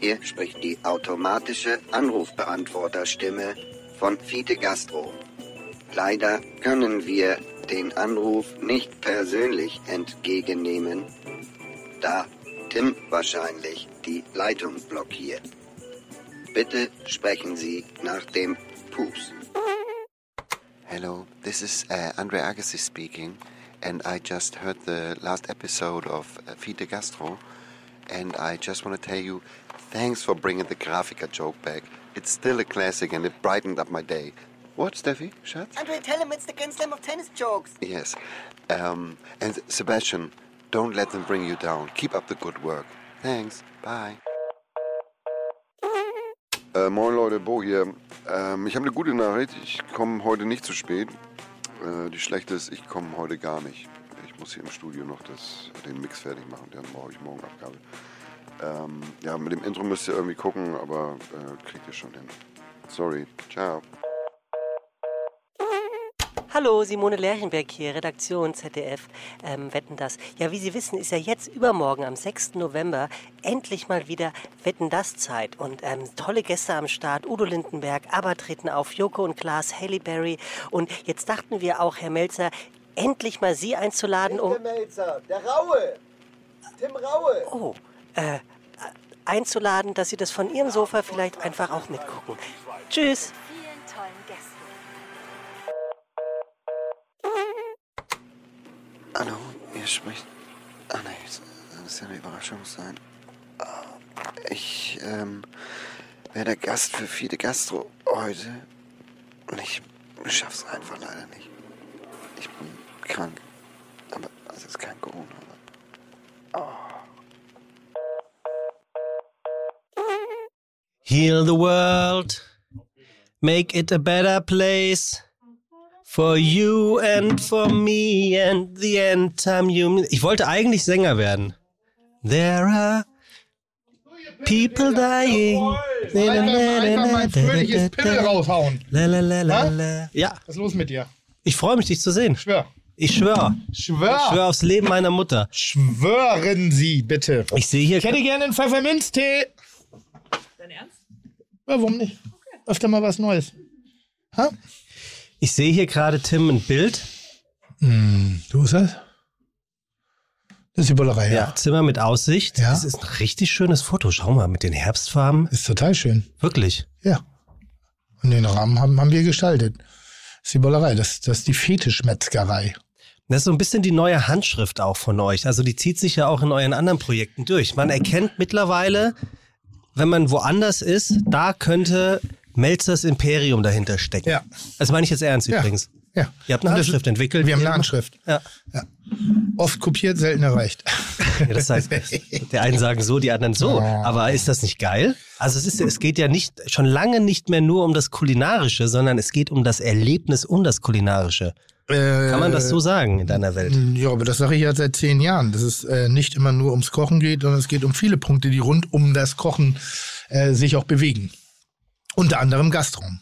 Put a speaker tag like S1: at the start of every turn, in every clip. S1: Hier spricht die automatische Anrufbeantworterstimme von Fiete Gastro. Leider können wir den Anruf nicht persönlich entgegennehmen, da Tim wahrscheinlich die Leitung blockiert. Bitte sprechen Sie nach dem Pups.
S2: Hello, this is uh, Andre Agassi speaking, and I just heard the last episode of uh, Fide Gastro, and I just want to tell you thanks for bringing the Grafica joke back. It's still a classic and it brightened up my day. What, Steffi? Schatz?
S3: Andre, tell him it's the Grand Slam of tennis jokes.
S2: Yes. Um, and Sebastian, don't let them bring you down. Keep up the good work. Thanks. Bye.
S4: Äh, moin Leute, Bo hier. Ähm, ich habe eine gute Nachricht. Ich komme heute nicht zu spät. Äh, die schlechte ist, ich komme heute gar nicht. Ich muss hier im Studio noch das, den Mix fertig machen. Dann brauche ich morgen Abgabe. Ähm, ja, mit dem Intro müsst ihr irgendwie gucken, aber äh, kriegt ihr schon hin. Sorry. Ciao.
S5: Hallo, Simone Lerchenberg hier, Redaktion ZDF, ähm, Wetten das. Ja, wie Sie wissen, ist ja jetzt übermorgen am 6. November endlich mal wieder Wetten das Zeit. Und ähm, tolle Gäste am Start, Udo Lindenberg, aber treten auf, Joko und Klaas, Haley Berry. Und jetzt dachten wir auch, Herr Melzer, endlich mal Sie einzuladen, um...
S6: Der Melzer, der Raue. Tim Raue.
S5: Oh, äh, einzuladen, dass Sie das von Ihrem Sofa vielleicht einfach auch mitgucken. Tschüss.
S7: vielen tollen Gästen.
S2: Hallo, ihr spricht. Ah, nee, das ist ja eine Überraschung sein. Ah, Ich ähm, werde Gast für viele Gastro heute. Und ich schaff's einfach leider nicht. Ich bin krank. Aber es ist kein Corona. aber-
S8: Heal the world. Make it a better place. For you and for me and the end time you. Ich wollte eigentlich Sänger werden. There are people dying.
S9: Einfach, einfach mal ein fröhliches Pimmel raushauen.
S8: La, la, la, la, la. Ja,
S9: Was ist los mit dir?
S8: ich freue mich, dich zu sehen.
S9: Schwör.
S8: Ich schwöre. Ich
S9: Schwör.
S8: schwöre aufs Leben meiner Mutter.
S9: Schwören Sie, bitte.
S8: Ich sehe hier.
S9: Ich hätte gerne einen Pfefferminztee. Dein Ernst? Ja, warum nicht? Öfter mal was Neues. Ha?
S8: Ich sehe hier gerade Tim ein Bild.
S9: Du ist das? Das ist die Bullerei,
S8: Ja. Zimmer mit Aussicht.
S9: Ja.
S8: Das ist ein richtig schönes Foto. Schau mal, mit den Herbstfarben.
S9: Ist total schön.
S8: Wirklich.
S9: Ja. Und den Rahmen haben, haben wir gestaltet. Das ist die Bollerei, das, das ist die Fetischmetzgerei.
S8: Das ist so ein bisschen die neue Handschrift auch von euch. Also die zieht sich ja auch in euren anderen Projekten durch. Man erkennt mittlerweile, wenn man woanders ist, da könnte Melzers Imperium dahinter stecken.
S9: Ja.
S8: Das meine ich jetzt ernst
S9: Ja.
S8: übrigens.
S9: Ja.
S8: Ihr habt eine
S9: Und das-
S8: Handschrift entwickelt.
S9: Wir haben eine Handschrift.
S8: Ja.
S9: Oft kopiert, selten erreicht.
S8: Ja, das heißt, der einen sagen so, die anderen so. Aber ist das nicht geil? Also es, ist, es geht ja nicht, schon lange nicht mehr nur um das Kulinarische, sondern es geht um das Erlebnis um das Kulinarische.
S9: Äh,
S8: Kann man das so sagen in deiner Welt?
S9: Mm, Ja, aber das sage ich ja seit zehn Jahren, dass es äh, nicht immer nur ums Kochen geht, sondern es geht um viele Punkte, die rund um das Kochen äh, sich auch bewegen. Unter anderem Gastrom.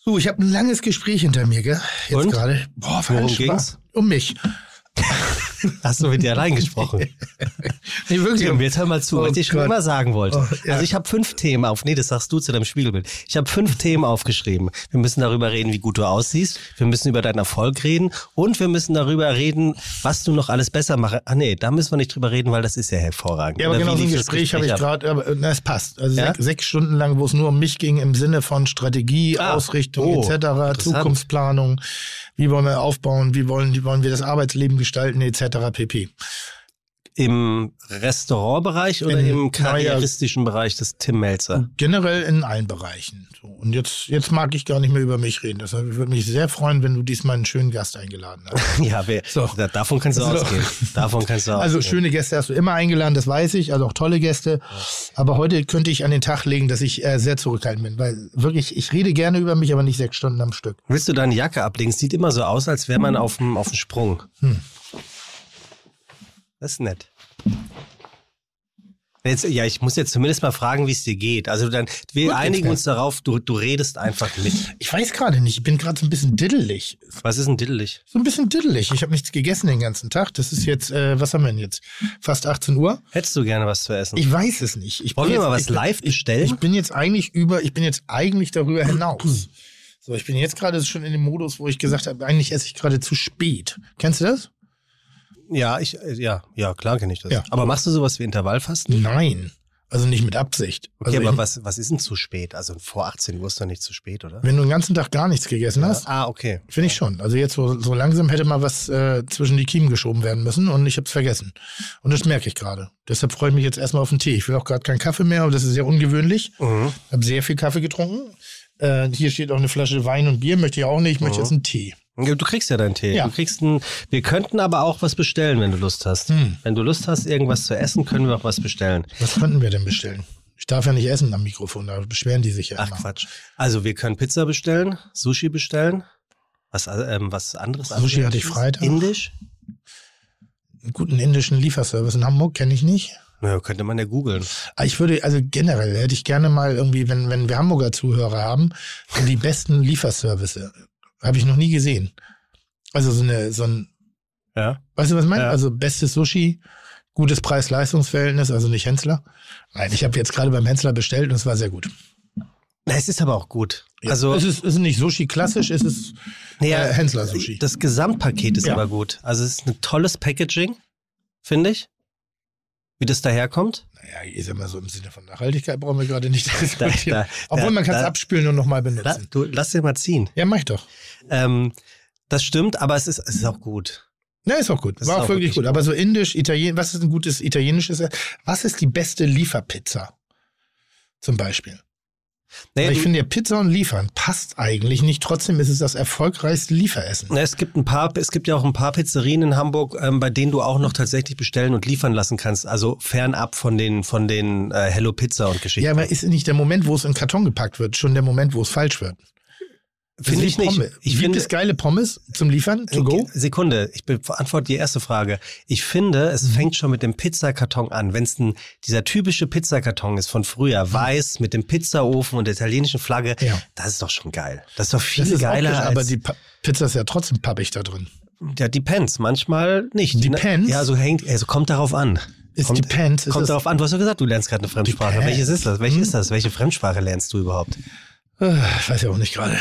S9: So, ich habe ein langes Gespräch hinter mir, gell? Jetzt
S8: Und?
S9: gerade. Boah, war
S8: Worum
S9: alles Spaß.
S8: ging's?
S9: Um mich.
S8: Hast du mit dir allein gesprochen?
S9: Nee, wirklich.
S8: Tim, jetzt hör mal zu,
S9: Oh
S8: was ich schon
S9: Gott.
S8: immer sagen wollte.
S9: Oh, ja.
S8: Also ich habe fünf Themen auf. Nee, das sagst du zu deinem Spiegelbild. Ich habe fünf Themen aufgeschrieben. Wir müssen darüber reden, wie gut du aussiehst. Wir müssen über deinen Erfolg reden. Und wir müssen darüber reden, was du noch alles besser machst. Ah nee, da müssen wir nicht drüber reden, weil das ist ja hervorragend.
S9: Ja, aber
S8: Oder
S9: genau
S8: wie
S9: so ein
S8: lief das
S9: Gespräch habe ich
S8: ab?
S9: gerade, aber äh, na, es passt. Also
S8: Ja?
S9: sech, sechs Stunden lang, wo es nur um mich ging, im Sinne von Strategie,
S8: Ah,
S9: Ausrichtung
S8: oh,
S9: etc.,
S8: interessant.
S9: Zukunftsplanung, wie wollen wir aufbauen, wie wollen, wie wollen wir das Arbeitsleben gestalten etc. pp.
S8: Im Restaurantbereich oder
S9: In-
S8: im
S9: naja.
S8: karrieristischen Bereich des Tim Melzer?
S9: Generell in allen Bereichen. So, und jetzt, jetzt mag ich gar nicht mehr über mich reden. Deshalb würde mich sehr freuen, wenn du diesmal einen schönen Gast eingeladen hast.
S8: Ja, wer,
S9: Hm. So.
S8: da, davon kannst du
S9: So.
S8: ausgehen. Davon kannst du ausgehen.
S9: Also schöne Gäste hast du immer eingeladen, das weiß ich, also auch tolle Gäste. Aber heute könnte ich an den Tag legen, dass ich äh, sehr zurückhaltend bin, weil wirklich, ich rede gerne über mich, aber nicht sechs Stunden am Stück.
S8: Willst du deine Jacke ablegen? Sieht immer so aus, als wäre
S9: Hm.
S8: man auf dem auf dem Sprung. Das ist nett. Jetzt, ja, ich muss jetzt zumindest mal fragen, wie es dir geht. Also dann, wir
S9: Gut geht's
S8: einigen
S9: mir.
S8: uns darauf, du, du redest einfach mit.
S9: Ich weiß gerade nicht, ich bin gerade so ein bisschen diddelig.
S8: Was ist denn diddelig?
S9: So ein bisschen diddelig. Ich habe nichts gegessen den ganzen Tag. Das ist jetzt, äh, was haben wir denn jetzt? Fast 18 Uhr?
S8: Hättest du gerne was zu essen?
S9: Ich weiß es nicht. Ich bin
S8: Wollen wir
S9: jetzt,
S8: mal was
S9: ich,
S8: live bestellen?
S9: Ich bin jetzt eigentlich über, ich bin jetzt eigentlich darüber hinaus. So, ich bin jetzt gerade schon in dem Modus, wo ich gesagt habe, eigentlich esse ich gerade zu spät. Kennst du das?
S8: ja, ich, äh, ja, ja, klar kenne ich das.
S9: Ja.
S8: Aber machst du sowas wie Intervallfasten?
S9: Nein. Also nicht mit Absicht.
S8: Okay,
S9: also
S8: aber
S9: ich,
S8: was, was ist denn zu spät? Also vor 18 Uhr ist doch nicht zu spät, oder?
S9: wenn du den ganzen Tag gar nichts gegessen hast,
S8: Ah, okay.
S9: Finde ich schon. Also jetzt so, so langsam hätte mal was äh, zwischen die Kiemen geschoben werden müssen und ich habe es vergessen. Und das merke ich gerade. Deshalb freue ich mich jetzt erstmal auf den Tee. Ich will auch gerade keinen Kaffee mehr, aber das ist sehr ungewöhnlich.
S8: Mhm.
S9: Habe sehr viel Kaffee getrunken. Äh, hier steht auch eine Flasche Wein und Bier, möchte ich auch nicht. Ich möchte jetzt
S8: Mhm.
S9: einen Tee.
S8: Ja, Du kriegst ja deinen Tee.
S9: Ja.
S8: Du kriegst einen, wir könnten aber auch was bestellen, wenn du Lust hast.
S9: Hm.
S8: Wenn du Lust hast, irgendwas zu essen, können wir auch was bestellen.
S9: Was könnten wir denn bestellen? Ich darf ja nicht essen am Mikrofon, da beschweren die sich ja
S8: Ach
S9: immer.
S8: Quatsch. Also wir können Pizza bestellen, Sushi bestellen. Was, ähm, was anderes?
S9: Sushi hatte ich
S8: Asiatisches?
S9: Freitag.
S8: Indisch?
S9: Einen guten indischen Lieferservice in Hamburg kenne ich nicht.
S8: Naja, könnte man ja googeln.
S9: Aber Ich würde, also generell hätte ich gerne mal irgendwie, wenn, wenn wir Hamburger Zuhörer haben, so die besten Lieferservice. äh, Habe ich noch nie gesehen. Also so eine, so ein,
S8: Ja.
S9: weißt du, was ich meine?
S8: Ja.
S9: Also bestes Sushi, gutes Preis-Leistungs-Verhältnis, also nicht Hensler. Nein, ich habe jetzt gerade beim Hensler bestellt und es war sehr gut.
S8: Na, es ist aber auch gut.
S9: Ja.
S8: Also,
S9: es ist, es ist nicht Sushi klassisch, es ist
S8: naja,
S9: äh, Hensler-Sushi.
S8: das Gesamtpaket ist
S9: Ja.
S8: aber gut. Also es ist ein tolles Packaging, finde ich. Wie das daherkommt.
S9: Naja, ich sag mal so im Sinne von Nachhaltigkeit brauchen wir gerade nicht
S8: Da,
S9: diskutieren.
S8: da,
S9: Obwohl
S8: da,
S9: man kann es
S8: da-
S9: abspülen und nochmal
S8: La,
S9: benutzen.
S8: du, lass dir mal ziehen.
S9: Ja, mach ich doch.
S8: Ähm, das stimmt, aber es ist, es ist auch gut.
S9: Na, ist auch gut.
S8: Das
S9: War
S8: ist
S9: auch
S8: auch
S9: wirklich
S8: wirklich
S9: gut. Aber so indisch, italienisch, was ist ein gutes italienisches? Was ist die beste Lieferpizza? Zum Beispiel.
S8: Naja,
S9: Weil ich
S8: Äh, du-
S9: finde ja, Pizza und Liefern passt eigentlich nicht. Trotzdem ist es das erfolgreichste Lieferessen.
S8: Na, ne, es gibt ein paar, es gibt ja auch ein paar Pizzerien in Hamburg, ähm, bei denen du auch noch tatsächlich bestellen und liefern lassen kannst. Also fernab von den von den äh, Hello Pizza und Geschichten.
S9: Ja, aber ist nicht der Moment, wo es in den Karton gepackt wird, schon der Moment, wo es falsch wird? Das ist
S8: Finde
S9: wie
S8: ich nicht.
S9: Pommes.
S8: Ich
S9: Gibt
S8: finde-
S9: es geile Pommes zum Liefern, to go?
S8: Sekunde, ich beantworte die erste Frage. Ich finde,
S9: Mhm.
S8: es fängt schon mit dem Pizzakarton an. Wenn es ein- dieser typische Pizzakarton ist von früher, weiß mit dem Pizzaofen und der italienischen Flagge,
S9: Mhm. Ja.
S8: das ist doch schon geil. Das ist doch viel
S9: Das ist
S8: geiler
S9: auch,
S8: als
S9: aber die Pa- Pizza ist ja trotzdem pappig da drin.
S8: ja depends, manchmal nicht. ne-
S9: Depends?
S8: Ja, so hängt, also kommt darauf an.
S9: Ist
S8: kommt,
S9: depends, ist
S8: kommt
S9: das-
S8: darauf an. Du hast ja gesagt, du lernst gerade eine Fremdsprache.
S9: Depends. Hm?
S8: Welches ist das? Welche ist das? Welche Fremdsprache lernst du überhaupt?
S9: Ich weiß ja auch nicht gerade.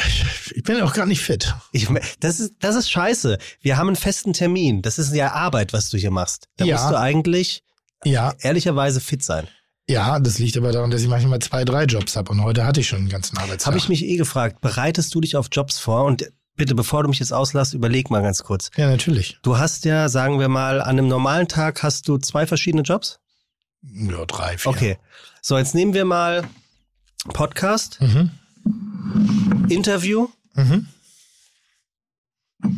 S9: Ich bin ja auch gar nicht fit.
S8: Ich, me- das ist das ist scheiße. Wir haben einen festen Termin. Das ist ja Arbeit, was du hier machst. Da
S9: Ja.
S8: musst du eigentlich
S9: Ja,
S8: ehrlicherweise fit sein.
S9: Ja, das liegt aber daran, dass ich manchmal zwei, drei Jobs habe. Und heute hatte ich schon einen ganzen Arbeitstag.
S8: Habe ich mich eh gefragt, bereitest du dich auf Jobs vor? Und bitte, bevor du mich jetzt auslasst, überleg mal ganz kurz.
S9: Ja, natürlich.
S8: Du hast ja, sagen wir mal, an einem normalen Tag hast du zwei verschiedene Jobs?
S9: Ja, drei, vier.
S8: Okay. So, jetzt nehmen wir mal Podcast,
S9: Mhm.
S8: Interview,
S9: Mhm.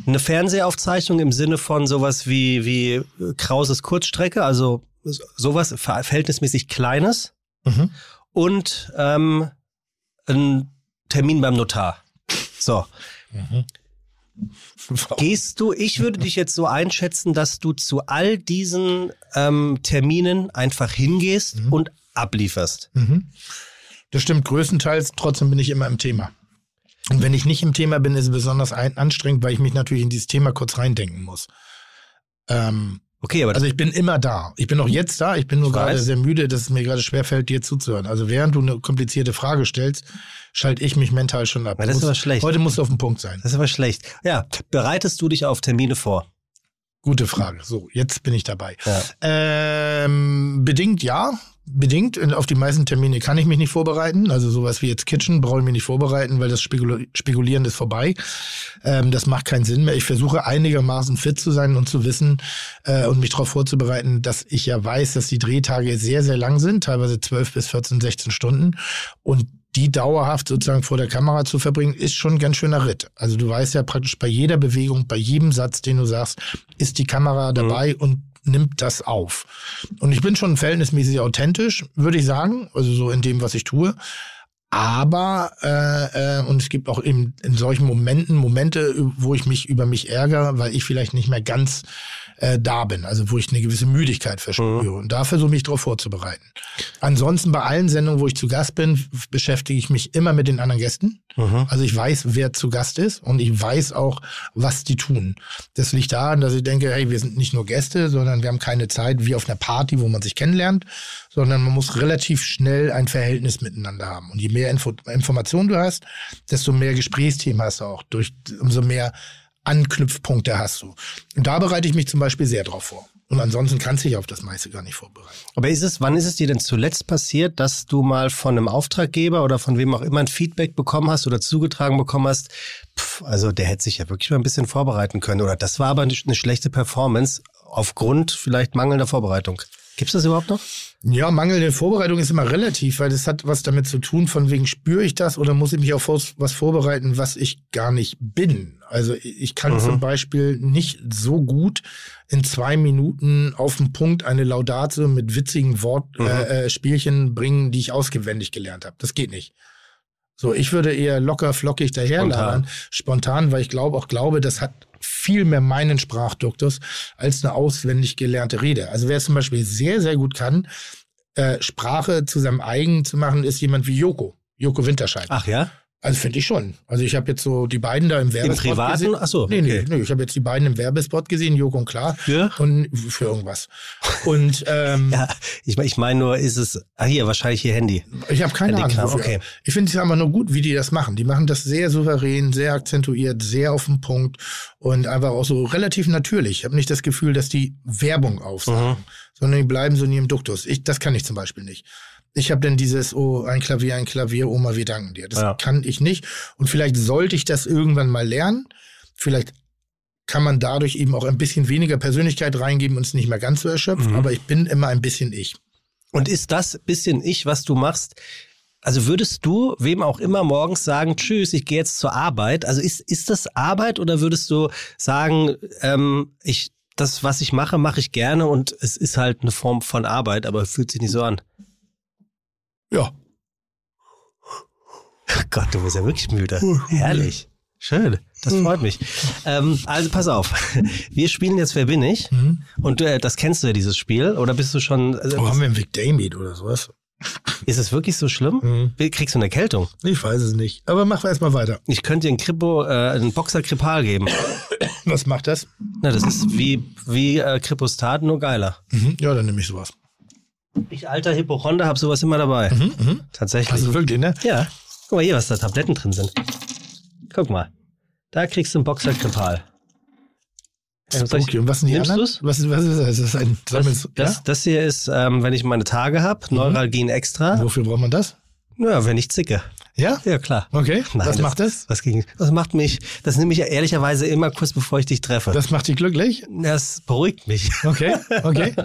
S8: eine Fernsehaufzeichnung im Sinne von sowas wie, wie Krauses Kurzstrecke, also so- sowas ver- verhältnismäßig Kleines
S9: Mhm.
S8: und ähm, ein Termin beim Notar. So. Gehst du, ich würde dich jetzt so einschätzen, dass du zu all diesen ähm, Terminen einfach hingehst und ablieferst.
S9: Mhm. Das stimmt größtenteils. Trotzdem bin ich immer im Thema. Und wenn ich nicht im Thema bin, ist es besonders ein anstrengend, weil ich mich natürlich in dieses Thema kurz reindenken muss. Ähm,
S8: Okay, aber das,
S9: also ich bin immer da. Ich bin auch jetzt da. Ich bin nur
S8: Ich
S9: gerade
S8: weiß.
S9: sehr müde, dass es mir gerade schwerfällt, dir zuzuhören. Also während du eine komplizierte Frage stellst, schalte ich mich mental schon ab.
S8: Na, das
S9: Du
S8: ist
S9: musst-
S8: aber schlecht.
S9: Heute musst du auf den Punkt sein.
S8: das ist aber schlecht. Ja, bereitest du dich auf Termine vor?
S9: Gute Frage. So, jetzt bin ich dabei.
S8: Ja.
S9: Ähm, bedingt ja. Bedingt. Und auf die meisten Termine kann ich mich nicht vorbereiten. Also sowas wie jetzt Kitchen brauche ich mir nicht vorbereiten, weil das Spekul Spekulieren ist vorbei. Ähm, das macht keinen Sinn mehr. Ich versuche einigermaßen fit zu sein und zu wissen äh, und mich darauf vorzubereiten, dass ich ja weiß, dass die Drehtage sehr, sehr lang sind, teilweise 12 bis 14, 16 Stunden. Und die dauerhaft sozusagen vor der Kamera zu verbringen, ist schon ein ganz schöner Ritt. Also du weißt ja praktisch bei jeder Bewegung, bei jedem Satz, den du sagst, ist die Kamera dabei und nimmt das auf. Und ich bin schon verhältnismäßig authentisch, würde ich sagen, also so in dem, was ich tue. Aber, äh, äh, und es gibt auch eben in solchen Momenten Momente, wo ich mich über mich ärgere, weil ich vielleicht nicht mehr ganz äh, da bin, also wo ich eine gewisse Müdigkeit verspüre. Und da versuche ich darauf vorzubereiten. Ansonsten bei allen Sendungen, wo ich zu Gast bin, f- beschäftige ich mich immer mit den anderen Gästen. Also ich weiß, wer zu Gast ist und ich weiß auch, was die tun. Das liegt daran, dass ich denke, hey, wir sind nicht nur Gäste, sondern wir haben keine Zeit wie auf einer Party, wo man sich kennenlernt, sondern man muss relativ schnell ein Verhältnis miteinander haben. Und je mehr Info Informationen du hast, desto mehr Gesprächsthemen hast du auch, durch, umso mehr Anknüpfpunkte hast du. Und da bereite ich mich zum Beispiel sehr drauf vor. Und ansonsten kannst du dich auf das meiste gar nicht vorbereiten.
S8: Aber ist es, wann ist es dir denn zuletzt passiert, dass du mal von einem Auftraggeber oder von wem auch immer ein Feedback bekommen hast oder zugetragen bekommen hast, pff, also der hätte sich ja wirklich mal ein bisschen vorbereiten können oder das war aber eine sch- eine schlechte Performance aufgrund vielleicht mangelnder Vorbereitung. Gibt's das überhaupt noch?
S9: Ja, mangelnde Vorbereitung ist immer relativ, weil das hat was damit zu tun, von wegen spüre ich das oder muss ich mich auf vors- was vorbereiten, was ich gar nicht bin. Also ich ich kann zum Beispiel nicht so gut in zwei Minuten auf den Punkt eine Laudatio mit witzigen Wort, äh, äh, Spielchen bringen, die ich auswendig gelernt habe. Das geht nicht. So, ich würde eher locker flockig daherlabern, spontan, spontan weil ich glaube auch glaube, das hat viel mehr meinen Sprachduktus als eine auswendig gelernte Rede. Also wer es zum Beispiel sehr, sehr gut kann, äh, Sprache zu seinem eigen zu machen, ist jemand wie Joko. Joko Winterscheid.
S8: Ach ja?
S9: Also finde ich schon. Also ich habe jetzt so die beiden da im Werbespot
S8: Privaten?
S9: gesehen.
S8: Ach so,
S9: nee, nee,
S8: okay.
S9: nee, ich habe jetzt die beiden im Werbespot gesehen, Joko und Klar.
S8: Ja?
S9: Und für irgendwas. Und ähm,
S8: Ja, ich, mein- ich meine nur, ist es, ah hier, wahrscheinlich ihr Handy.
S9: Ich habe keine
S8: Äh, Die
S9: Ahnung.
S8: Kram-
S9: Wofür.
S8: okay.
S9: Ich finde es aber nur gut, wie die das machen. Die machen das sehr souverän, sehr akzentuiert, sehr auf den Punkt und einfach auch so relativ natürlich. Ich habe nicht das Gefühl, dass die Werbung
S8: Mhm.
S9: aufsagen, sondern die bleiben so in ihrem Duktus. Ich, das kann ich zum Beispiel nicht. Ich habe dann dieses, oh, ein Klavier, ein Klavier, Oma, wir danken dir. Das
S8: Ja.
S9: kann ich nicht. Und vielleicht sollte ich das irgendwann mal lernen. Vielleicht kann man dadurch eben auch ein bisschen weniger Persönlichkeit reingeben und es nicht mehr ganz so erschöpft.
S8: Mhm.
S9: Aber ich bin immer ein bisschen ich.
S8: Und ist das bisschen ich, was du machst? Also würdest du wem auch immer morgens sagen, tschüss, ich gehe jetzt zur Arbeit? Also ist, ist das Arbeit oder würdest du sagen, ähm, ich, das, was ich mache, mache ich gerne und es ist halt eine Form von Arbeit, aber fühlt sich nicht so an?
S9: Ja,
S8: Gott, du bist ja wirklich müde. Herrlich. Schön, das freut mich. Ähm, also pass auf, wir spielen jetzt Wer bin ich? Und äh, das kennst du ja, dieses Spiel. Oder bist du schon, also,
S9: Oh, haben wir einen Vic Damien oder sowas?
S8: ist es wirklich so schlimm? Kriegst du eine Erkältung?
S9: Ich weiß es nicht. Aber machen wir erstmal weiter.
S8: Ich könnte dir einen Kripo, äh, einen Boxer Kripal geben.
S9: Was macht das?
S8: Na, das ist wie, wie äh, Kripostat, nur geiler.
S9: Mhm. Ja, dann nehme ich sowas.
S8: Ich alter Hippochonder hab sowas immer dabei. Tatsächlich.
S9: Mhm. Also wirklich, ne?
S8: ja. Guck mal hier, was da Tabletten drin sind. Guck mal. Da kriegst du einen Boxer Kripal. Ja, soll ich-
S9: Spooky. Und was sind die
S8: Nimmst
S9: anderen?
S8: du's?
S9: Was, was ist das? Ist das ein
S8: Das,
S9: Sammeln?
S8: das, das hier ist, ähm, wenn ich meine Tage hab,
S9: Mhm.
S8: Neuralgien
S9: ja?
S8: extra.
S9: Wofür braucht man das?
S8: Naja, wenn ich zicke.
S9: Ja?
S8: Ja, klar.
S9: Okay. was macht das?
S8: Was, ging, das macht mich, das nehme ich ja ehrlicherweise immer kurz bevor ich dich treffe. Das,
S9: Das macht dich glücklich?
S8: beruhigt mich.
S9: Okay, okay.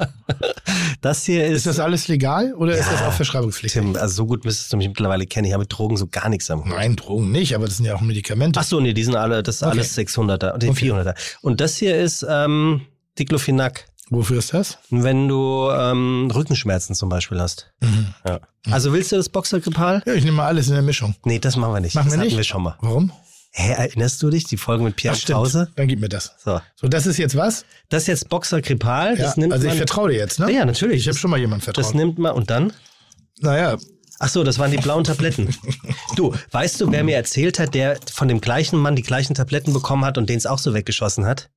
S8: Das hier ist.
S9: ist das alles legal oder ist das auch verschreibungspflichtig?
S8: Tim, also so gut müsstest du mich mittlerweile kennen. Ich habe mit Drogen so gar nichts am Hut.
S9: Nein, Drogen nicht, aber das sind ja auch Medikamente.
S8: Ach so, nee, die sind alle, das ist alles 600er und die 400er. Und das hier ist ähm, Diclofenac,
S9: Wofür ist das?
S8: wenn du ähm, Rückenschmerzen zum Beispiel hast.
S9: Mhm.
S8: Ja. Also willst du das Boxerkripal?
S9: Ja, ich nehme mal alles in der Mischung.
S8: Nee, das machen wir nicht.
S9: Machen
S8: das
S9: wir
S8: hatten
S9: nicht?
S8: wir schon mal.
S9: Warum?
S8: Hä, erinnerst du dich, die Folge mit Pierre
S9: Ach, stimmt.
S8: Krause?
S9: Dann gib mir das.
S8: So.
S9: So, das ist jetzt was?
S8: Das ist jetzt Boxerkripal, das
S9: Ja,
S8: nimmt
S9: also ich
S8: man.
S9: vertraue dir jetzt, ne?
S8: Ja, natürlich.
S9: Ich habe schon mal jemanden vertraut.
S8: das nimmt man und dann?
S9: naja,
S8: Ach so, das waren die blauen Tabletten. Du, weißt du, wer mir erzählt hat, der von dem gleichen Mann die gleichen Tabletten bekommen hat und den es auch so weggeschossen hat?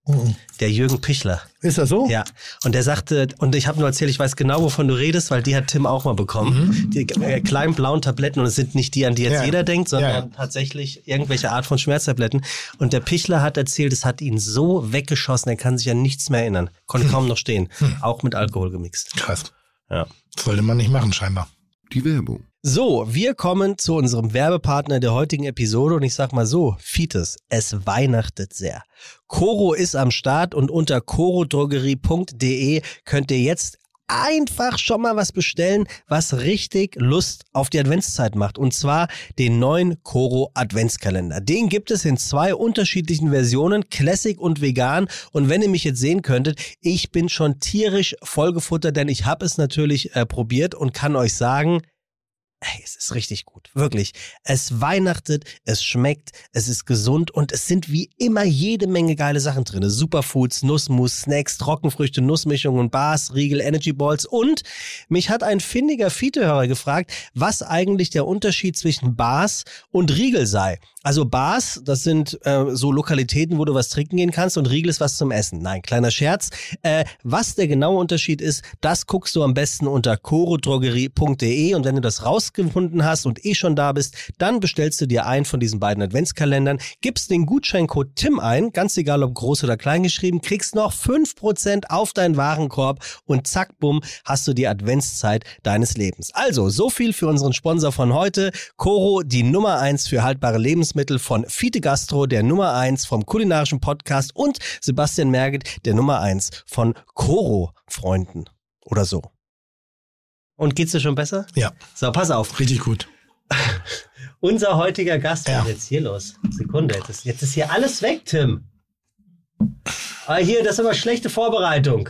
S8: Der Jürgen Pichler.
S9: ist das so?
S8: Ja. Und der sagte, und ich habe nur erzählt, ich weiß genau, wovon du redest, weil die hat Tim auch mal bekommen. Die äh, kleinen blauen Tabletten und es sind nicht die, an die jetzt
S9: Mhm. Ja.
S8: jeder denkt, sondern
S9: Ja, ja.
S8: tatsächlich irgendwelche Art von Schmerztabletten. Und der Pichler hat erzählt, es hat ihn so weggeschossen, er kann sich an nichts mehr erinnern. Konnte
S9: Hm.
S8: kaum noch stehen. Auch mit Alkohol gemixt.
S9: Krass.
S8: Ja.
S9: Sollte man nicht machen, scheinbar.
S4: Die Werbung.
S8: So, wir kommen zu unserem Werbepartner der heutigen Episode und ich sag mal so, Fites, es weihnachtet sehr. Koro ist am Start und unter korodrogerie.de könnt ihr jetzt einfach schon mal was bestellen, was richtig Lust auf die Adventszeit macht. Und zwar den neuen Koro Adventskalender. Den gibt es in zwei unterschiedlichen Versionen, Classic und Vegan. Und wenn ihr mich jetzt sehen könntet, ich bin schon tierisch vollgefuttert, denn ich habe es natürlich äh, probiert und kann euch sagen, Ey, es ist richtig gut, wirklich. Es weihnachtet, es schmeckt, es ist gesund und es sind wie immer jede Menge geile Sachen drin. Superfoods, Nussmus, Snacks, Trockenfrüchte, Nussmischungen, Bars, Riegel, Energy Balls und mich hat ein findiger Fietehörer gefragt, was eigentlich der Unterschied zwischen Bars und Riegel sei. Also Bars, das sind äh, so Lokalitäten, wo du was trinken gehen kannst und Riegel ist was zum Essen. Nein, kleiner Scherz. Äh, was der genaue Unterschied ist, das guckst du am besten unter chorodrogerie.de und wenn du das rausgefunden hast und eh schon da bist, dann bestellst du dir einen von diesen beiden Adventskalendern, gibst den Gutscheincode TIM ein, ganz egal ob groß oder klein geschrieben, kriegst noch 5% auf deinen Warenkorb und zack, bumm, hast du die Adventszeit deines Lebens. Also, so viel für unseren Sponsor von heute, Coro, die Nummer 1 für haltbare Lebensmittel. Lebensmittel von Fiete Gastro, der Nummer 1 vom kulinarischen Podcast und Sebastian Merget, der Nummer 1 von Koro Freunden oder so. Und geht's dir schon besser?
S9: Ja,
S8: So, pass auf.
S9: richtig gut.
S8: Unser heutiger Gast
S9: Ja.
S8: was ist jetzt hier los. Sekunde, jetzt ist, jetzt ist hier alles weg, Tim. Ah, hier, das ist aber schlechte Vorbereitung.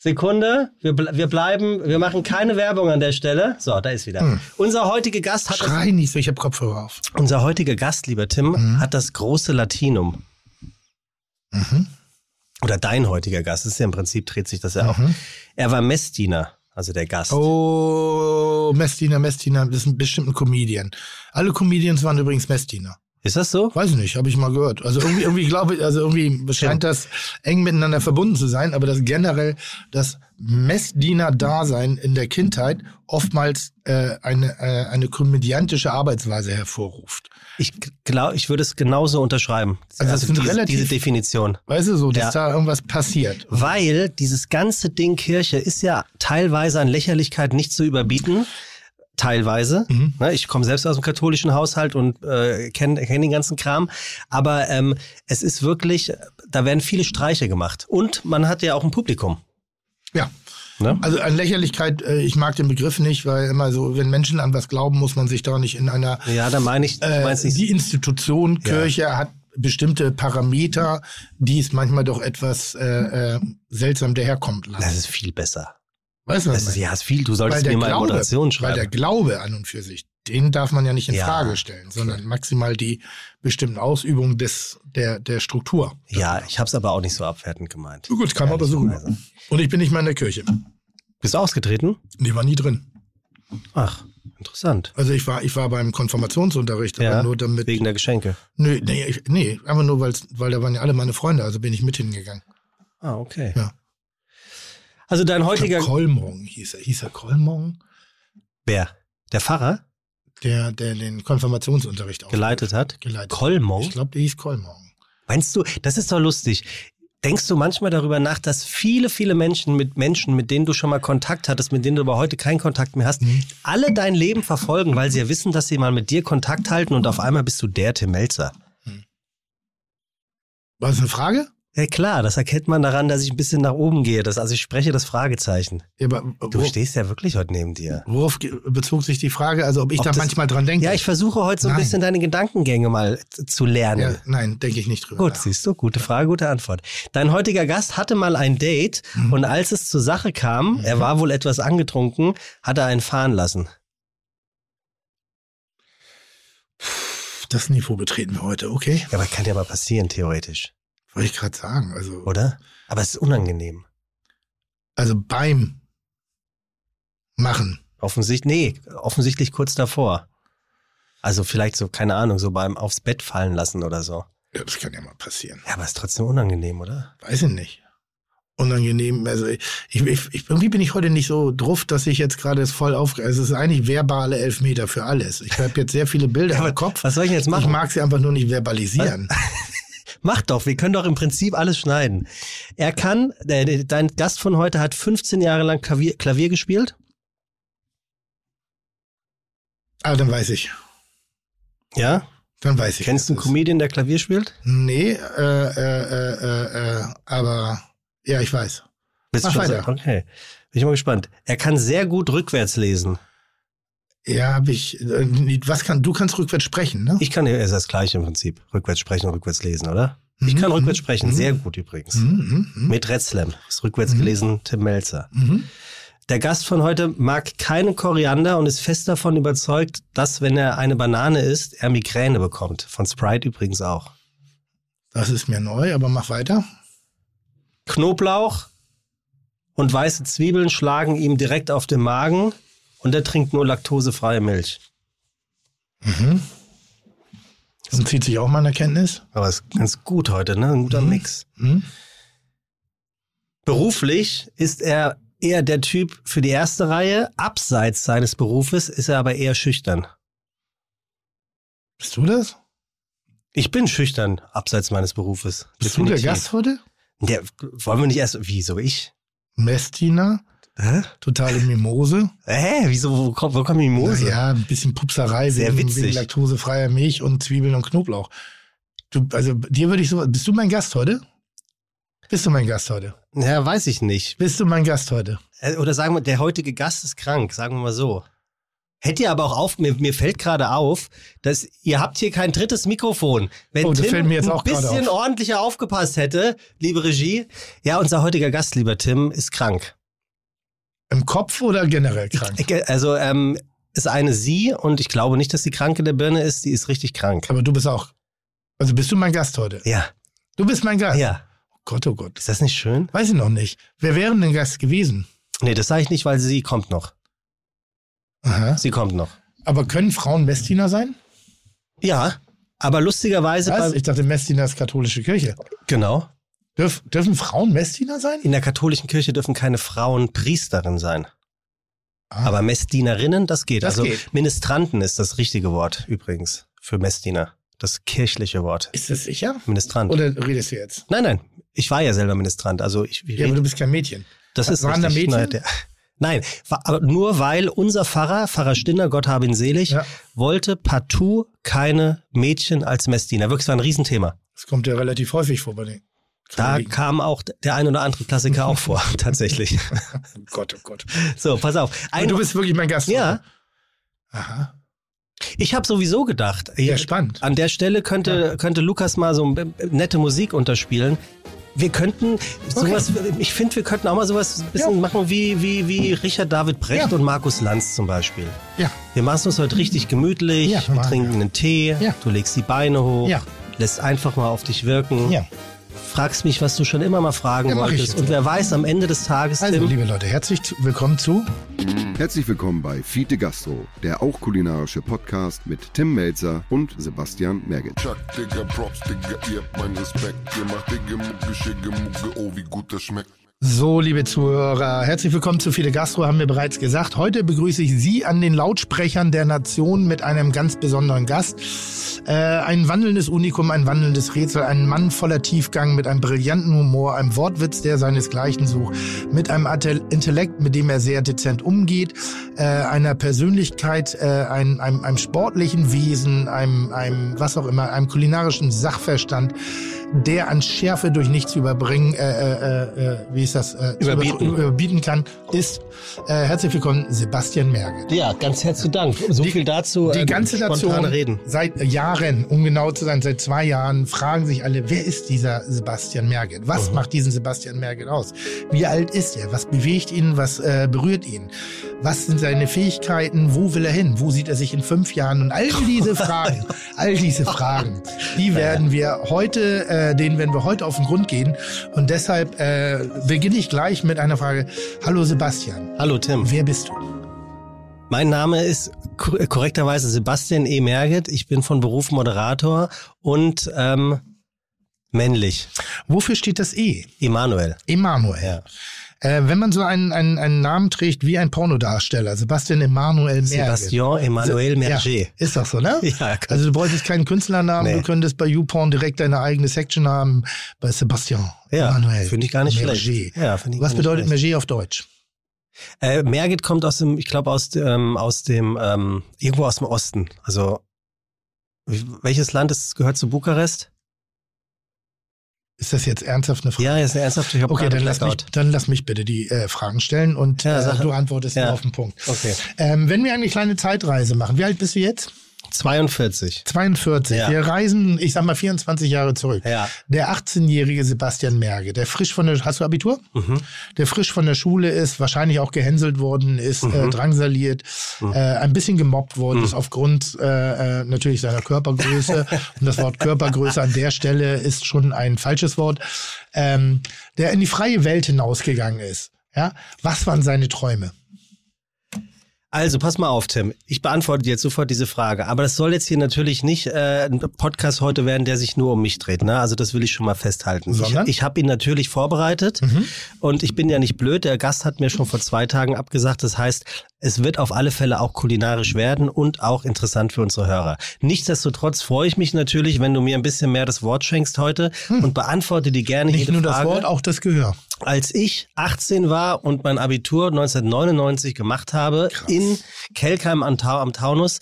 S8: Sekunde, wir, ble wir bleiben, wir machen keine Werbung an der Stelle. So, da ist wieder. Unser heutiger Gast hat das
S9: Hm. Schrei Mhm. nicht so, ich habe Kopfhörer auf.
S8: Unser heutiger Gast, lieber Tim, hat das große Latinum.
S9: Mhm.
S8: Oder dein heutiger Gast. Das ist ja im Prinzip, dreht sich das
S9: Mhm.
S8: ja auch. Er war Messdiener, also der Gast.
S9: Oh, Messdiener, Messdiener, das ist bestimmt ein Comedian. Alle Comedians waren übrigens Messdiener.
S8: Ist das so?
S9: Weiß ich nicht, habe ich mal gehört. Also irgendwie, irgendwie glaube ich, also irgendwie scheint das eng miteinander verbunden zu sein, aber dass generell das Messdiener-Dasein in der Kindheit oftmals äh, eine, äh, eine komödiantische Arbeitsweise hervorruft.
S8: Ich glaube, ich würde es genauso unterschreiben.
S9: Also das sind
S8: diese,
S9: relativ- Mhm.
S8: diese Definition.
S9: Weißt du so, dass
S8: Ja.
S9: da irgendwas passiert.
S8: Weil dieses ganze Ding Kirche ist ja teilweise an Lächerlichkeit nicht zu überbieten. Teilweise.
S9: Mhm.
S8: Ne, ich komme selbst aus dem katholischen Haushalt und äh, kenne kenn den ganzen Kram. Aber ähm, es ist wirklich, da werden viele Streiche gemacht. Und man hat ja auch ein Publikum.
S9: Ja.
S8: Ne?
S9: Also an Lächerlichkeit, äh, ich mag den Begriff nicht, weil immer so, wenn Menschen an was glauben, muss man sich da nicht in einer
S8: Ja, da meine ich,
S9: äh,
S8: meinst nicht.
S9: die Institution Kirche hat bestimmte Parameter, die es manchmal doch etwas äh, äh, seltsam daherkommt
S8: Das
S9: lassen.
S8: ist viel besser.
S9: Weißt du, was
S8: Das
S9: ich
S8: ist
S9: meine?
S8: ja ist viel. Du solltest mir mal Moderation
S9: weil der
S8: schreiben.
S9: Glaube an und für sich, den darf man ja nicht in
S8: Ja.
S9: Frage stellen, sondern maximal die bestimmten Ausübungen des, der, der Struktur.
S8: Ja, ich habe es aber auch nicht so abwertend gemeint.
S9: Gut, kam aber so rüber. Und ich bin nicht mal in der Kirche.
S8: Bist du ausgetreten?
S9: Die war nie drin.
S8: Ach, interessant.
S9: Also ich war, ich war beim Konfirmationsunterricht, aber
S8: Ja,
S9: nur damit.
S8: wegen der Geschenke.
S9: Nö, nee, ich, nee, einfach nur, weil's, weil da waren ja alle meine Freunde, also bin ich mit hingegangen.
S8: Ah, okay.
S9: Ja.
S8: Also dein
S9: Ich
S8: heutiger.
S9: glaub, Kolmong hieß er. Hieß er Kolmong,
S8: Wer? Der Pfarrer
S9: der, der den Konfirmationsunterricht auch
S8: geleitet hat?
S9: geleitet hat. Ich
S8: Kolmong?
S9: glaube, der hieß Kolmong.
S8: Meinst du, das ist doch lustig. Denkst du manchmal darüber nach, dass viele, viele Menschen mit Menschen, mit denen du schon mal Kontakt hattest, mit denen du aber heute keinen Kontakt mehr hast,
S9: Mhm.
S8: alle dein Leben verfolgen, weil sie ja wissen, dass sie mal mit dir Kontakt halten und auf einmal bist du der Tim Melzer?
S9: War das eine Frage?
S8: Ja klar, das erkennt man daran, dass ich ein bisschen nach oben gehe. Das, also ich spreche das Fragezeichen.
S9: Ja, aber
S8: Du
S9: wo,
S8: stehst ja wirklich heute neben dir.
S9: worauf ge- bezog sich die Frage? Also ob ich
S8: Ob
S9: da
S8: das-
S9: manchmal dran denke?
S8: Ja, ich versuche heute so ein
S9: Nein.
S8: bisschen deine Gedankengänge mal z- zu lernen.
S9: Ja, nein, denke ich nicht drüber.
S8: Gut,
S9: nach.
S8: siehst du, gute Frage, gute Antwort. Dein heutiger Gast hatte mal ein Date
S9: Mhm.
S8: und als es zur Sache kam, er war wohl etwas angetrunken, hat er einen fahren lassen.
S9: Das Niveau betreten wir heute, okay?
S8: Ja, aber kann ja mal passieren, theoretisch,
S9: Wollte ich gerade sagen. Also,
S8: oder? Aber es ist unangenehm.
S9: also beim Machen.
S8: Offensichtlich, nee, offensichtlich kurz davor. Also vielleicht so, keine Ahnung, so beim aufs Bett fallen lassen oder so.
S9: Ja, das kann ja mal passieren.
S8: Ja, aber ist trotzdem unangenehm, oder?
S9: Weiß ich nicht. Unangenehm. Also ich, ich, ich, irgendwie bin ich heute nicht so drauf, dass ich jetzt gerade es voll auf. Also es ist eigentlich verbale Elfmeter für alles. Ich habe jetzt sehr viele Bilder
S8: aber
S9: im Kopf.
S8: was soll ich denn jetzt machen?
S9: Ich mag sie einfach nur nicht verbalisieren.
S8: Mach doch, wir können doch im Prinzip alles schneiden. Er kann, äh, dein Gast von heute hat 15 Jahre lang Klavier, Klavier gespielt.
S9: Ah, dann weiß ich.
S8: Ja,
S9: Dann weiß ich.
S8: Kennst du einen
S9: das.
S8: Comedian, der Klavier spielt?
S9: Nee, äh, äh, äh, äh, äh, aber ja, ich weiß.
S8: Willst
S9: Mach
S8: schon
S9: weiter.
S8: sagen? Okay. Bin ich mal gespannt. Er kann sehr gut rückwärts lesen.
S9: Ja, habe ich. Äh, nee, was kann? Du kannst rückwärts sprechen, ne?
S8: Ich kann ja, ist das gleiche im Prinzip. Rückwärts sprechen und rückwärts lesen, oder? Ich
S9: Mhm,
S8: kann
S9: mhm,
S8: rückwärts sprechen,
S9: mhm.
S8: sehr gut übrigens.
S9: Mhm, mhm, mhm.
S8: Mit Red Slam. Ist rückwärts gelesen Tim Melzer.
S9: Mhm.
S8: Der Gast von heute mag keine Koriander und ist fest davon überzeugt, dass, wenn er eine Banane isst, er Migräne bekommt. Von Sprite übrigens auch.
S9: Das ist mir neu, aber mach weiter.
S8: Knoblauch und weiße Zwiebeln schlagen ihm direkt auf den Magen und er trinkt nur laktosefreie Milch.
S9: Das entzieht sich auch meiner Kenntnis.
S8: Aber ist ganz gut heute, ne? Ein guter Mix.
S9: Mhm.
S8: Beruflich ist er eher der Typ für die erste Reihe. Abseits seines Berufes ist er aber eher schüchtern.
S9: Bist du das?
S8: Ich bin schüchtern, abseits meines Berufes.
S9: Bist du der
S8: Definitiv.
S9: Gast heute?
S8: Der, wollen wir nicht erst. Wieso ich?
S9: Messdiener,
S8: Hä?
S9: totale Mimose.
S8: Hä? Wieso? Wo kommt, wo kommt die Mose?
S9: Ja, ein bisschen Pupserei
S8: Sehr
S9: wegen,
S8: witzig.
S9: wegen laktosefreier Milch und Zwiebeln und Knoblauch. Du, also dir würde ich so. Bist du mein Gast heute? Bist du mein Gast heute?
S8: ja, weiß ich nicht.
S9: Bist du mein Gast heute?
S8: Äh, Oder sagen wir, der heutige Gast ist krank, sagen wir mal so. Hätte ihr aber auch auf, mir, mir fällt gerade auf, dass ihr habt hier kein drittes Mikrofon. Wenn
S9: Oh, das
S8: Tim
S9: fällt mir jetzt
S8: ein
S9: auch gerade
S8: bisschen
S9: auf.
S8: ordentlicher aufgepasst hätte, liebe Regie. Ja, unser heutiger Gast, lieber Tim, ist krank.
S9: Im Kopf oder generell krank?
S8: Ich- Also ähm, ist eine sie und ich glaube nicht, dass die krank in der Birne ist. Die ist richtig krank.
S9: Aber du bist auch. Also bist du mein Gast heute?
S8: Ja,
S9: Du bist mein Gast.
S8: ja.
S9: Oh Gott, oh Gott.
S8: Ist das nicht schön?
S9: Weiß ich noch nicht. Wer wäre denn Gast gewesen?
S8: Nee, das sage ich nicht, weil sie kommt noch.
S9: Aha.
S8: Sie kommt noch.
S9: Aber können Frauen Messdiener sein?
S8: Ja, aber lustigerweise,
S9: Was?
S8: Also bei,
S9: Ich dachte, Messdiener ist katholische Kirche.
S8: genau,
S9: Dürf, dürfen Frauen Messdiener sein?
S8: in der katholischen Kirche dürfen keine Frauen Priesterin sein.
S9: Ah.
S8: Aber Messdienerinnen, das geht.
S9: Das
S8: also
S9: geht.
S8: Ministranten ist das richtige Wort übrigens für Messdiener. Das kirchliche Wort.
S9: Ist das sicher?
S8: Ministrant.
S9: Oder redest du jetzt?
S8: nein, nein. Ich war ja selber Ministrant. Also ich, ich
S9: Ja, aber du bist kein Mädchen.
S8: Das ist
S9: Waren da
S8: richtig.
S9: Mädchen?
S8: Nein, der, nein, wa- aber nur weil unser Pfarrer, Pfarrer Stinner, Gott habe ihn selig,
S9: Ja.
S8: wollte partout keine Mädchen als Messdiener. Wirklich, es war ein Riesenthema.
S9: Das kommt ja relativ häufig vor bei den
S8: Da
S9: Katholiken.
S8: kam auch der ein oder andere Klassiker auch vor, tatsächlich.
S9: Oh Gott, oh Gott.
S8: So, pass auf.
S9: Aber
S8: Ein,
S9: du bist wirklich mein Gast.
S8: ja,
S9: Aha.
S8: ich habe sowieso gedacht,
S9: Ja,
S8: ich,
S9: spannend.
S8: an der Stelle könnte, könnte Lukas mal so äh, nette Musik unterspielen. Wir könnten sowas, ich finde, wir könnten auch mal sowas ein bisschen machen wie, wie, wie Richard David Brecht
S9: Ja.
S8: und Markus Lanz zum Beispiel.
S9: Ja.
S8: Wir machen es uns heute richtig gemütlich.
S9: Ja,
S8: wir
S9: machen
S8: trinken einen Tee.
S9: Ja.
S8: Du legst die Beine hoch.
S9: Ja.
S8: Lässt einfach mal auf dich wirken.
S9: Ja.
S8: Fragst mich, was du schon immer mal fragen
S9: Ja, mach ich
S8: wolltest.
S9: jetzt.
S8: Und wer weiß, am Ende des Tages,
S9: Also,
S8: Tim,
S9: liebe Leute, herzlich zu, willkommen zu.
S4: Herzlich willkommen bei Fiete Gastro, der auch kulinarische Podcast mit Tim Melzer und Sebastian Merget.
S7: Chuck, Digga, Props, Digga, ihr habt meinen Respekt. Ihr macht Digga, Mucke, Schicke, Mucke, oh, wie gut das schmeckt.
S9: So, liebe Zuhörer, herzlich willkommen zu Fide Gastro, haben wir bereits gesagt. Heute begrüße ich Sie an den Lautsprechern der Nation mit einem ganz besonderen Gast. Äh, ein wandelndes Unikum, ein wandelndes Rätsel, ein Mann voller Tiefgang mit einem brillanten Humor, einem Wortwitz, der seinesgleichen sucht, mit einem Atel- Intellekt, mit dem er sehr dezent umgeht, äh, einer Persönlichkeit, äh, einem, einem, einem sportlichen Wesen, einem, einem, was auch immer, einem kulinarischen Sachverstand, der an Schärfe durch nichts überbringen, äh, äh, äh, wie ist das, äh, zu
S8: Überbieten.
S9: über- überbieten kann, ist äh, herzlich willkommen Sebastian Merge.
S8: ja, ganz herzlichen Dank. So viel dazu.
S9: Die
S8: ähm,
S9: ganze
S8: spontane
S9: Nation
S8: Reden.
S9: seit Jahren, um genau zu sein, seit zwei Jahren fragen sich alle, wer ist dieser Sebastian Merget?
S8: Mhm.
S9: Was macht diesen Sebastian Merget aus? Wie alt ist er? Was bewegt ihn? Was äh, berührt ihn? Was sind seine Fähigkeiten? Wo will er hin? Wo sieht er sich in fünf Jahren? Und all diese Fragen, all diese Fragen, die werden wir heute, äh, denen werden wir heute auf den Grund gehen. Und deshalb äh, beginne ich gleich mit einer Frage. Hallo Sebastian,
S8: Hallo, Tim.
S9: wer bist du?
S8: Mein Name ist ko- äh, korrekterweise Sebastian E. Merget. Ich bin von Beruf Moderator und ähm, männlich.
S9: Wofür steht das E?
S8: Emanuel.
S9: Emanuel.
S8: Ja.
S9: Äh, wenn man so einen, einen, einen Namen trägt wie ein Pornodarsteller, Sebastian Emanuel Merget.
S8: Sebastian Emanuel
S9: Ja,
S8: Merget.
S9: ist das so, ne?
S8: Ja, klar.
S9: Also du bräuchtest keinen Künstlernamen,
S8: Nee.
S9: du könntest bei YouPorn direkt deine eigene Section haben, bei Sebastian
S8: Ja,
S9: Emanuel
S8: finde ich gar nicht
S9: Merget.
S8: schlecht. Ja, finde ich
S9: Was
S8: gar nicht
S9: bedeutet
S8: schlecht.
S9: Merget auf Deutsch?
S8: Äh, Merget kommt aus dem, ich glaube, aus dem, aus dem, ähm, irgendwo aus dem Osten. Also, w- welches Land ist, gehört zu Bukarest?
S9: Ist das jetzt ernsthaft eine Frage?
S8: Ja, jetzt ernsthaft, ich habe
S9: Okay,
S8: gerade
S9: dann lass, mich,
S8: Blackout.
S9: dann lass mich bitte die äh, Fragen stellen und
S8: Ja,
S9: äh,
S8: sag-
S9: du antwortest
S8: ja.
S9: auf den Punkt.
S8: Okay.
S9: Ähm, wenn wir eine kleine Zeitreise machen, wie alt bist du jetzt?
S8: 42.
S9: 42.
S8: Ja.
S9: Wir reisen, ich sag mal, 24 Jahre zurück.
S8: Ja.
S9: Der 18-jährige Sebastian Merge, der frisch von der, hast du Abitur? Der frisch von der Schule ist, wahrscheinlich auch gehänselt worden ist, äh, drangsaliert, äh, ein bisschen gemobbt worden ist aufgrund äh, äh, natürlich seiner Körpergröße. Und das Wort Körpergröße an der Stelle ist schon ein falsches Wort. Ähm, der in die freie Welt hinausgegangen ist. Ja? Was waren seine Träume?
S8: Also, pass mal auf, Tim. Ich beantworte dir jetzt sofort diese Frage. Aber das soll jetzt hier natürlich nicht äh, ein Podcast heute werden, der sich nur um mich dreht. Ne? Also, das will ich schon mal festhalten.
S9: Sondern? Mhm.
S8: Ich, ich habe ihn natürlich vorbereitet. Und ich bin ja nicht blöd. Der Gast hat mir schon vor zwei Tagen abgesagt. Das heißt, es wird auf alle Fälle auch kulinarisch werden und auch interessant für unsere Hörer. Nichtsdestotrotz freue ich mich natürlich, wenn du mir ein bisschen mehr das Wort schenkst heute und beantworte dir gerne
S9: Hm. Nicht
S8: jede
S9: nur das
S8: Frage.
S9: Wort, auch das Gehör.
S8: als ich 18 war und mein Abitur 1999 gemacht habe in Kelkheim am, Tau am Taunus,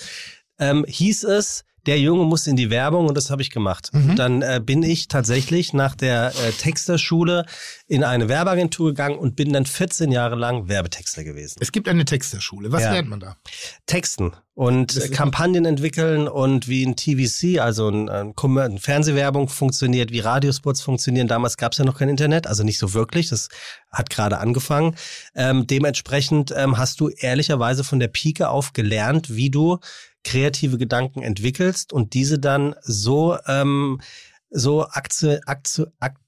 S8: ähm, hieß es, der Junge muss in die Werbung und das habe ich gemacht. Und dann äh, bin ich tatsächlich nach der äh, Texterschule in eine Werbeagentur gegangen und bin dann 14 Jahre lang Werbetexter gewesen.
S9: Es gibt eine Texterschule. Was
S8: Ja.
S9: lernt man da?
S8: Texten und äh, Kampagnen entwickeln und wie ein TVC, also ein, ein Kommer- ein Fernsehwerbung funktioniert, wie Radiospots funktionieren. Damals gab es ja noch kein Internet, also nicht so wirklich. Das hat gerade angefangen. Ähm, dementsprechend ähm, hast du ehrlicherweise von der Pike auf gelernt, wie du kreative Gedanken entwickelst und diese dann so ähm, so Aktie, Aktie, Aktie,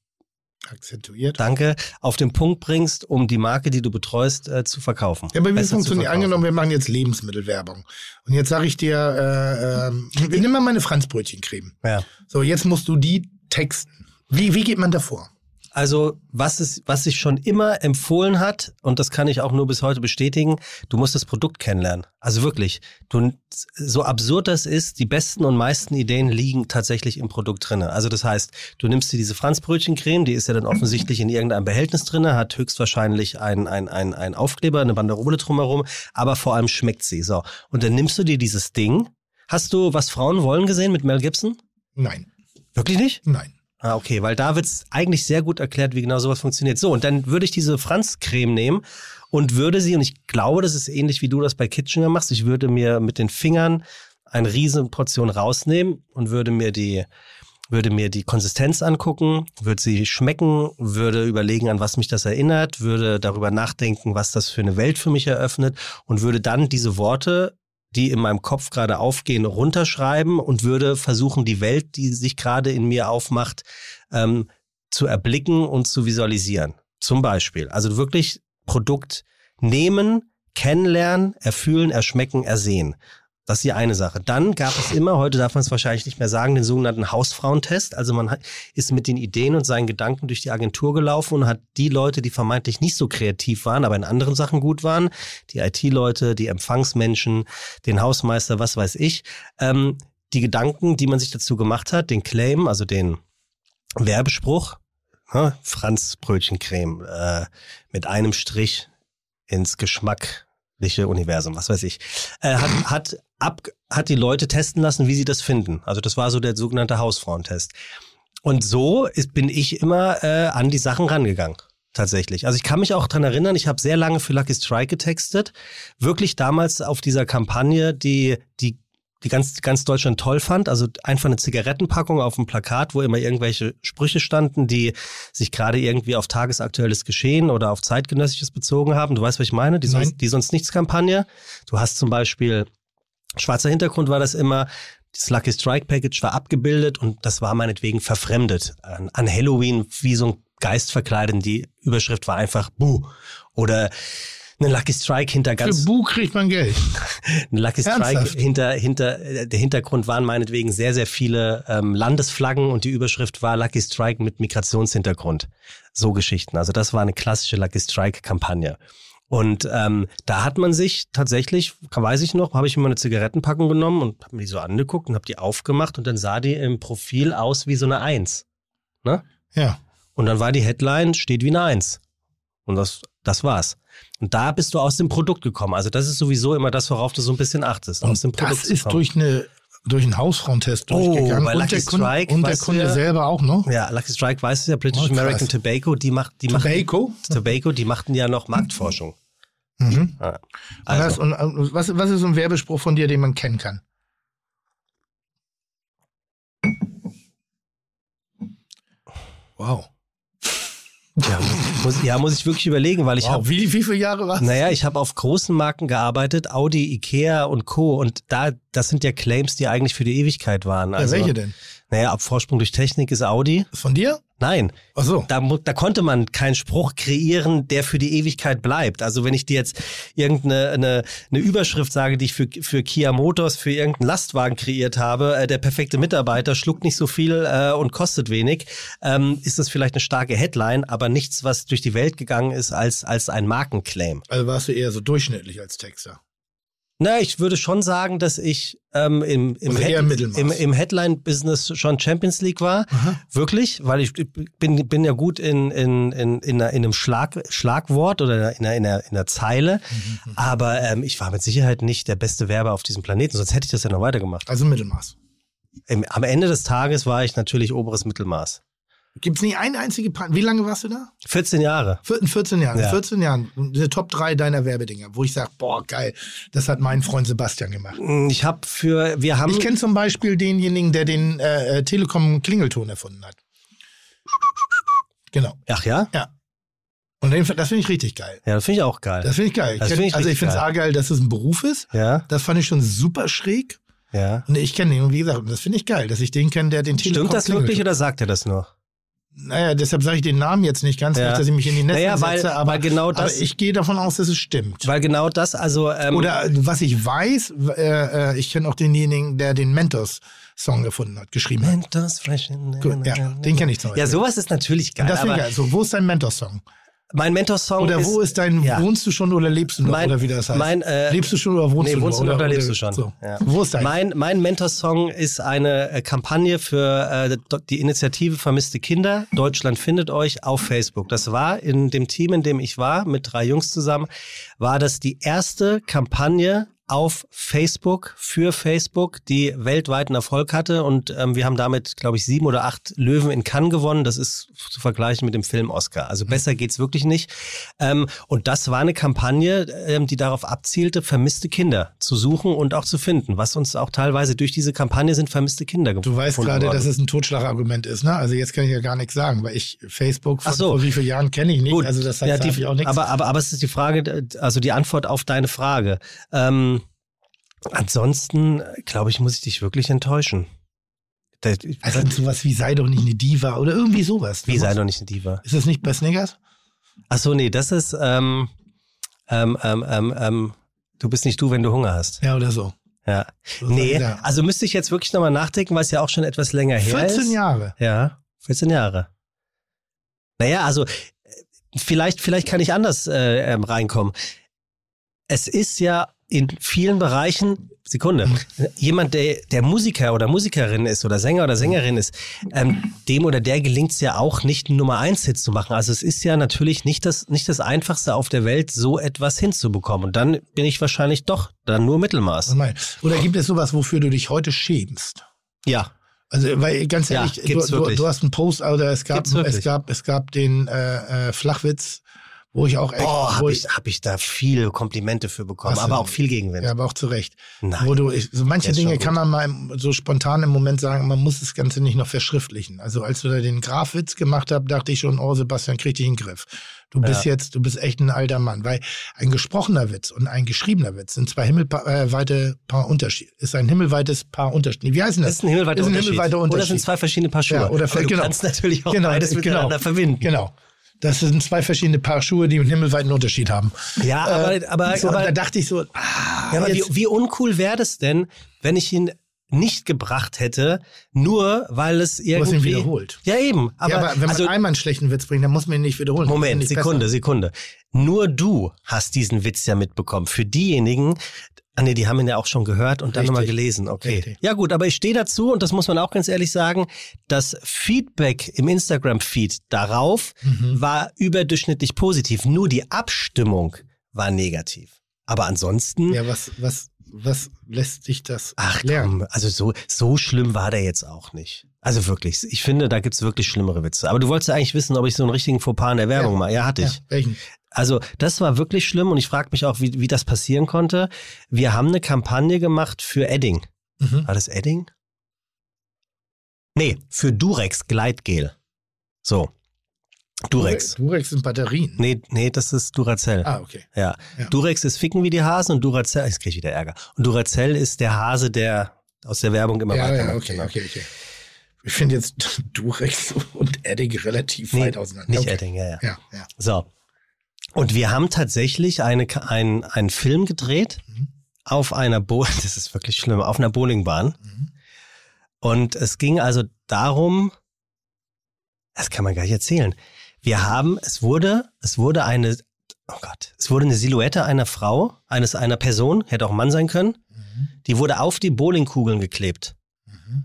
S9: Akzentuiert.
S8: danke, auf den Punkt bringst, um die Marke, die du betreust, äh, zu verkaufen.
S9: Ja, bei mir
S8: Besser zu
S9: funktioniert
S8: verkaufen.
S9: angenommen, wir machen jetzt Lebensmittelwerbung. Und jetzt sage ich dir, äh, ähm, wir nehmen mal meine Franzbrötchencreme.
S8: Ja.
S9: So, jetzt musst du die texten. Wie, wie geht man davor?
S8: Also, was, es, was sich schon immer empfohlen hat, und das kann ich auch nur bis heute bestätigen, du musst das Produkt kennenlernen. Also wirklich, du, so absurd das ist, die besten und meisten Ideen liegen tatsächlich im Produkt drinne. Also das heißt, du nimmst dir diese Franzbrötchencreme, die ist ja dann offensichtlich in irgendeinem Behältnis drinne, hat höchstwahrscheinlich einen ein, ein, ein Aufkleber, eine Banderole drumherum, aber vor allem schmeckt sie. So, und dann nimmst du dir dieses Ding. Hast du, was Frauen wollen gesehen mit Mel Gibson?
S9: Nein,
S8: Wirklich nicht?
S9: nein.
S8: Ah, okay, weil da wird's eigentlich sehr gut erklärt, wie genau sowas funktioniert. So, und dann würde ich diese Franz-Creme nehmen und würde sie, und ich glaube, das ist ähnlich wie du das bei Kitchener machst, ich würde mir mit den Fingern eine riesen Portion rausnehmen und würde mir die würde mir die Konsistenz angucken, würde sie schmecken, würde überlegen, an was mich das erinnert, würde darüber nachdenken, was das für eine Welt für mich eröffnet und würde dann diese Worte, die in meinem Kopf gerade aufgehen, runterschreiben und würde versuchen, die Welt, die sich gerade in mir aufmacht, ähm, zu erblicken und zu visualisieren. Zum Beispiel. Also wirklich Produkt nehmen, kennenlernen, erfühlen, erschmecken, ersehen. Das ist die eine Sache. Dann gab es immer, heute darf man es wahrscheinlich nicht mehr sagen, den sogenannten Hausfrauentest. Also man hat, ist mit den Ideen und seinen Gedanken durch die Agentur gelaufen und hat die Leute, die vermeintlich nicht so kreativ waren, aber in anderen Sachen gut waren, die IT-Leute, die Empfangsmenschen, den Hausmeister, was weiß ich, ähm, die Gedanken, die man sich dazu gemacht hat, den Claim, also den Werbespruch, ne? Franz Brötchencreme äh, mit einem Strich ins geschmackliche Universum, was weiß ich, äh, hat, hat, ab, hat die Leute testen lassen, wie sie das finden. Also das war so der sogenannte Hausfrauentest. Und so ist, bin ich immer äh, an die Sachen rangegangen. Tatsächlich. Also ich kann mich auch dran erinnern, ich habe sehr lange für Lucky Strike getextet. Wirklich damals auf dieser Kampagne, die, die die ganz, ganz Deutschland toll fand. Also einfach eine Zigarettenpackung auf dem Plakat, wo immer irgendwelche Sprüche standen, die sich gerade irgendwie auf tagesaktuelles Geschehen oder auf zeitgenössisches bezogen haben. Du weißt, was ich meine? Die
S9: Nein.
S8: sonst, die sonst nichts Kampagne. Du hast zum Beispiel, schwarzer Hintergrund war das immer, das Lucky Strike Package war abgebildet und das war meinetwegen verfremdet. An, an Halloween wie so ein Geist verkleidet. Und Die Überschrift war einfach Buh. Oder eine Lucky Strike hinter ganz
S9: Für Bu kriegt man Geld.
S8: ein Lucky Strike
S9: Ernsthaft?
S8: hinter, hinter äh, der Hintergrund waren meinetwegen sehr, sehr viele ähm, Landesflaggen und die Überschrift war Lucky Strike mit Migrationshintergrund. So Geschichten. Also das war eine klassische Lucky Strike-Kampagne. Und ähm, da hat man sich tatsächlich, weiß ich noch, habe ich mir mal eine Zigarettenpackung genommen und habe mir die so angeguckt und habe die aufgemacht und dann sah die im Profil aus wie so eine Eins.
S9: Ja.
S8: Und dann war die Headline, steht wie eine Eins. Und das, das war's. Und da bist du aus dem Produkt gekommen. Also das ist sowieso immer das, worauf du so ein bisschen achtest. aus dem
S9: Und
S8: Produkt
S9: das
S8: zu
S9: ist
S8: kommen.
S9: durch, eine, durch einen Hausfrauentest
S8: Oh,
S9: durchgegangen.
S8: bei
S9: und
S8: Lucky
S9: der Kunde,
S8: Strike,
S9: und der
S8: weißt du
S9: Kunde
S8: ja.
S9: selber auch noch.
S8: Ja, Lucky Strike weißt du ja, British
S9: Oh, krass.
S8: American Tobacco, die macht, die
S9: Tobacco.
S8: machten Tobacco, die machten ja noch Marktforschung.
S9: Mhm.
S8: Ah,
S9: Und das-
S8: Also,
S9: Und, und was, was ist so ein Werbespruch von dir, den man kennen kann? Wow.
S8: Ja, muss, ja, muss ich wirklich überlegen, weil ich
S9: wow.
S8: habe
S9: Wie, wie viele Jahre war
S8: Naja, ich habe auf großen Marken gearbeitet, Audi, Ikea und Co. Und da, das sind ja Claims, die eigentlich für die Ewigkeit waren. Also,
S9: welche denn?
S8: Naja, ab Vorsprung durch Technik ist Audi.
S9: Von dir?
S8: Nein,
S9: Ach so.
S8: da, mu- da konnte man keinen Spruch kreieren, der für die Ewigkeit bleibt. Also wenn ich dir jetzt irgendeine eine, eine Überschrift sage, die ich für, für Kia Motors, für irgendeinen Lastwagen kreiert habe, äh, der perfekte Mitarbeiter schluckt nicht so viel äh, und kostet wenig, ähm, ist das vielleicht eine starke Headline, aber nichts, was durch die Welt gegangen ist als, als ein Markenclaim.
S9: Also warst du eher so durchschnittlich als Texter.
S8: Na, ich würde schon sagen, dass ich ähm, im, im,
S9: Also eher Mittelmaß.
S8: im, im Headline-Business schon Champions League war. Wirklich, weil ich bin, bin ja gut in, in, in, in, einer, in einem Schlag, Schlagwort oder in einer, in einer, in einer Zeile.
S9: Mhm.
S8: Aber ähm, ich war mit Sicherheit nicht der beste Werber auf diesem Planeten, sonst hätte ich das ja noch weitergemacht.
S9: Also Mittelmaß.
S8: Im, am Ende des Tages war ich natürlich oberes Mittelmaß.
S9: Gibt es nie eine einzige Pan Wie lange warst du da?
S8: 14 Jahre.
S9: 14, 14 Jahren.
S8: Ja.
S9: 14 Jahren. Die Top 3 deiner Werbedinger, wo ich sage, boah, geil, das hat mein Freund Sebastian gemacht.
S8: Hm, Ich habe für, wir haben.
S9: Ich kenne zum Beispiel denjenigen, der den äh, äh, Telekom-Klingelton erfunden hat. Genau.
S8: Ach ja?
S9: Ja. Und den- das finde ich richtig geil.
S8: Ja, das finde ich auch geil.
S9: Das finde ich geil.
S8: Das
S9: kenn-
S8: finde ich
S9: also ich
S8: richtig
S9: finde es
S8: geil.
S9: A geil, dass es ein Beruf ist.
S8: ja,
S9: Das fand ich schon super schräg.
S8: ja.
S9: Und ich kenne den, und wie gesagt, das finde ich geil, dass ich den kenne, der den Telekom
S8: Stimmt das wirklich
S9: Klingelton-
S8: oder sagt er das nur?
S9: Naja, deshalb sage ich den Namen jetzt nicht ganz,
S8: Ja.
S9: nicht, dass ich mich in die Netze
S8: Naja, weil-
S9: setze, aber,
S8: weil genau das-
S9: aber ich gehe davon aus, dass es stimmt.
S8: Weil genau das, also ähm,
S9: Oder äh, was ich weiß, w- äh, äh, ich kenne auch denjenigen, der den Mentos-Song erfunden hat, geschrieben hat.
S8: Mentos Fresh.
S9: Gut, ja, den kenne ich zum Beispiel.
S8: Ja, sowas ist natürlich geil.
S9: Und das
S8: aber
S9: finde ich geil. So, wo ist dein Mentos-Song?
S8: Mein Mentos-Song
S9: Oder
S8: ist,
S9: wo ist dein,
S8: ja.
S9: wohnst du schon oder lebst du noch?
S8: Mein-
S9: oder wie das heißt?
S8: mein, äh,
S9: lebst du schon oder wohnst
S8: Nee,
S9: du
S8: wohnst du
S9: noch?
S8: noch oder lebst du schon?
S9: So.
S8: Ja.
S9: Wo ist dein?
S8: Mein, mein Mentor-Song ist eine äh, Kampagne für äh, do- die Initiative Vermisste Kinder. Deutschland findet euch auf Facebook. Das war in dem Team, in dem ich war, mit drei Jungs zusammen, war das die erste Kampagne auf Facebook für Facebook, die weltweiten Erfolg hatte. Und ähm, wir haben damit, glaube ich, sieben oder acht Löwen in Cannes gewonnen. Das ist zu vergleichen mit dem Film Oscar.
S9: Mhm.
S8: Also besser geht's wirklich nicht. Ähm, und das war eine Kampagne, ähm, die darauf abzielte, vermisste Kinder zu suchen und auch zu finden. Was uns auch teilweise durch diese Kampagne sind vermisste Kinder gefunden
S9: Du weißt gerade,
S8: worden.
S9: dass es ein Totschlagargument ist, ne? Also jetzt kann ich ja gar nichts sagen, weil ich Facebook von
S8: Ach so.
S9: vor wie vielen Jahren kenne ich nicht.
S8: Gut,
S9: Also das heißt,
S8: ja,
S9: da
S8: die,
S9: hab ich auch nichts.
S8: Aber, aber, aber es ist die Frage, also die Antwort auf deine Frage. Ähm, ansonsten, glaube ich, muss ich dich wirklich enttäuschen. Da-
S9: also sowas wie sei doch nicht eine Diva oder irgendwie sowas. ne?
S8: wie sei doch nicht eine Diva.
S9: Ist das nicht bei Snickers?
S8: Ach so, nee, das ist, ähm, ähm, ähm, ähm, ähm, du bist nicht du, wenn du Hunger hast.
S9: Ja, oder so.
S8: Ja.
S9: So
S8: Nee,
S9: sagen wir da.
S8: also müsste ich jetzt wirklich nochmal nachdenken, weil es ja auch schon etwas länger her
S9: 14
S8: ist.
S9: Jahre.
S8: Ja, 14 Jahre. Naja, also äh, vielleicht, vielleicht kann ich anders äh, ähm, reinkommen. Es ist ja in vielen Bereichen, Sekunde, jemand, der, der Musiker oder Musikerin ist oder Sänger oder Sängerin ist, ähm, dem oder der gelingt es ja auch nicht, einen Nummer eins hit zu machen. Also es ist ja natürlich nicht das, nicht das Einfachste auf der Welt, so etwas hinzubekommen. Und dann bin ich wahrscheinlich doch dann nur
S9: Was
S8: Mittelmaß.
S9: mein- Oder gibt es sowas, wofür du dich heute schämst?
S8: Ja.
S9: Also, weil ganz
S8: Ja,
S9: ehrlich, du,
S8: gibt's
S9: du,
S8: wirklich.
S9: du hast einen Post, oder es gab,
S8: Gibt's wirklich.
S9: es gab, es gab den äh, äh, Flachwitz, wo ich auch echt,
S8: Boah,
S9: wo
S8: habe ich, hab ich da viele Komplimente für bekommen,
S9: Hast du
S8: aber
S9: denn?
S8: auch viel Gegenwind.
S9: ja, aber auch zu Recht.
S8: Nein.
S9: Wo du, ich, so manche
S8: Der ist schon
S9: Dinge
S8: gut.
S9: kann man mal im- so spontan im Moment sagen, man muss das Ganze nicht noch verschriftlichen. Also als du da den Grafwitz gemacht hast, dachte ich schon, oh Sebastian, krieg dich in den Griff. Du bist jetzt, du bist echt ein alter Mann, weil ein gesprochener Witz und ein geschriebener Witz sind zwei himmelweite Paar Unterschiede. Ist ein himmelweites Paar Unterschiede. Wie heißen das?
S8: Das ist ein himmelweiter
S9: Ist ein
S8: Unterschied.
S9: himmelweiter
S8: Oder es sind
S9: Unterschied.
S8: zwei verschiedene Paar Schuhe.
S9: Ja, oder
S8: Aber du
S9: genau.
S8: kannst natürlich auch
S9: Genau,
S8: beides
S9: genau.
S8: miteinander verbinden.
S9: Genau. Das sind zwei verschiedene Paar Schuhe, die einen himmelweiten Unterschied haben.
S8: Ja,
S9: Äh,
S8: aber, aber,
S9: so,
S8: aber,
S9: da dachte ich so, ah,
S8: ja, aber wie,
S9: jetzt-
S8: wie uncool wäre das denn, wenn ich ihn nicht gebracht hätte, nur weil es
S9: du hast
S8: irgendwie...
S9: ihn wiederholt.
S8: Ja, eben. Aber,
S9: ja, aber wenn man
S8: also,
S9: einmal einen schlechten Witz bringt, dann muss man ihn nicht wiederholen.
S8: Moment,
S9: Finde ich
S8: Sekunde,
S9: besser.
S8: Sekunde. Nur du hast diesen Witz ja mitbekommen. Für diejenigen, ah nee, die haben ihn ja auch schon gehört und dann
S9: Richtig.
S8: nochmal gelesen. Okay.
S9: Richtig.
S8: Ja gut, aber ich stehe dazu und das muss man auch ganz ehrlich sagen, das Feedback im Instagram-Feed darauf
S9: Mhm.
S8: war überdurchschnittlich positiv. Nur die Abstimmung war negativ. Aber ansonsten,
S9: Ja, was, was, was lässt sich das
S8: ach
S9: lernen?
S8: komm, also so, so schlimm war der jetzt auch nicht. Also wirklich, ich finde, da gibt's wirklich schlimmere Witze. Aber du wolltest ja eigentlich wissen, ob ich so einen richtigen Fauxpas in der Werbung
S9: Ja.
S8: mache. Ja, hatte ich.
S9: Ja, welchen?
S8: Also das war wirklich schlimm und ich frage mich auch, wie, wie das passieren konnte. Wir haben eine Kampagne gemacht für Edding.
S9: Mhm.
S8: War das Edding? Nee, für Durex Gleitgel. So. Durex.
S9: Durex sind Batterien.
S8: Nee, nee, das ist Duracell.
S9: Ah, okay.
S8: Ja.
S9: Ja.
S8: Durex ist Ficken wie die Hasen und Duracell, jetzt krieg ich wieder Ärger. Und Duracell ist der Hase, der aus der Werbung immer
S9: Ja,
S8: weiter.
S9: ja, okay,
S8: Genau.
S9: okay, okay. Ich finde jetzt Durex und Edding relativ
S8: Nee,
S9: weit auseinander.
S8: Nicht
S9: okay.
S8: Edding, ja, ja.
S9: Ja, ja.
S8: So. Und wir haben tatsächlich eine, Ka- ein, einen Film gedreht auf einer Bo das ist wirklich schlimm, auf einer Bowlingbahn.
S9: Mhm.
S8: Und es ging also darum, das kann man gar nicht erzählen. Wir haben, es wurde, es wurde eine, oh Gott, es wurde eine Silhouette einer Frau, eines einer Person, hätte auch ein Mann sein können,
S9: Mhm.
S8: die wurde auf die Bowlingkugeln geklebt
S9: Mhm.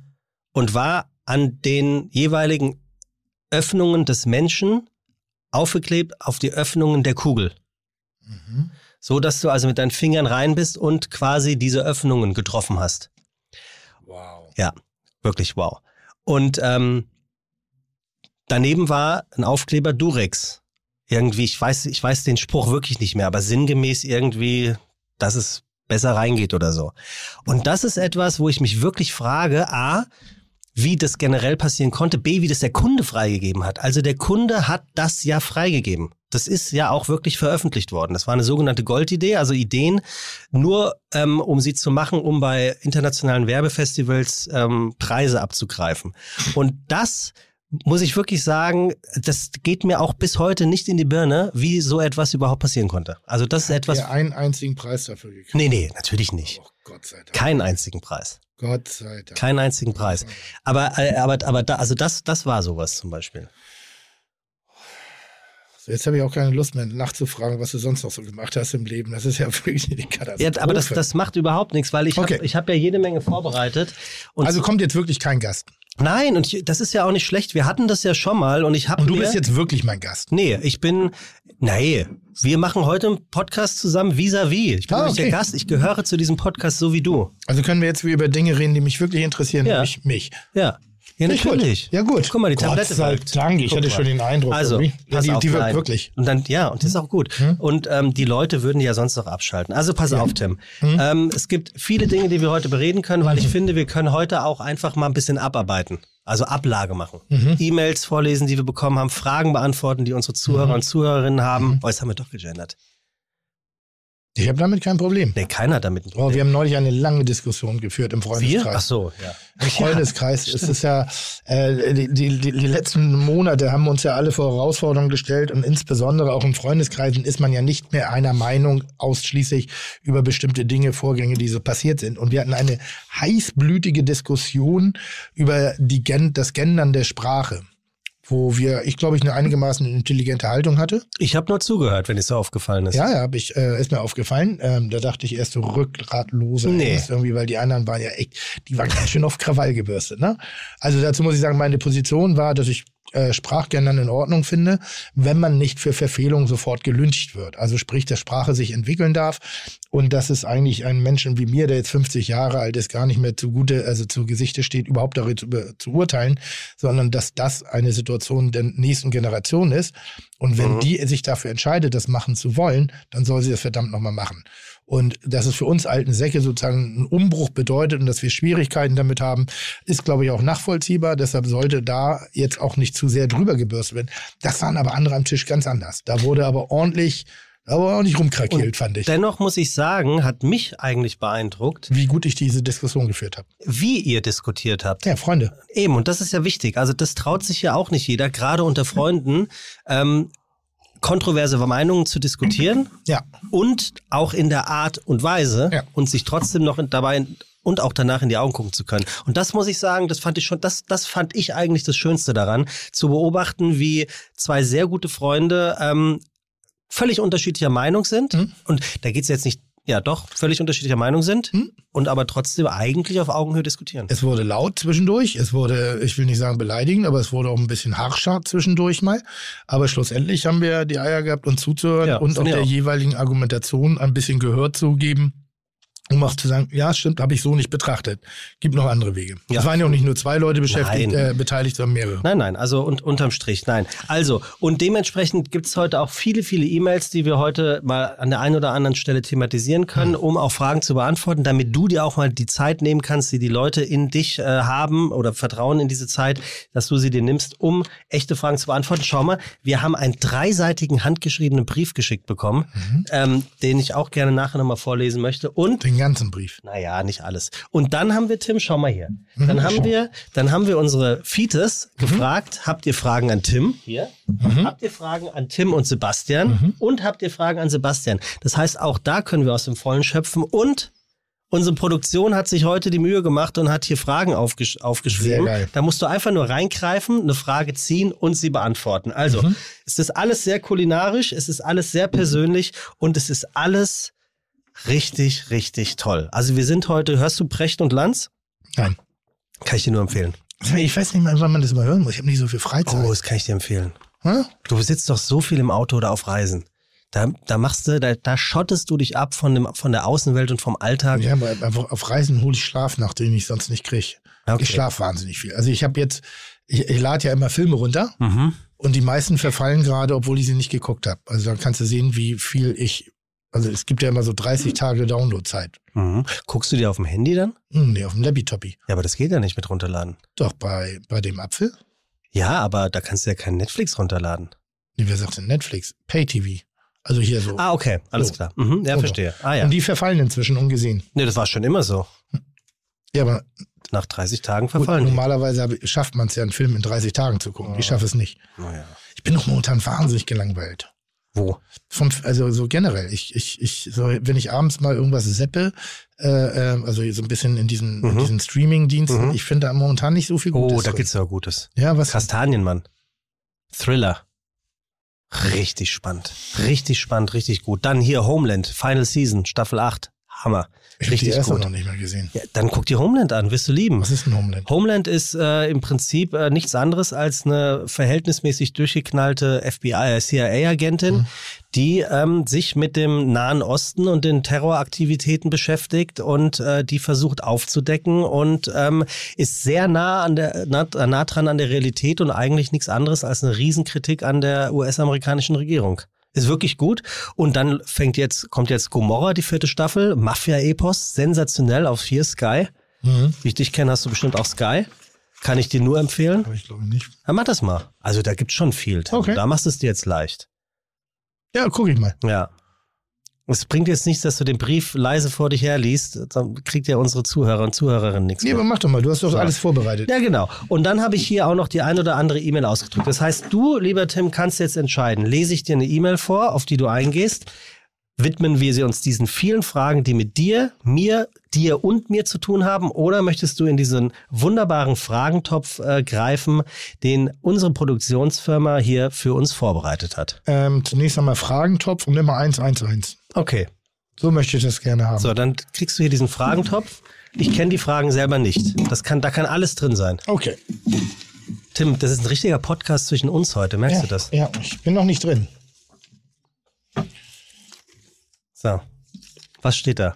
S8: und war an den jeweiligen Öffnungen des Menschen aufgeklebt auf die Öffnungen der Kugel.
S9: Mhm.
S8: So dass du also mit deinen Fingern rein bist und quasi diese Öffnungen getroffen hast.
S9: Wow.
S8: Wirklich wow. Und ähm, daneben war ein Aufkleber Durex. Irgendwie, ich weiß, ich weiß den Spruch wirklich nicht mehr, aber sinngemäß irgendwie, dass es besser reingeht oder so. Und das ist etwas, wo ich mich wirklich frage, A, wie das generell passieren konnte, B, wie das der Kunde freigegeben hat. Also der Kunde hat das ja freigegeben. Das ist ja auch wirklich veröffentlicht worden. Das war eine sogenannte Goldidee, also Ideen, nur ähm, um sie zu machen, um bei internationalen Werbefestivals ähm, Preise abzugreifen. Und das muss ich wirklich sagen, das geht mir auch bis heute nicht in die Birne, wie so etwas überhaupt passieren konnte. Also das ist etwas.
S9: Der einen einzigen Preis dafür gekriegt.
S8: Nee, nee, natürlich nicht.
S9: Oh, Gott sei Dank.
S8: Keinen einzigen Preis.
S9: Gott sei Dank.
S8: Keinen einzigen Preis. Aber, äh, aber, aber da, also das, das war sowas zum Beispiel.
S9: So, jetzt habe ich auch keine Lust mehr nachzufragen, was du sonst noch so gemacht hast im Leben. Das ist ja wirklich eine Katastrophe.
S8: Ja, aber das, das macht überhaupt nichts, weil ich
S9: Also Okay.
S8: habe ich hab ja jede Menge vorbereitet. Und
S9: also kommt jetzt wirklich kein Gast.
S8: nein, und ich, das ist ja auch nicht schlecht. Wir hatten das ja schon mal und ich habe
S9: Und du
S8: mir-
S9: bist jetzt wirklich mein Gast.
S8: Nee, ich bin. Nee, wir machen heute einen Podcast zusammen vis-à-vis. Ich bin
S9: Ah,
S8: nämlich der
S9: okay.
S8: Gast. Ich gehöre zu diesem Podcast so wie du.
S9: Also können wir jetzt wieder über Dinge reden, die mich wirklich interessieren,
S8: Ja.
S9: nämlich mich.
S8: Ja. Ja,
S9: Nicht gut.
S8: natürlich.
S9: Ja, gut.
S8: Guck mal, die
S9: Gott
S8: Tablette
S9: sei
S8: wirkt.
S9: Dank, ich
S8: Guck
S9: hatte
S8: mal.
S9: schon den Eindruck,
S8: Also,
S9: irgendwie. Ja,
S8: pass
S9: die-
S8: auf,
S9: die wirkt
S8: nein.
S9: wirklich. Hm?
S8: Und dann, ja, und das ist auch gut. Und ähm, die Leute würden ja sonst noch abschalten. Also pass auf, Tim.
S9: Hm?
S8: Ähm, es gibt viele Dinge, die wir heute bereden können, weil ich finde, wir können heute auch einfach mal ein bisschen abarbeiten. Also Ablage machen.
S9: Mhm.
S8: E-Mails vorlesen, die wir bekommen haben, Fragen beantworten, die unsere Zuhörer
S9: Mhm.
S8: und Zuhörerinnen haben. Oh, jetzt haben wir doch gegendert.
S9: Ich habe damit kein Problem.
S8: Nee, keiner hat damit. ein
S9: Oh,
S8: Problem.
S9: wir haben neulich eine lange Diskussion geführt im
S8: wir?
S9: Freundeskreis.
S8: Ach so, ja.
S9: Im Freundeskreis ist es ja, äh, die, die, die die letzten Monate haben uns ja alle vor Herausforderungen gestellt und insbesondere auch in Freundeskreisen ist man ja nicht mehr einer Meinung ausschließlich über bestimmte Dinge, Vorgänge, die so passiert sind. Und wir hatten eine heißblütige Diskussion über die Gen das Gendern der Sprache, wo wir, ich glaube, ich eine einigermaßen intelligente Haltung hatte.
S8: Ich habe nur zugehört, wenn es so aufgefallen ist.
S9: Ja, ja, hab ich, äh, ist mir aufgefallen. Ähm, da dachte ich erst so rückgratloser
S8: Nee.
S9: Ernst irgendwie, weil die anderen waren ja echt, die waren ganz schön auf Krawall gebürstet. Ne? Also dazu muss ich sagen, meine Position war, dass ich äh, Sprachgendern in Ordnung finde, wenn man nicht für Verfehlungen sofort gelüncht wird. Also sprich, dass Sprache sich entwickeln darf und dass es eigentlich einem Menschen wie mir, der jetzt 50 Jahre alt ist, gar nicht mehr zugute, also zu Gesichte steht, überhaupt darüber zu, be- zu urteilen, sondern dass das eine Situation der nächsten Generation ist. Und wenn die sich dafür entscheidet, das machen zu wollen, dann soll sie das verdammt nochmal machen. Und dass es für uns alten Säcke sozusagen einen Umbruch bedeutet und dass wir Schwierigkeiten damit haben, ist, glaube ich, auch nachvollziehbar. Deshalb sollte da jetzt auch nicht zu sehr drüber gebürstet werden. Das sahen aber andere am Tisch ganz anders. Da wurde aber ordentlich, da wurde ordentlich rumkrakeelt, fand ich.
S8: Dennoch muss ich sagen, hat mich eigentlich beeindruckt,
S9: Wie gut ich diese Diskussion geführt habe.
S8: wie ihr diskutiert habt.
S9: Ja, Freunde.
S8: Eben, und das ist ja wichtig. Also das traut sich ja auch nicht jeder, gerade unter Freunden, ähm, kontroverse Meinungen zu diskutieren
S9: Ja,
S8: und auch in der Art und Weise
S9: Ja.
S8: und sich trotzdem noch in, dabei und auch danach in die Augen gucken zu können. Und das muss ich sagen, das fand ich schon, das, das fand ich eigentlich das Schönste daran, zu beobachten, wie zwei sehr gute Freunde ähm, völlig unterschiedlicher Meinung sind. Und da geht's jetzt nicht, ja doch, völlig unterschiedlicher Meinung sind und aber trotzdem eigentlich auf Augenhöhe diskutieren.
S9: es wurde laut zwischendurch. Es wurde, ich will nicht sagen beleidigend, aber es wurde auch ein bisschen harscher zwischendurch mal. Aber schlussendlich haben wir die Eier gehabt, uns zuzuhören
S8: Ja,
S9: und auch
S8: finde ich
S9: der
S8: auch.
S9: jeweiligen Argumentation ein bisschen Gehör zu geben. um auch zu sagen, ja, stimmt, habe ich so nicht betrachtet. Gibt noch andere Wege.
S8: Ja.
S9: Es waren ja auch nicht nur zwei Leute beschäftigt,
S8: Nein.
S9: äh, beteiligt, sondern mehrere.
S8: Nein, nein, also und, unterm Strich, nein. Also, und dementsprechend gibt es heute auch viele, viele E-Mails, die wir heute mal an der einen oder anderen Stelle thematisieren können, um auch Fragen zu beantworten, damit du dir auch mal die Zeit nehmen kannst, die die Leute in dich äh, haben oder vertrauen in diese Zeit, dass du sie dir nimmst, um echte Fragen zu beantworten. Schau mal, wir haben einen dreiseitigen handgeschriebenen Brief geschickt bekommen, ähm, den ich auch gerne nachher nochmal vorlesen möchte. Und
S9: Den ganzen Brief.
S8: naja, nicht alles. Und dann haben wir, Tim, schau mal hier. Dann haben wir, dann haben wir unsere Fites gefragt, habt ihr Fragen an Tim? Mhm. Mhm. Hier. Habt ihr Fragen an Tim und Sebastian? Und habt ihr Fragen an Sebastian? Das heißt, auch da können wir aus dem Vollen schöpfen. Und unsere Produktion hat sich heute die Mühe gemacht und hat hier Fragen aufgesch aufgeschrieben.
S9: Sehr geil.
S8: Da musst du einfach nur reingreifen, eine Frage ziehen und sie beantworten. Also, es ist alles sehr kulinarisch, es ist alles sehr persönlich und es ist alles richtig, richtig toll. Also wir sind heute, hörst du Precht und Lanz?
S9: Nein.
S8: Kann ich dir nur empfehlen.
S9: Ich weiß nicht mal, wann man das mal hören muss. Ich habe nicht so viel Freizeit.
S8: Oh, das kann ich dir empfehlen.
S9: Hä?
S8: Du sitzt doch so viel im Auto oder auf Reisen. Da, da machst du, da, da schottest du dich ab von, dem, von der Außenwelt und vom Alltag.
S9: Ja, aber einfach auf Reisen hole ich Schlaf nach, den ich sonst nicht kriege.
S8: Okay.
S9: Ich schlafe wahnsinnig viel. Also ich habe jetzt, ich, ich lade ja immer Filme runter
S8: Mhm.
S9: und die meisten verfallen gerade, obwohl ich sie nicht geguckt habe. Also dann kannst du sehen, wie viel ich, also es gibt ja immer so 30 Tage Downloadzeit.
S8: Mhm. Guckst du dir auf dem Handy dann?
S9: Hm, nee, auf dem Lappy-Toppy.
S8: Ja, aber das geht ja nicht mit runterladen.
S9: Doch, bei, bei dem Apfel?
S8: Ja, aber da kannst du ja kein Netflix runterladen.
S9: Nee, wer sagt denn Netflix? Pay-TV. Also hier so.
S8: Ah, okay, alles
S9: So.
S8: klar. Mhm. Ja,
S9: So.
S8: verstehe. Ah ja.
S9: Oh. Und die verfallen inzwischen ungesehen.
S8: Nee, das war schon immer so.
S9: Ja, aber
S8: Nach 30 Tagen
S9: gut,
S8: verfallen die.
S9: normalerweise habe- schafft man es ja, einen Film in 30 Tagen zu gucken.
S8: Oh.
S9: Ich schaffe es nicht.
S8: Naja.
S9: Ich bin doch momentan wahnsinnig gelangweilt.
S8: Wo?
S9: vom, also so generell, ich, ich, ich, so, wenn ich abends mal irgendwas seppe, äh, ähm, also so ein bisschen in diesen, in
S8: Mhm.
S9: diesen Streaming-Diensten,
S8: Mhm.
S9: ich finde da momentan nicht so viel Gutes.
S8: Oh, da
S9: drin.
S8: gibt's ja Gutes.
S9: ja was.
S8: Kastanienmann. Thriller. Richtig spannend. Richtig spannend, richtig gut. Dann hier Homeland, Final Season, Staffel 8. Hammer.
S9: ich habe die
S8: richtig
S9: erste
S8: gut.
S9: noch nicht mal gesehen.
S8: Ja, dann guck dir Homeland an, wirst du lieben.
S9: Was ist ein Homeland?
S8: Homeland ist äh, im Prinzip äh, nichts anderes als eine verhältnismäßig durchgeknallte FBI, äh, CIA-Agentin, die ähm, sich mit dem Nahen Osten und den Terroraktivitäten beschäftigt und äh, die versucht aufzudecken und ähm, ist sehr nah an der nah, nah dran an der Realität und eigentlich nichts anderes als eine Riesenkritik an der US-amerikanischen Regierung. Ist wirklich gut. Und dann fängt jetzt, kommt jetzt Gomorra, die vierte Staffel, Mafia-Epos, sensationell auf 4 Sky.
S9: Mhm.
S8: Wie ich dich kenne, hast du bestimmt auch Sky. Kann ich dir nur empfehlen.
S9: Aber ich glaube nicht.
S8: Dann mach das mal. Also da gibt's schon viel. Tim.
S9: Okay.
S8: Da machst du es dir jetzt leicht.
S9: Ja, gucke ich mal.
S8: Ja. Es bringt jetzt nichts, dass du den Brief leise vor dich herliest. Dann kriegt ja unsere Zuhörer und Zuhörerinnen nichts
S9: Nee, aber
S8: mit.
S9: mach doch mal, du hast doch
S8: Ja.
S9: alles vorbereitet.
S8: Ja, genau. Und dann habe ich hier auch noch die ein oder andere E-Mail ausgedrückt. Das heißt, du, lieber Tim, kannst jetzt entscheiden. Lese ich dir eine E-Mail vor, auf die du eingehst? Widmen wir sie uns diesen vielen Fragen, die mit dir, mir, dir und mir zu tun haben? Oder möchtest du in diesen wunderbaren Fragentopf äh, greifen, den unsere Produktionsfirma hier für uns vorbereitet hat?
S9: Ähm, zunächst einmal Fragentopf und immer 111.
S8: Okay.
S9: So möchte ich das gerne haben.
S8: So, dann kriegst du hier diesen Fragentopf. Ich kenne die Fragen selber nicht. Das kann, da kann alles drin sein.
S9: Okay.
S8: Tim, das ist ein richtiger Podcast zwischen uns heute. Merkst
S9: Ja,
S8: du das?
S9: ja, ich bin noch nicht drin.
S8: So. Was steht da?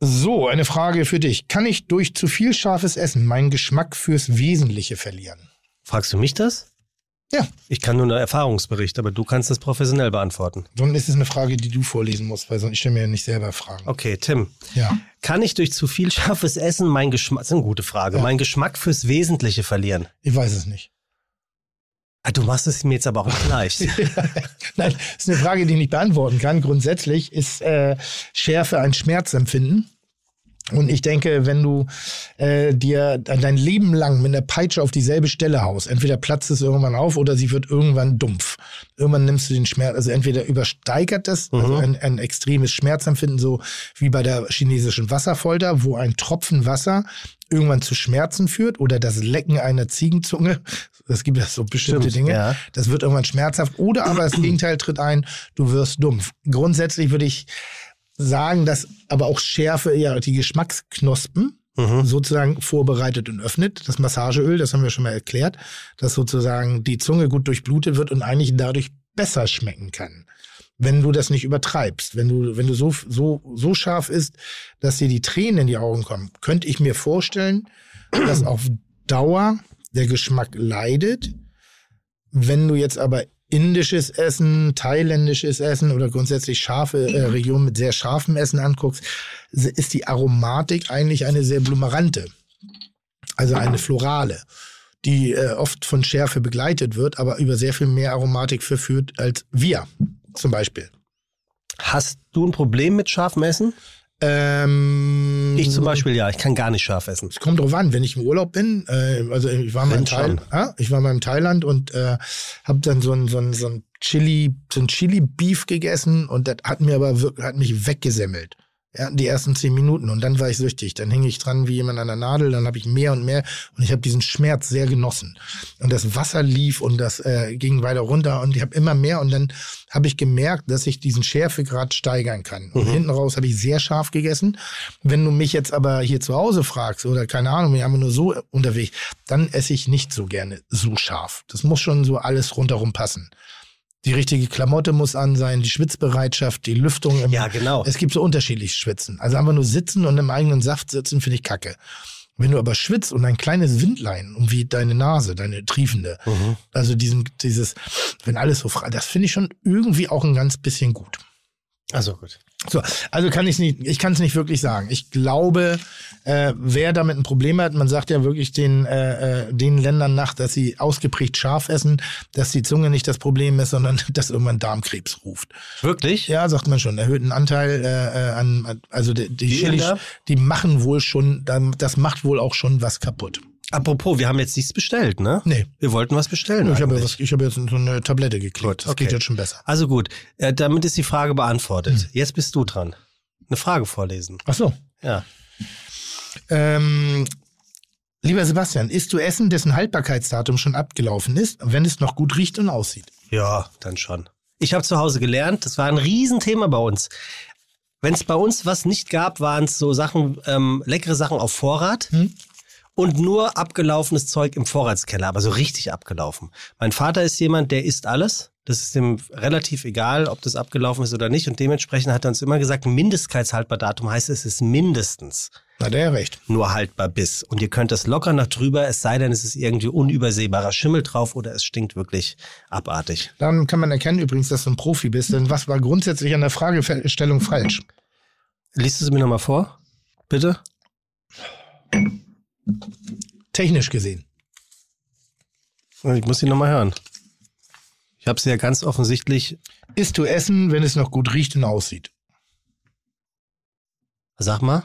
S9: So, eine Frage für dich. Kann ich durch zu viel scharfes Essen meinen Geschmack fürs Wesentliche verlieren?
S8: Fragst du mich das?
S9: Ja.
S8: Ich kann nur einen Erfahrungsbericht, aber du kannst das professionell beantworten.
S9: Sonst ist es eine Frage, die du vorlesen musst, weil sonst ich stelle mir ja nicht selber Fragen.
S8: Okay, Tim.
S9: Ja.
S8: Kann ich durch zu viel scharfes Essen meinen Geschmack, das ist eine gute Frage,
S9: Ja.
S8: meinen Geschmack fürs Wesentliche verlieren?
S9: Ich weiß es nicht.
S8: Ah, du machst es mir jetzt aber auch nicht leicht.
S9: Nein, ist eine Frage, die ich nicht beantworten kann. Grundsätzlich ist äh, Schärfe ein Schmerzempfinden. Und ich denke, wenn du äh, dir dein Leben lang mit einer Peitsche auf dieselbe Stelle haust, entweder platzt es irgendwann auf oder sie wird irgendwann dumpf. Irgendwann nimmst du den Schmerz, also entweder übersteigert das,
S8: Mhm.
S9: also ein, ein extremes Schmerzempfinden, so wie bei der chinesischen Wasserfolter, wo ein Tropfen Wasser irgendwann zu Schmerzen führt oder das Lecken einer Ziegenzunge. Es gibt ja so bestimmte
S8: Stimmt,
S9: Dinge.
S8: ja.
S9: Das wird irgendwann schmerzhaft. Oder aber das Gegenteil tritt ein, du wirst dumpf. Grundsätzlich würde ich sagen, dass aber auch Schärfe ja die Geschmacksknospen sozusagen vorbereitet und öffnet. Das Massageöl, das haben wir schon mal erklärt, dass sozusagen die Zunge gut durchblutet wird und eigentlich dadurch besser schmecken kann. wenn du das nicht übertreibst, wenn du, wenn du so, so, so scharf ist, dass dir die Tränen in die Augen kommen, könnte ich mir vorstellen, dass auf Dauer der Geschmack leidet. Wenn du jetzt aber indisches Essen, thailändisches Essen oder grundsätzlich scharfe äh, Regionen mit sehr scharfem Essen anguckst, se- ist die Aromatik eigentlich eine sehr blumerante, also eine florale, die äh, oft von Schärfe begleitet wird, aber über sehr viel mehr Aromatik verführt als wir zum Beispiel.
S8: Hast du ein Problem mit scharfem Essen?
S9: Ähm,
S8: Ich zum Beispiel ja, ich kann gar nicht scharf essen.
S9: Es kommt drauf an, wenn ich im Urlaub bin, äh, also ich war mal
S8: Wenn
S9: in Thailand, ja, ich war mal in Thailand und äh, habe dann so ein so ein so ein Chili so ein Chili Beef gegessen und das hat mir aber wirklich hat mich weggesemmelt. Ja, die ersten zehn Minuten und dann war ich süchtig. Dann hing ich dran wie jemand an der Nadel, dann habe ich mehr und mehr und ich habe diesen Schmerz sehr genossen. Und das Wasser lief und das äh, ging weiter runter und ich habe immer mehr und dann habe ich gemerkt, dass ich diesen Schärfegrad steigern kann. Und hinten raus habe ich sehr scharf gegessen. Wenn du mich jetzt aber hier zu Hause fragst oder keine Ahnung, wir haben nur so unterwegs, dann esse ich nicht so gerne so scharf. Das muss schon so alles rundherum passen. Die richtige Klamotte muss an sein, die Schwitzbereitschaft, die Lüftung. Im
S8: Ja, genau.
S9: Es gibt so unterschiedlich Schwitzen. Also einfach nur sitzen und im eigenen Saft sitzen, finde ich kacke. Wenn du aber schwitzt und ein kleines Windlein um wie deine Nase, deine triefende,
S8: Mhm.
S9: also diesen, dieses, wenn alles so frei, das finde ich schon irgendwie auch ein ganz bisschen gut.
S8: Also gut.
S9: So, also kann ich nicht, ich kann es nicht wirklich sagen. Ich glaube, äh, wer damit ein Problem hat, man sagt ja wirklich den, äh, äh, den Ländern nach, dass sie ausgeprägt scharf essen, dass die Zunge nicht das Problem ist, sondern dass irgendwann Darmkrebs ruft.
S8: Wirklich?
S9: Ja, sagt man schon, erhöhten Anteil äh, äh, an, also die, die,
S8: Die
S9: Chili,
S8: Inder?
S9: die machen wohl schon, dann- das macht wohl auch schon was kaputt.
S8: Apropos, wir haben jetzt nichts bestellt, ne?
S9: Nee.
S8: Wir wollten was bestellen.
S9: Ich habe,
S8: eigentlich.
S9: was, ich habe jetzt so eine Tablette geklickt. Das
S8: okay.
S9: geht jetzt schon besser.
S8: Also gut, äh, damit ist die Frage beantwortet.
S9: Hm.
S8: Jetzt bist du dran. Eine Frage vorlesen.
S9: Ach so.
S8: Ja.
S9: Ähm, lieber Sebastian, isst du Essen, dessen Haltbarkeitsdatum schon abgelaufen ist, wenn es noch gut riecht und aussieht?
S8: Ja, dann schon. Ich habe zu Hause gelernt, das war ein Riesenthema bei uns. Wenn es bei uns was nicht gab, waren es so Sachen, ähm, leckere Sachen auf Vorrat und nur abgelaufenes Zeug im Vorratskeller, aber so richtig abgelaufen. Mein Vater ist jemand, der isst alles. Das ist ihm relativ egal, ob das abgelaufen ist oder nicht. Und dementsprechend hat er uns immer gesagt, Mindestkeitshaltbardatum heißt, es ist mindestens
S9: Na, der ja recht.
S8: nur haltbar bis. Und ihr könnt das locker noch drüber, es sei denn, es ist irgendwie unübersehbarer Schimmel drauf oder es stinkt wirklich abartig.
S9: Dann kann man erkennen übrigens, dass du ein Profi bist, denn was war grundsätzlich an der Fragestellung falsch?
S8: Liest du es mir nochmal vor? Bitte?
S9: Technisch gesehen.
S8: Ich muss sie nochmal hören. Ich habe sie ja ganz offensichtlich.
S9: Isst du Essen, wenn es noch gut riecht und aussieht?
S8: Sag mal.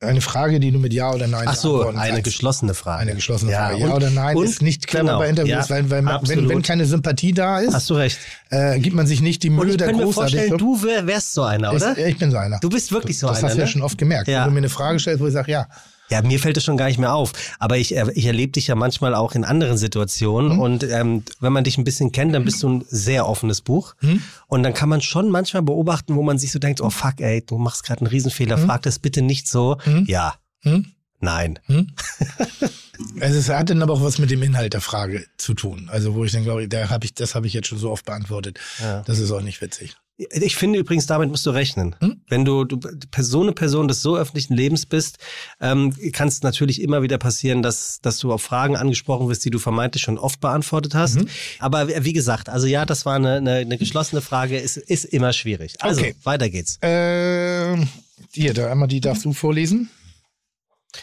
S9: Eine Frage, die du mit Ja oder Nein
S8: Ach so,
S9: beantworten
S8: eine
S9: kannst.
S8: geschlossene Frage.
S9: Eine geschlossene
S8: Ja,
S9: Frage.
S8: und-
S9: ja oder nein
S8: und-
S9: ist nicht clever
S8: genau,
S9: bei Interviews,
S8: ja,
S9: weil, weil man, wenn,
S8: absolut.
S9: wenn keine Sympathie da ist,
S8: Hast du recht.
S9: äh, gibt man sich nicht die
S8: Und
S9: Mühe,
S8: ich
S9: da
S8: könnte mir
S9: großartig
S8: vorstellen, du wär, wärst so einer, oder?
S9: äh, Ich, ich bin so einer.
S8: Du bist wirklich so
S9: das
S8: einer.
S9: hast du ja
S8: ne?
S9: schon oft gemerkt.
S8: Ja.
S9: Wenn du mir eine Frage stellst, wo ich sage, ja,
S8: Ja, mir fällt es schon gar nicht mehr auf. Aber ich, er- ich erlebe dich ja manchmal auch in anderen Situationen. Und ähm, wenn man dich ein bisschen kennt, dann bist du ein sehr offenes Buch. Und dann kann man schon manchmal beobachten, wo man sich so denkt, oh fuck, ey, du machst gerade einen Riesenfehler, frag das bitte nicht so. Ja. Nein.
S9: Also es hat dann aber auch was mit dem Inhalt der Frage zu tun. Also wo ich dann glaube, da hab ich, das habe ich jetzt schon so oft beantwortet. Das ist auch nicht witzig.
S8: Ich finde übrigens, damit musst du rechnen. Wenn du, du so eine Person des so öffentlichen Lebens bist, ähm, kann es natürlich immer wieder passieren, dass, dass du auf Fragen angesprochen wirst, die du vermeintlich schon oft beantwortet hast. Aber wie wie gesagt, also ja, das war eine, eine, eine geschlossene Frage, ist, ist immer schwierig. Also,
S9: Okay.
S8: weiter geht's.
S9: Ähm, hier, da einmal die darfst du vorlesen.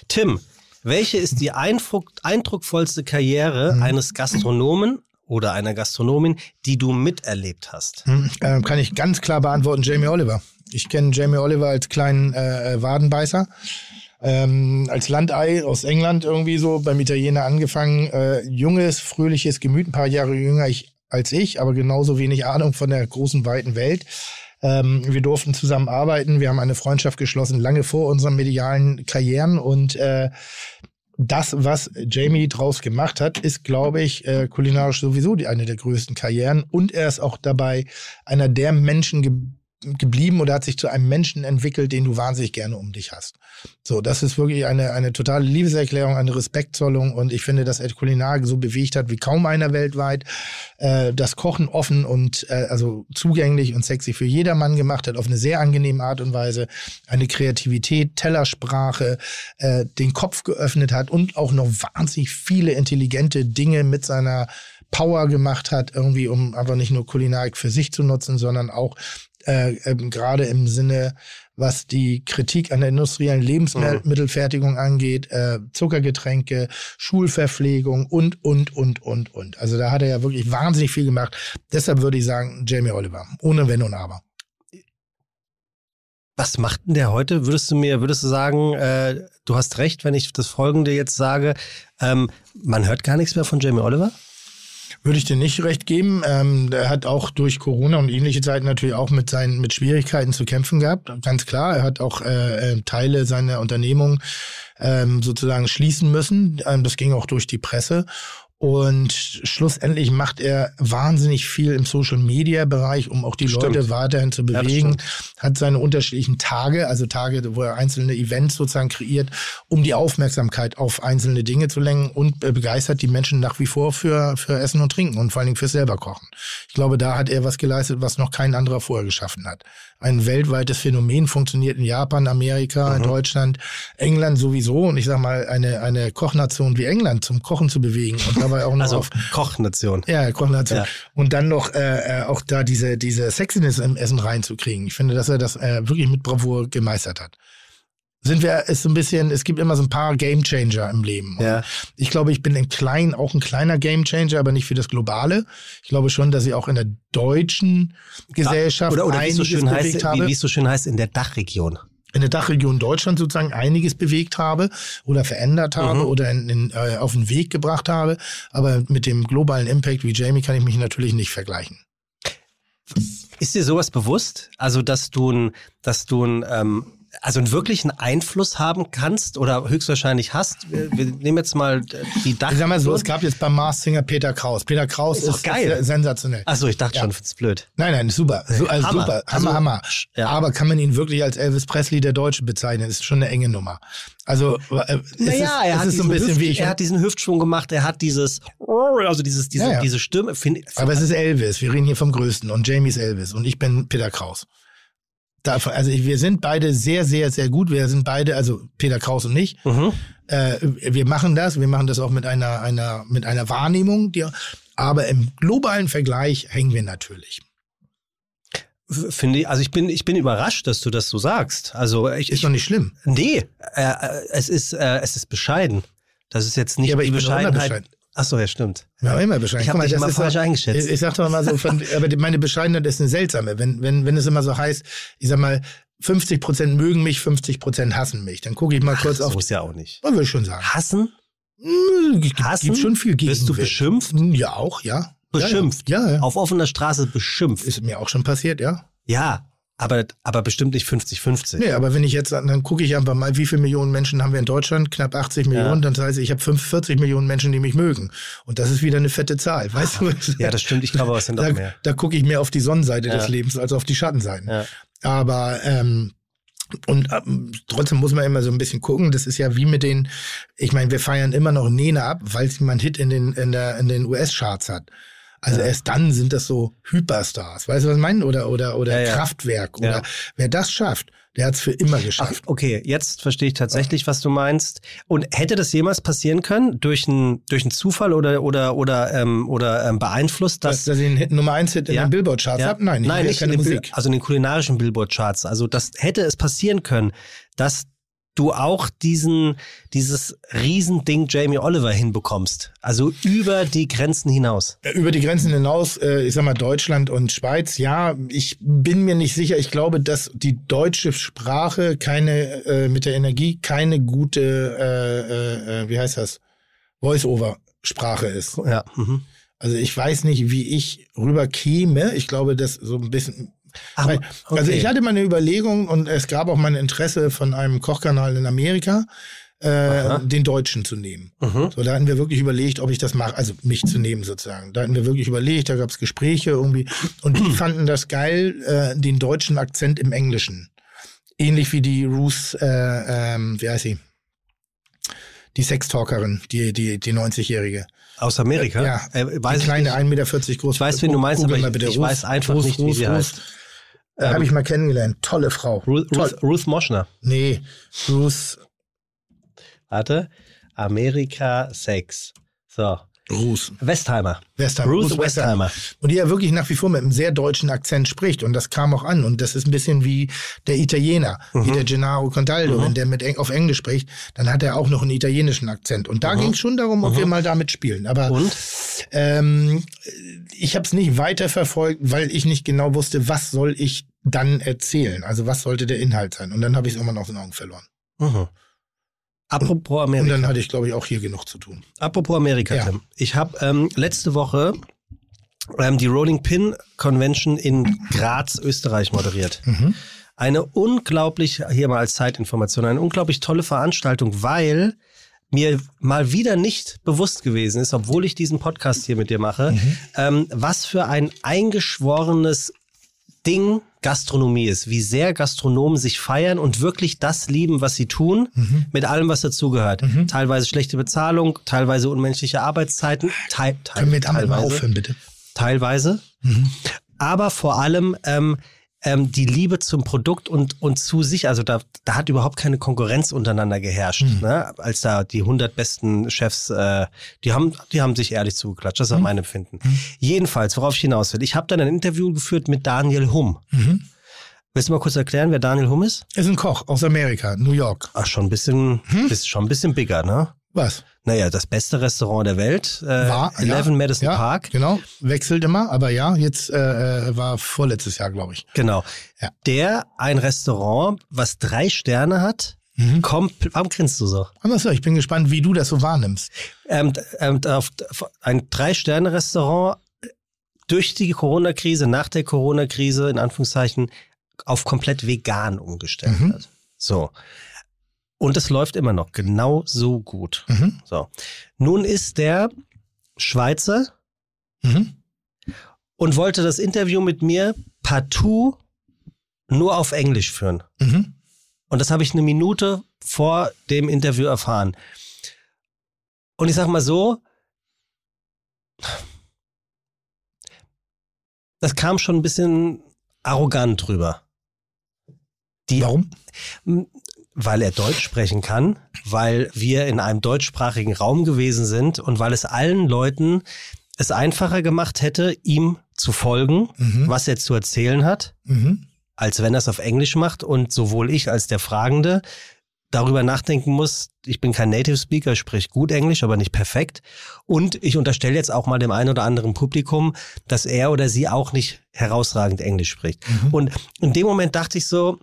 S8: Tim, welche ist die Eindruck, eindruckvollste Karriere eines Gastronomen oder einer Gastronomin, die du miterlebt hast?
S9: Hm, ähm, kann ich ganz klar beantworten, Jamie Oliver. Ich kenne Jamie Oliver als kleinen äh, Wadenbeißer. Ähm, als Landei aus England irgendwie so beim Italiener angefangen. Äh, junges, fröhliches Gemüt, ein paar Jahre jünger ich, als ich, aber genauso wenig Ahnung von der großen, weiten Welt. Ähm, wir durften zusammen arbeiten. Wir haben eine Freundschaft geschlossen, lange vor unseren medialen Karrieren. Und äh, das, was Jamie draus gemacht hat, ist, glaube ich, äh, kulinarisch sowieso die, eine der größten Karrieren. Und er ist auch dabei einer der Menschen ge geblieben oder hat sich zu einem Menschen entwickelt, den du wahnsinnig gerne um dich hast. So, das ist wirklich eine, eine totale Liebeserklärung, eine Respektzollung und ich finde, dass Ed Kulinar so bewegt hat wie kaum einer weltweit. Äh, das Kochen offen und äh, also zugänglich und sexy für jedermann gemacht hat, auf eine sehr angenehme Art und Weise. Eine Kreativität, Tellersprache, äh, den Kopf geöffnet hat und auch noch wahnsinnig viele intelligente Dinge mit seiner Power gemacht hat, irgendwie, um einfach nicht nur Kulinarik für sich zu nutzen, sondern auch äh, ähm, gerade im Sinne, was die Kritik an der industriellen Lebensmittelfertigung angeht, äh, Zuckergetränke, Schulverpflegung und, und, und, und, und. Also da hat er ja wirklich wahnsinnig viel gemacht. Deshalb würde ich sagen, Jamie Oliver. Ohne Wenn und Aber.
S8: Was macht denn der heute? Würdest du mir, würdest du sagen, äh, du hast recht, wenn ich das Folgende jetzt sage, ähm, man hört gar nichts mehr von Jamie Oliver?
S9: Würde ich dir nicht recht geben. Ähm, er hat auch durch Corona und ähnliche Zeiten natürlich auch mit seinen mit Schwierigkeiten zu kämpfen gehabt. Ganz klar, er hat auch äh, äh, Teile seiner Unternehmung ähm, sozusagen schließen müssen. Ähm, das ging auch durch die Presse. Und schlussendlich macht er wahnsinnig viel im Social Media Bereich, um auch die
S8: Stimmt.
S9: Leute weiterhin zu
S8: das
S9: bewegen. hat seine unterschiedlichen Tage, also Tage, wo er einzelne Events sozusagen kreiert, um die Aufmerksamkeit auf einzelne Dinge zu lenken und äh, begeistert die Menschen nach wie vor für, für Essen und Trinken und vor allen Dingen fürs selber Kochen. Ich glaube, da hat er was geleistet, was noch kein anderer vorher geschaffen hat. Ein weltweites Phänomen funktioniert in Japan, Amerika, in Deutschland, England sowieso und ich sag mal, eine, eine Kochnation wie England zum Kochen zu bewegen und dabei auch noch
S8: Also
S9: auf
S8: Kochnation.
S9: ja, kommt dazu.
S8: Ja.
S9: Und dann noch äh, äh, auch da diese, diese Sexiness im Essen reinzukriegen. Ich finde, dass er das äh, wirklich mit Bravour gemeistert hat. Sind wir, ist so ein bisschen, es gibt immer so ein paar Game Changer im Leben. Und
S8: Ja.
S9: Ich glaube, ich bin im Kleinen auch ein kleiner Game Changer, aber nicht für das Globale. Ich glaube schon, dass ich auch in der deutschen Gesellschaft
S8: Oder, oder wie es
S9: einiges
S8: so schön
S9: bewegt
S8: heißt,
S9: habe
S8: wie, wie es so schön heißt, in der Dachregion.
S9: in der Dachregion Deutschland sozusagen einiges bewegt habe oder verändert habe
S8: Mhm.
S9: oder in, in, äh, auf den Weg gebracht habe. Aber mit dem globalen Impact wie Jamie kann ich mich natürlich nicht vergleichen.
S8: Ist dir sowas bewusst? Also, dass du ein, dass du ein, ähm, also einen wirklichen Einfluss haben kannst oder höchstwahrscheinlich hast. Wir, wir nehmen jetzt mal äh, die Dach.
S9: Ich sag mal so, es gab jetzt beim Mars Singer Peter Kraus. Peter Kraus
S8: Ist
S9: ist,
S8: doch geil.
S9: sensationell.
S8: Achso, ich dachte
S9: Ja.
S8: schon, find's blöd.
S9: Nein, nein, super. So, also
S8: Hammer.
S9: super.
S8: Also,
S9: Hammer, Hammer.
S8: ja.
S9: Aber kann man ihn wirklich als Elvis Presley der Deutschen bezeichnen? Das ist schon eine enge Nummer. Also, äh, es
S8: Naja,
S9: ist,
S8: er,
S9: es
S8: hat
S9: ist so ein
S8: diesen
S9: bisschen
S8: Hüft,
S9: wie ich.
S8: er hat diesen Hüftschwung gemacht, er hat dieses, also dieses, diese,
S9: Ja, ja.
S8: diese Stimme. Find,
S9: Aber es ist Elvis. Wir reden hier vom Größten. Und Jamie ist Elvis. Und ich bin Peter Kraus. Davon, also ich- wir sind beide sehr, sehr, sehr gut. Wir sind beide, also Peter Kraus und ich.
S8: Mhm.
S9: Äh, wir machen das. Wir machen das auch mit einer, einer, mit einer Wahrnehmung. Die, aber im globalen Vergleich hängen wir natürlich.
S8: finde ich, also ich bin, ich bin überrascht, dass du das so sagst. Also ich,
S9: Ist
S8: ich
S9: doch nicht schlimm.
S8: nee, äh, äh, es ist, äh, es ist bescheiden. Das ist jetzt nicht
S9: Ja, aber
S8: die
S9: ich bin doch immer
S8: Bescheidenheit.
S9: bescheiden.
S8: Achso, ja, stimmt.
S9: Ja, auch immer bescheiden.
S8: Ich hab
S9: Guck mal,
S8: dich
S9: das
S8: immer
S9: ist
S8: falsch
S9: doch-
S8: eingeschätzt.
S9: Ich, ich sag doch mal so, von, aber die- meine Bescheidenheit ist eine seltsame. Wenn, wenn, wenn es immer so heißt, ich sag mal, 50 Prozent mögen mich, 50 Prozent hassen mich. Dann gucke ich mal kurz
S8: so
S9: auf.
S8: ist ja auch nicht.
S9: Würde ich schon sagen.
S8: Hassen?
S9: Hm, gibt-
S8: Hassen?
S9: Gibt schon viel
S8: Wirst du
S9: Gegenwind.
S8: beschimpft?
S9: Hm, Ja, auch, ja.
S8: Beschimpft.
S9: Ja, ja. ja.
S8: Auf offener Straße beschimpft.
S9: Ist mir auch schon passiert, ja.
S8: ja, aber, aber bestimmt nicht 50-50.
S9: Nee, aber wenn ich jetzt, dann gucke ich einfach mal, wie viele Millionen Menschen haben wir in Deutschland? Knapp 80 Millionen. Das heißt, ich habe 45 Millionen Menschen, die mich mögen. Und das ist wieder eine fette Zahl. Weißt du?
S8: Ja, das stimmt. Ich glaube, aber es sind noch
S9: da,
S8: mehr.
S9: Da gucke ich mehr auf die Sonnenseite
S8: Ja.
S9: des Lebens als auf die Schattenseiten.
S8: Ja.
S9: Aber ähm, und ähm, trotzdem muss man immer so ein bisschen gucken. Das ist ja wie mit den, ich meine, wir feiern immer noch Nena ab, weil sie mal einen Hit in den, in der, in den US-Charts hat. Also erst dann sind das so Hyperstars. Weißt du, was ich meine? Oder, oder, oder
S8: Ja, ja.
S9: Kraftwerk.
S8: Ja.
S9: Oder wer das schafft, der hat es für immer
S8: Ach,
S9: geschafft.
S8: okay, jetzt verstehe ich tatsächlich, was du meinst. Und hätte das jemals passieren können, durch einen durch einen Zufall oder, oder, oder, ähm, oder ähm, beeinflusst, dass,
S9: dass, dass ich einen Hit, Nummer 1 Hit in
S8: Ja.
S9: den Billboard-Charts
S8: Ja.
S9: habe? Nein, ich mache ja
S8: nicht
S9: keine
S8: in den Bil-
S9: Musik.
S8: Also in den kulinarischen Billboard-Charts. Also das hätte es passieren können, dass du auch diesen, dieses Riesending Jamie Oliver hinbekommst. Also über die Grenzen hinaus.
S9: Äh, Über die Grenzen hinaus, äh, ich sag mal Deutschland und Schweiz, ja, ich bin mir nicht sicher. Ich glaube, dass die deutsche Sprache keine, äh, mit der Energie keine gute, äh, äh, äh, wie heißt das, Voice-Over-Sprache ist.
S8: Ja. Mhm.
S9: Also ich weiß nicht, wie ich rüberkäme. Ich glaube, dass so ein bisschen.
S8: Ach,
S9: Weil- Also
S8: okay.
S9: ich hatte mal eine Überlegung und es gab auch mein Interesse von einem Kochkanal in Amerika. äh, den Deutschen zu nehmen.
S8: Mhm.
S9: So, da hatten wir wirklich überlegt, ob ich das mache, also mich zu nehmen sozusagen. Da hatten wir wirklich überlegt, da gab es Gespräche irgendwie und die fanden das geil, äh, den deutschen Akzent im Englischen. Ähnlich wie die Ruth, äh, ähm, wie heißt sie? Die Sextalkerin, die, die, die 90-Jährige.
S8: Aus Amerika?
S9: Ja,
S8: Äh, weiß
S9: die
S8: ich
S9: kleine,
S8: nicht.
S9: 1,40 Meter groß.
S8: Ich weiß, wen du meinst,
S9: Google
S8: aber
S9: mal
S8: ich-
S9: bitte.
S8: ich
S9: Ruth,
S8: weiß einfach nicht, wie sie heißt. Ähm,
S9: Äh, Habe ich mal kennengelernt. Tolle Frau.
S8: Ruth,
S9: Toll.
S8: Ruth, Ruth Moschner.
S9: Nee, Ruth,
S8: Warte. Amerika 6. So.
S9: Ruth.
S8: Westheimer.
S9: Westheimer.
S8: Ruth,
S9: Ruth
S8: Westheimer.
S9: Und die ja wirklich nach wie vor mit einem sehr deutschen Akzent spricht. Und das kam auch an. Und das ist ein bisschen wie der Italiener,
S8: Mhm.
S9: wie der Gennaro Contaldo. Wenn der mit Eng auf Englisch spricht, dann hat er auch noch einen italienischen Akzent. Und da ging es schon darum, ob wir mal damit spielen. Aber
S8: Mhm. Und?
S9: Ähm, ich habe es nicht weiterverfolgt, weil ich nicht genau wusste, was soll ich dann erzählen. Also was sollte der Inhalt sein. Und dann habe ich es irgendwann aus den Augen verloren.
S8: Mhm. Apropos
S9: Und
S8: Amerika.
S9: dann hatte ich, glaube ich, auch hier genug zu tun.
S8: Apropos Amerika,
S9: Ja.
S8: Tim. Ich habe ähm, letzte Woche ähm, die Rolling Pin Convention in Graz, Österreich moderiert.
S9: Mhm.
S8: Eine unglaublich, hier mal als Zeitinformation, eine unglaublich tolle Veranstaltung, weil mir mal wieder nicht bewusst gewesen ist, obwohl ich diesen Podcast hier mit dir mache,
S9: Mhm.
S8: ähm, was für ein eingeschworenes Ding Gastronomie ist, wie sehr Gastronomen sich feiern und wirklich das lieben, was sie tun,
S9: Mhm.
S8: mit allem, was dazugehört. Teilweise schlechte Bezahlung, teilweise unmenschliche Arbeitszeiten, teil, teil,
S9: Können wir damit mal
S8: teilweise,
S9: aufhören, bitte?
S8: teilweise.
S9: Mhm.
S8: Aber vor allem ähm, ähm, die Liebe zum Produkt und, und zu sich. Also da, da hat überhaupt keine Konkurrenz untereinander geherrscht.
S9: Mhm.
S8: Ne? Als da die 100 besten Chefs, äh, die, haben, die haben sich ehrlich zugeklatscht.
S9: Mhm.
S8: Das war mein Empfinden. Jedenfalls, worauf ich hinaus will. Ich habe dann ein Interview geführt mit Daniel Humm.
S9: Mhm.
S8: Willst du mal kurz erklären, wer Daniel Humm ist?
S9: Ist ein Koch aus Amerika, New York.
S8: Ach, schon ein bisschen,
S9: Mhm.
S8: bist schon ein bisschen bigger, ne?
S9: Was?
S8: Naja, das beste Restaurant der Welt, äh,
S9: War?
S8: 11
S9: ja,
S8: Madison
S9: ja,
S8: Park.
S9: Genau, wechselt immer, aber ja, jetzt äh, äh, war vorletztes Jahr, glaube ich.
S8: Genau.
S9: Ja.
S8: Der ein Restaurant, was drei Sterne hat,
S9: Mhm.
S8: kommt. Warum grinst du so?
S9: Aber so, ich bin gespannt, wie du das so wahrnimmst.
S8: Ähm, d- ähm, d- auf, auf ein Drei-Sterne-Restaurant durch die Corona-Krise, nach der Corona-Krise, in Anführungszeichen, auf komplett vegan umgestellt
S9: Mhm.
S8: hat. So. Und es läuft immer noch genau so gut.
S9: Mhm.
S8: So. Nun ist der Schweizer
S9: Mhm.
S8: und wollte das Interview mit mir partout nur auf Englisch führen.
S9: Mhm.
S8: Und das habe ich eine Minute vor dem Interview erfahren. Und ich sag mal so, das kam schon ein bisschen arrogant drüber. Die,
S9: Warum?
S8: Weil er Deutsch sprechen kann, weil wir in einem deutschsprachigen Raum gewesen sind und weil es allen Leuten es einfacher gemacht hätte, ihm zu folgen,
S9: Mhm.
S8: was er zu erzählen hat
S9: Mhm.
S8: als wenn er es auf Englisch macht und sowohl ich als der Fragende darüber nachdenken muss, ich bin kein Native Speaker, sprich gut Englisch, aber nicht perfekt. Und ich unterstelle jetzt auch mal dem einen oder anderen Publikum, dass er oder sie auch nicht herausragend Englisch spricht. Und in dem Moment dachte ich so,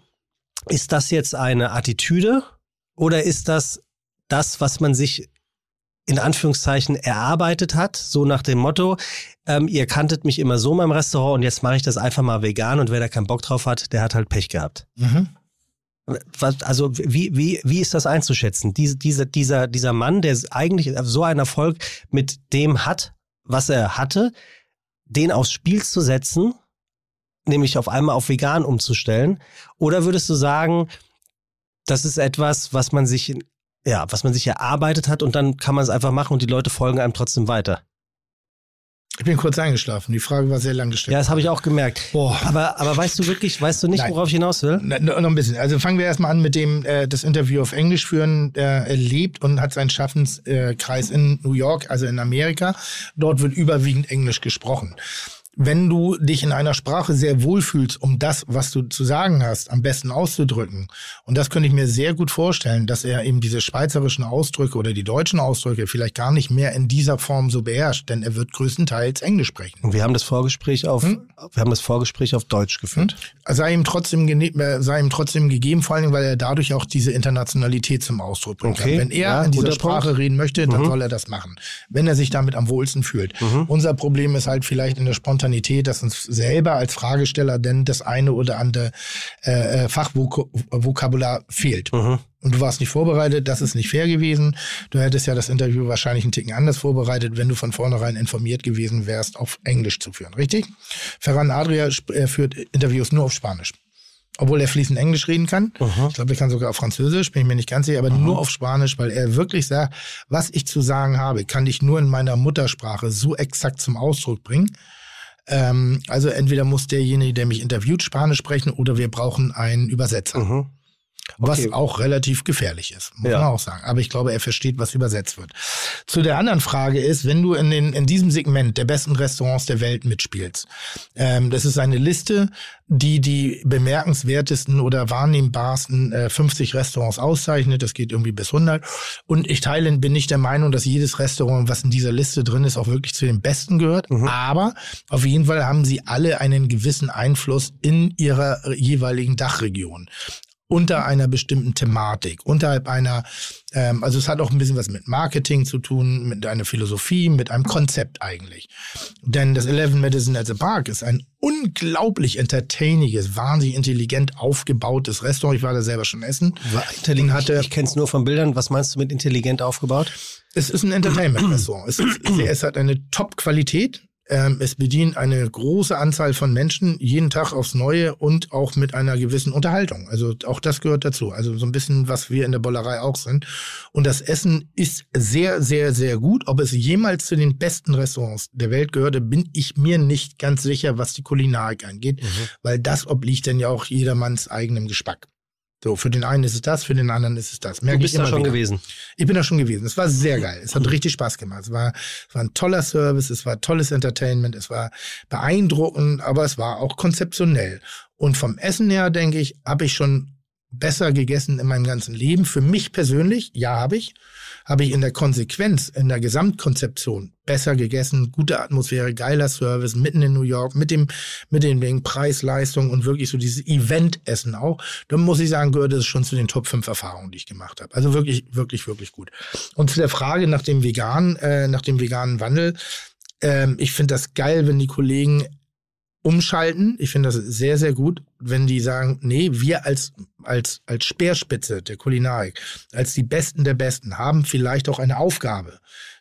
S8: ist das jetzt eine Attitüde oder ist das das, was man sich in Anführungszeichen erarbeitet hat, so nach dem Motto, ähm, ihr kanntet mich immer so in meinem Restaurant und jetzt mache ich das einfach mal vegan und wer da keinen Bock drauf hat, der hat halt Pech gehabt.
S9: Mhm.
S8: Was, also wie, wie, wie ist das einzuschätzen? Diese, dieser dieser, dieser Mann, der eigentlich so einen Erfolg mit dem hat, was er hatte, den aufs Spiel zu setzen, nämlich auf einmal auf vegan umzustellen, oder würdest du sagen, das ist etwas, was man sich, ja, was man sich erarbeitet hat und dann kann man es einfach machen und die Leute folgen einem trotzdem weiter?
S9: Ich bin kurz eingeschlafen. Die Frage war sehr lang gestellt.
S8: Ja, das habe ich auch gemerkt.
S9: Boah.
S8: Aber, aber weißt du wirklich, weißt du nicht,
S9: Nein.
S8: worauf ich hinaus will?
S9: Na, no- noch ein bisschen. Also fangen wir erstmal an mit dem äh, das Interview auf Englisch führen. Äh, er lebt und hat seinen Schaffenskreis in New York, also in Amerika. Dort wird überwiegend Englisch gesprochen. Wenn du dich in einer Sprache sehr wohlfühlst, um das, was du zu sagen hast, am besten auszudrücken, und das könnte ich mir sehr gut vorstellen, dass er eben diese schweizerischen Ausdrücke oder die deutschen Ausdrücke vielleicht gar nicht mehr in dieser Form so beherrscht, denn er wird größtenteils Englisch sprechen.
S8: Und wir haben das Vorgespräch auf, wir haben das Vorgespräch auf Deutsch geführt.
S9: sei ihm trotzdem gene- äh, sei ihm trotzdem gegeben, vor allem weil er dadurch auch diese Internationalität zum Ausdruck bringen
S8: Okay,
S9: kann. Wenn er
S8: ja,
S9: in dieser
S8: guter
S9: Sprache
S8: Punkt.
S9: reden möchte, dann soll er das machen, wenn er sich damit am wohlsten fühlt. Unser Problem ist halt vielleicht in der Spontanität, dass uns selber als Fragesteller denn das eine oder andere äh, äh, Fachvokabular fehlt. Und du warst nicht vorbereitet, das ist nicht fair gewesen. Du hättest ja das Interview wahrscheinlich einen Ticken anders vorbereitet, wenn du von vornherein informiert gewesen wärst, auf Englisch zu führen, richtig? Ferran Adria sp- äh, führt Interviews nur auf Spanisch. Obwohl er fließend Englisch reden kann. Ich glaube, er kann sogar auf Französisch, bin ich mir nicht ganz sicher, aber nur auf Spanisch, weil er wirklich sagt, was ich zu sagen habe, kann ich nur in meiner Muttersprache so exakt zum Ausdruck bringen. Ähm, also entweder muss derjenige, der mich interviewt, Spanisch sprechen oder wir brauchen einen Übersetzer. Was auch relativ gefährlich ist, muss
S8: Ja.
S9: man auch sagen. Aber ich glaube, er versteht, was übersetzt wird. Zu der anderen Frage ist, wenn du in, den, in diesem Segment der besten Restaurants der Welt mitspielst, ähm, das ist eine Liste, die die bemerkenswertesten oder wahrnehmbarsten äh, 50 Restaurants auszeichnet. Das geht irgendwie bis 100. Und ich teile, bin nicht der Meinung, dass jedes Restaurant, was in dieser Liste drin ist, auch wirklich zu den besten gehört. Aber auf jeden Fall haben sie alle einen gewissen Einfluss in ihrer jeweiligen Dachregion unter einer bestimmten Thematik, unterhalb einer, ähm, also es hat auch ein bisschen was mit Marketing zu tun, mit einer Philosophie, mit einem Konzept eigentlich. Denn das Eleven Medicine at the Park ist ein unglaublich entertainiges, wahnsinnig intelligent aufgebautes Restaurant. Ich war da selber schon essen.
S8: Intelligent
S9: hatte-
S8: Ich, ich kenne es nur von Bildern. Was meinst du mit intelligent aufgebaut?
S9: Es ist ein Entertainment-Restaurant. Es, ist, es hat eine Top-Qualität. Ähm, es bedient eine große Anzahl von Menschen jeden Tag aufs Neue und auch mit einer gewissen Unterhaltung. Also auch das gehört dazu. Also so ein bisschen, was wir in der Bollerei auch sind. Und das Essen ist sehr, sehr, sehr gut. Ob es jemals zu den besten Restaurants der Welt gehörte, bin ich mir nicht ganz sicher, was die Kulinarik angeht,
S8: Mhm.
S9: weil das obliegt dann ja auch jedermanns eigenem Geschmack. So, für den einen ist es das, für den anderen ist es das. Merke
S8: Du bist
S9: ich immer
S8: da schon
S9: wieder.
S8: gewesen.
S9: Ich bin da schon gewesen. Es war sehr geil. Es hat richtig Spaß gemacht. Es war, es war ein toller Service, es war tolles Entertainment, es war beeindruckend, aber es war auch konzeptionell. Und vom Essen her, denke ich, habe ich schon besser gegessen in meinem ganzen Leben. Für mich persönlich, ja, habe ich, habe ich in der Konsequenz, in der Gesamtkonzeption besser gegessen, gute Atmosphäre, geiler Service, mitten in New York, mit dem, mit dem wegen Preis, Leistung und wirklich so dieses Eventessen auch. Dann muss ich sagen, gehört es schon zu den Top 5 Erfahrungen, die ich gemacht habe. Also wirklich, wirklich, wirklich gut. Und zu der Frage nach dem veganen, äh, nach dem veganen Wandel. Ähm, ich finde das geil, wenn die Kollegen umschalten. Ich finde das sehr, sehr gut, wenn die sagen, nee, wir als, als, als Speerspitze der Kulinarik, als die Besten der Besten, haben vielleicht auch eine Aufgabe,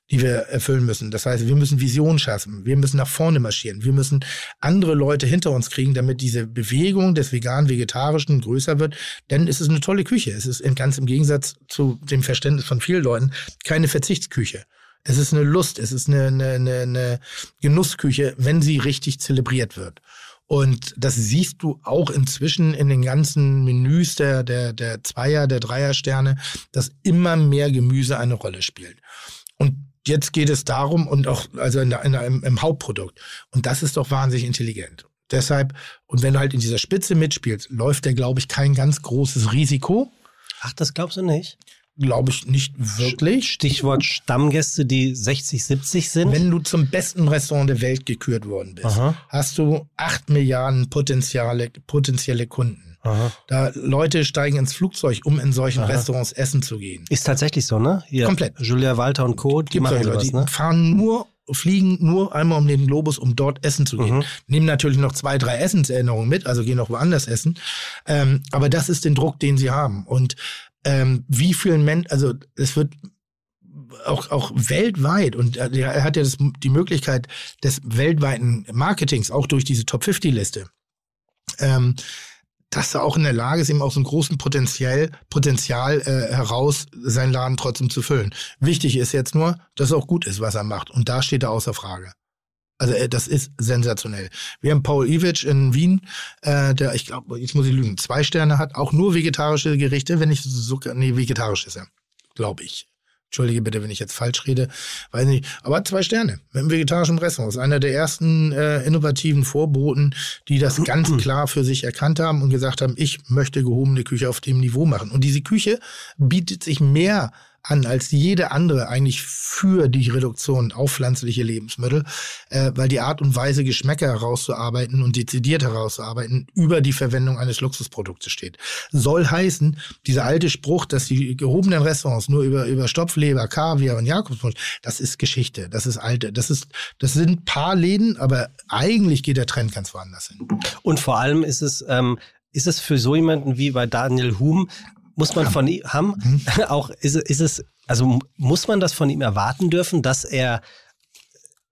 S9: die wir erfüllen müssen. Das heißt, wir müssen Vision schaffen, wir müssen nach vorne marschieren, wir müssen andere Leute hinter uns kriegen, damit diese Bewegung des vegan-vegetarischen größer wird. Denn es ist eine tolle Küche. Es ist in- ganz im Gegensatz zu dem Verständnis von vielen Leuten keine Verzichtsküche. Es ist eine Lust, es ist eine, eine, eine, eine Genussküche, wenn sie richtig zelebriert wird. Und das siehst du auch inzwischen in den ganzen Menüs der, der, der Zweier, der Dreiersterne, dass immer mehr Gemüse eine Rolle spielt. Und jetzt geht es darum und auch also in, der- in, der- im, im Hauptprodukt. Und das ist doch wahnsinnig intelligent. Deshalb, und wenn du halt in dieser Spitze mitspielst, läuft der, glaube ich, kein ganz großes Risiko.
S8: Ach, das glaubst du nicht?
S9: Glaube ich nicht wirklich.
S8: Stichwort Stammgäste, die 60, 70 sind.
S9: Wenn du zum besten Restaurant der Welt gekürt worden bist,
S8: Aha.
S9: hast du 8 Milliarden potenzielle, potenzielle Kunden.
S8: Aha.
S9: Da Leute steigen ins Flugzeug, um in solchen Restaurants essen zu gehen.
S8: Ist tatsächlich so, ne? Hier,
S9: Komplett.
S8: Julia Walter und Co., die
S9: Gibt
S8: machen
S9: solche Leute,
S8: sowas,
S9: die
S8: ne?
S9: fahren nur, fliegen nur einmal um den Globus, um dort essen zu
S8: Mhm.
S9: gehen. Nehmen natürlich noch zwei, drei Essenserinnerungen mit, also gehen noch woanders essen. Ähm, aber das ist den Druck, den sie haben. Und ähm, wie vielen Menschen, also es wird auch, auch weltweit und er er hat ja das, die Möglichkeit des weltweiten Marketings, auch durch diese Top 50-Liste, ähm, dass er auch in der Lage ist, eben aus einem großen Potenzial, Potenzial äh, heraus seinen Laden trotzdem zu füllen. Wichtig ist jetzt nur, dass es auch gut ist, was er macht. Und da steht er außer Frage. Also äh, das ist sensationell. Wir haben Paul Iwitsch in Wien, äh, der, ich glaube, jetzt muss ich lügen, zwei Sterne hat, auch nur vegetarische Gerichte, wenn ich so, nee, vegetarisch ist er, glaube ich. Entschuldige bitte, wenn ich jetzt falsch rede, weiß nicht. Aber hat zwei Sterne mit einem vegetarischen Restaurant. Ist einer der ersten äh, innovativen Vorboten, die das ganz klar für sich erkannt haben und gesagt haben, ich möchte gehobene Küche auf dem Niveau machen. Und diese Küche bietet sich mehr an als jede andere eigentlich für die Reduktion auf pflanzliche Lebensmittel, äh, weil die Art und Weise, Geschmäcker herauszuarbeiten und dezidiert herauszuarbeiten, über die Verwendung eines Luxusproduktes steht. Soll heißen, dieser alte Spruch, dass die gehobenen Restaurants nur über, über Stopfleber, Kaviar und Jakobsmilch, das ist Geschichte, das ist alte, das ist, das sind paar Läden, aber eigentlich geht der Trend ganz woanders hin.
S8: Und vor allem ist es, ähm, ist es für so jemanden wie bei Daniel Huhm, muss man von ihm, Hamm,
S9: Mhm.
S8: auch ist, es- ist es, also muss man das von ihm erwarten dürfen, dass er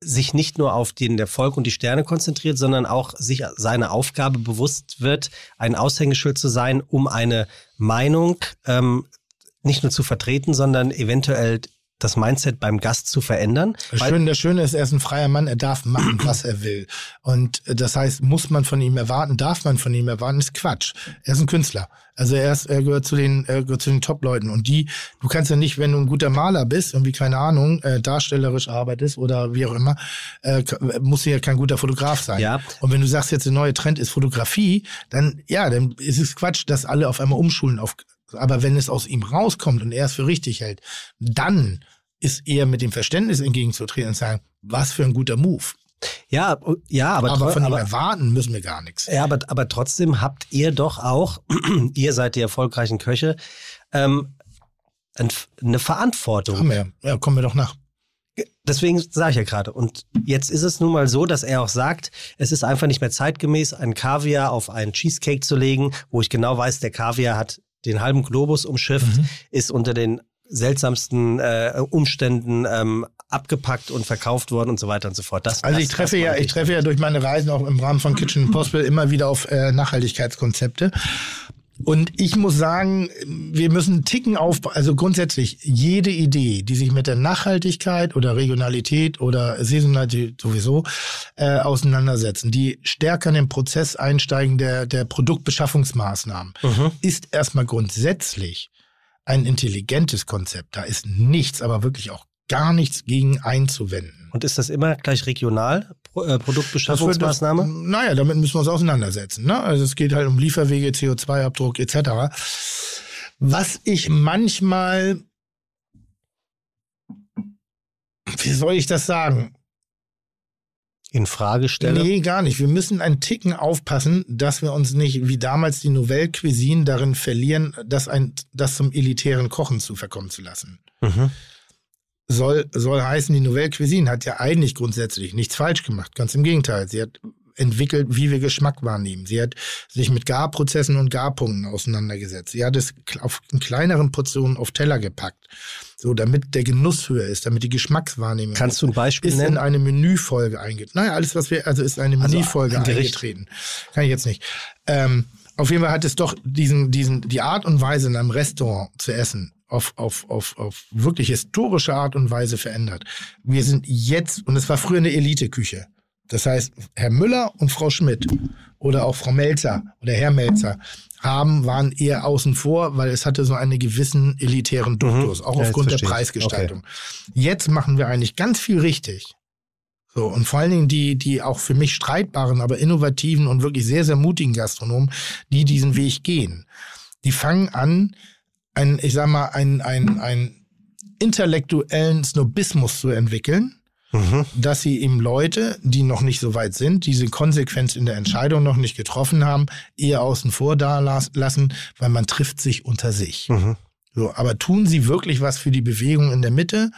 S8: sich nicht nur auf den Erfolg und die Sterne konzentriert, sondern auch sich seiner Aufgabe bewusst wird, ein Aushängeschild zu sein, um eine Meinung ähm, nicht nur zu vertreten, sondern eventuell das Mindset beim Gast zu verändern.
S9: Das
S8: Weil-
S9: Schöne, das Schöne ist, er ist ein freier Mann, er darf machen, was er will. Und äh, das heißt, muss man von ihm erwarten, darf man von ihm erwarten, ist Quatsch. Er ist ein Künstler. Also er, ist, er gehört zu den, er gehört zu den Top-Leuten. Und die, du kannst ja nicht, wenn du ein guter Maler bist, irgendwie, keine Ahnung, äh, darstellerisch arbeitest oder wie auch immer, äh, k- musst du ja kein guter Fotograf sein.
S8: Ja.
S9: Und wenn du sagst, jetzt der neue Trend ist Fotografie, dann ja, dann ist es Quatsch, dass alle auf einmal umschulen auf. Aber wenn es aus ihm rauskommt und er es für richtig hält, dann ist eher mit dem Verständnis entgegenzutreten und zu sagen, was für ein guter Move.
S8: Ja, ja, aber,
S9: Aber,
S8: tro-
S9: von ihm erwarten müssen wir gar nichts. Äh,
S8: Ja, aber, aber trotzdem habt ihr doch auch, ihr seid die erfolgreichen Köche, ähm, ein- eine Verantwortung.
S9: Komm her, ja, kommen wir doch nach.
S8: Deswegen sage ich ja gerade. Und jetzt ist es nun mal so, dass er auch sagt, es ist einfach nicht mehr zeitgemäß, einen Kaviar auf einen Cheesecake zu legen, wo ich genau weiß, der Kaviar hat den halben Globus umschifft,
S9: Mhm.
S8: ist unter den seltsamsten äh, Umständen ähm, abgepackt und verkauft worden und so weiter und so fort. Das,
S9: Also
S8: das
S9: ich
S8: weiß
S9: treffe
S8: man
S9: ja, ich
S8: nicht.
S9: treffe ja durch meine Reisen auch im Rahmen von Kitchen Impossible immer wieder auf äh, Nachhaltigkeitskonzepte. Und ich muss sagen, wir müssen einen Ticken auf, also grundsätzlich jede Idee, die sich mit der Nachhaltigkeit oder Regionalität oder Saisonalität sowieso äh, auseinandersetzen, die stärker in den Prozess einsteigen der, der Produktbeschaffungsmaßnahmen, ist erstmal grundsätzlich ein intelligentes Konzept. Da ist nichts, aber wirklich auch gar nichts gegen einzuwenden.
S8: Und ist das immer gleich regional, Pro, äh,
S9: Das wird-
S8: Produktbeschaffungsmaßnahme?
S9: Das, naja, damit müssen wir uns auseinandersetzen. Ne? Also es geht halt um Lieferwege, CO2-Abdruck etc. Was ich manchmal, wie soll ich das sagen?
S8: in Frage stelle.
S9: Nee, gar nicht. Wir müssen einen Ticken aufpassen, dass wir uns nicht wie damals die Nouvelle Cuisine darin verlieren, das, ein, das zum elitären Kochen zu verkommen zu lassen.
S8: Mhm.
S9: soll, soll heißen, die Nouvelle Cuisine hat ja eigentlich grundsätzlich nichts falsch gemacht. Ganz im Gegenteil. Sie hat entwickelt, wie wir Geschmack wahrnehmen. Sie hat sich mit Garprozessen und Garpunkten auseinandergesetzt. Sie hat es kl- auf, in kleineren Portionen auf Teller gepackt. So, damit der Genuss höher ist, damit die Geschmackswahrnehmung
S8: Kannst du ein Beispiel
S9: ist in
S8: nennen?
S9: eine Menüfolge eingetreten. Naja, alles, was wir, also ist eine
S8: Also
S9: Menüfolge
S8: ein Gericht.
S9: eingetreten. Kann ich jetzt nicht. Ähm, auf jeden Fall hat es doch diesen, diesen, die Art und Weise in einem Restaurant zu essen auf, auf, auf, auf wirklich historische Art und Weise verändert. Wir sind jetzt, und es war früher eine Eliteküche. Das heißt, Herr Müller und Frau Schmidt oder auch Frau Melzer oder Herr Melzer haben, waren eher außen vor, weil es hatte so einen gewissen
S8: Mhm.
S9: elitären Duktus, auch
S8: Ja, jetzt
S9: aufgrund der
S8: verstehe ich.
S9: Preisgestaltung. Jetzt machen wir eigentlich ganz viel richtig. So, und vor allen Dingen die, die auch für mich streitbaren, aber innovativen und wirklich sehr, sehr mutigen Gastronomen, die diesen Weg gehen. Die fangen an, ein, ich sag mal, ein, ein, ein intellektuellen Snobismus zu entwickeln,
S8: Mhm.
S9: dass sie eben Leute, die noch nicht so weit sind, diese Konsequenz in der Entscheidung noch nicht getroffen haben, eher außen vor da las- lassen, weil man trifft sich unter sich.
S8: Mhm.
S9: So, aber tun sie wirklich was für die Bewegung in der Mitte?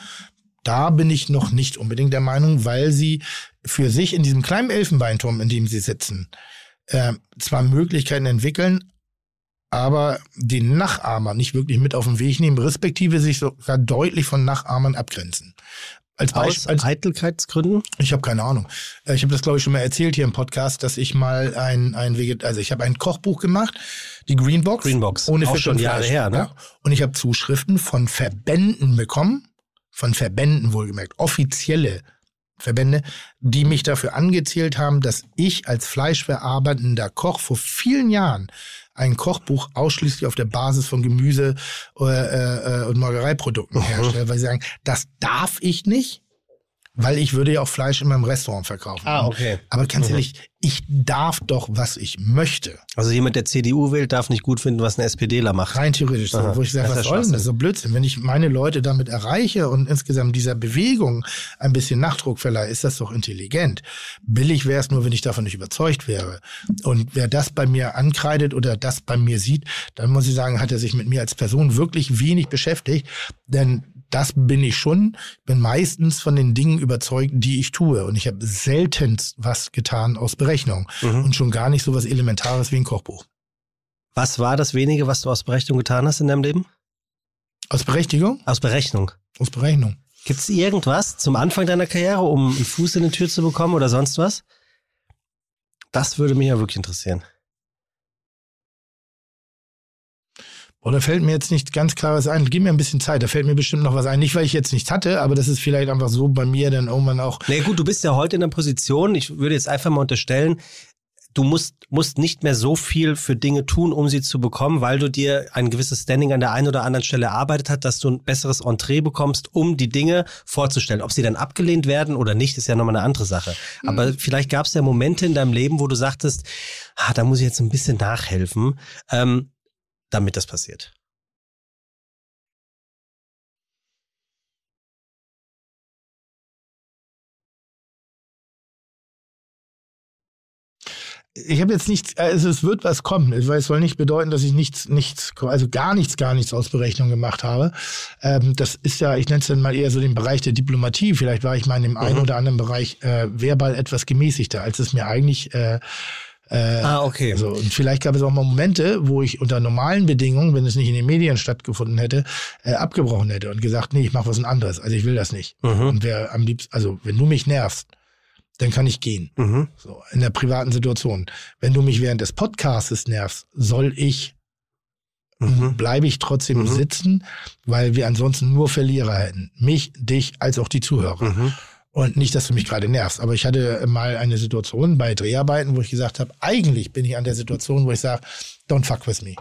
S9: Da bin ich noch nicht unbedingt der Meinung, weil sie für sich in diesem kleinen Elfenbeinturm, in dem sie sitzen, äh, zwar Möglichkeiten entwickeln, aber den Nachahmer nicht wirklich mit auf den Weg nehmen, respektive sich sogar deutlich von Nachahmern abgrenzen. Als,
S8: Aus
S9: Beisp als
S8: Eitelkeitsgründen?
S9: ich habe keine Ahnung. Äh, Ich habe das, glaube ich, schon mal erzählt hier im Podcast, dass ich mal ein, ein Veget also ich habe ein Kochbuch gemacht, die Greenbox.
S8: Greenbox.
S9: Ohne
S8: Auch
S9: Fisch
S8: schon
S9: und
S8: Jahre
S9: Fleisch,
S8: her, ne?
S9: ja. Und ich habe Zuschriften von Verbänden bekommen, von Verbänden wohlgemerkt, offizielle Verbände, die mich dafür angezählt haben, dass ich als fleischverarbeitender Koch vor vielen Jahren ein Kochbuch ausschließlich auf der Basis von Gemüse äh, äh, und Molkereiprodukten herstelle, weil sie sagen, das darf ich nicht. Weil ich würde ja auch Fleisch in meinem Restaurant verkaufen.
S8: Ah, okay.
S9: Aber ganz ehrlich, ich darf doch, was ich möchte.
S8: Also jemand, der CDU wählt, darf nicht gut finden, was ein SPDler macht.
S9: Rein theoretisch. So,
S8: Aha,
S9: wo ich sage,
S8: das ist
S9: was
S8: ja
S9: soll denn
S8: Schwachsinn.
S9: das? So Blödsinn. Wenn ich meine Leute damit erreiche und insgesamt dieser Bewegung ein bisschen Nachdruck verleihe, ist das doch intelligent. Billig wäre es nur, wenn ich davon nicht überzeugt wäre. Und wer das bei mir ankreidet oder das bei mir sieht, dann muss ich sagen, hat er sich mit mir als Person wirklich wenig beschäftigt. Denn das bin ich schon. Bin meistens von den Dingen überzeugt, die ich tue. Und ich habe selten was getan aus Berechnung.
S8: Mhm. Hm.
S9: Und schon gar nicht so was Elementares wie ein Kochbuch.
S8: Was war das wenige, was du aus Berechnung getan hast in deinem Leben?
S9: Aus Berechtigung?
S8: Aus Berechnung.
S9: Aus Berechnung.
S8: Gibt es irgendwas zum Anfang deiner Karriere, um einen Fuß in die Tür zu bekommen oder sonst was? Das würde mich ja wirklich interessieren.
S9: Oder fällt mir jetzt nicht ganz klares ein. Gib mir ein bisschen Zeit, da fällt mir bestimmt noch was ein. Nicht, weil ich jetzt nichts hatte, aber das ist vielleicht einfach so bei mir dann irgendwann auch.
S8: Na nee, gut, du bist ja heute in der Position, ich würde jetzt einfach mal unterstellen, du musst, musst nicht mehr so viel für Dinge tun, um sie zu bekommen, weil du dir ein gewisses Standing an der einen oder anderen Stelle erarbeitet hast, dass du ein besseres Entree bekommst, um die Dinge vorzustellen. Ob sie dann abgelehnt werden oder nicht, ist ja nochmal eine andere Sache.
S9: Mhm.
S8: Aber vielleicht gab es ja Momente in deinem Leben, wo du sagtest, ah, da muss ich jetzt ein bisschen nachhelfen, ähm, damit das passiert.
S9: Ich habe jetzt nichts, also es wird was kommen. Es- Weil es soll nicht bedeuten, dass ich nichts, nichts, also gar nichts, gar nichts aus Berechnung gemacht habe. Ähm, das ist ja, ich nenne es dann mal eher so den Bereich der Diplomatie. Vielleicht war ich mal in dem einen oder anderen Bereich äh, verbal etwas gemäßigter, als es mir eigentlich äh,
S8: ah, okay.
S9: So, und vielleicht gab es auch mal Momente, wo ich unter normalen Bedingungen, wenn es nicht in den Medien stattgefunden hätte, äh, abgebrochen hätte und gesagt, nee, ich mache was anderes. Also ich will das nicht. Und wer am liebsten, also wenn du mich nervst, dann kann ich gehen.
S8: Mhm.
S9: So, in der privaten Situation. Wenn du mich während des Podcasts nervst, soll ich,
S8: Mhm.
S9: bleibe ich trotzdem
S8: Mhm.
S9: sitzen, weil wir ansonsten nur Verlierer hätten. Mich, dich, als auch die Zuhörer.
S8: Mhm.
S9: Und nicht, dass du mich gerade nervst. Aber ich hatte mal eine Situation bei Dreharbeiten, wo ich gesagt habe, eigentlich bin ich an der Situation, wo ich sage, don't fuck with me.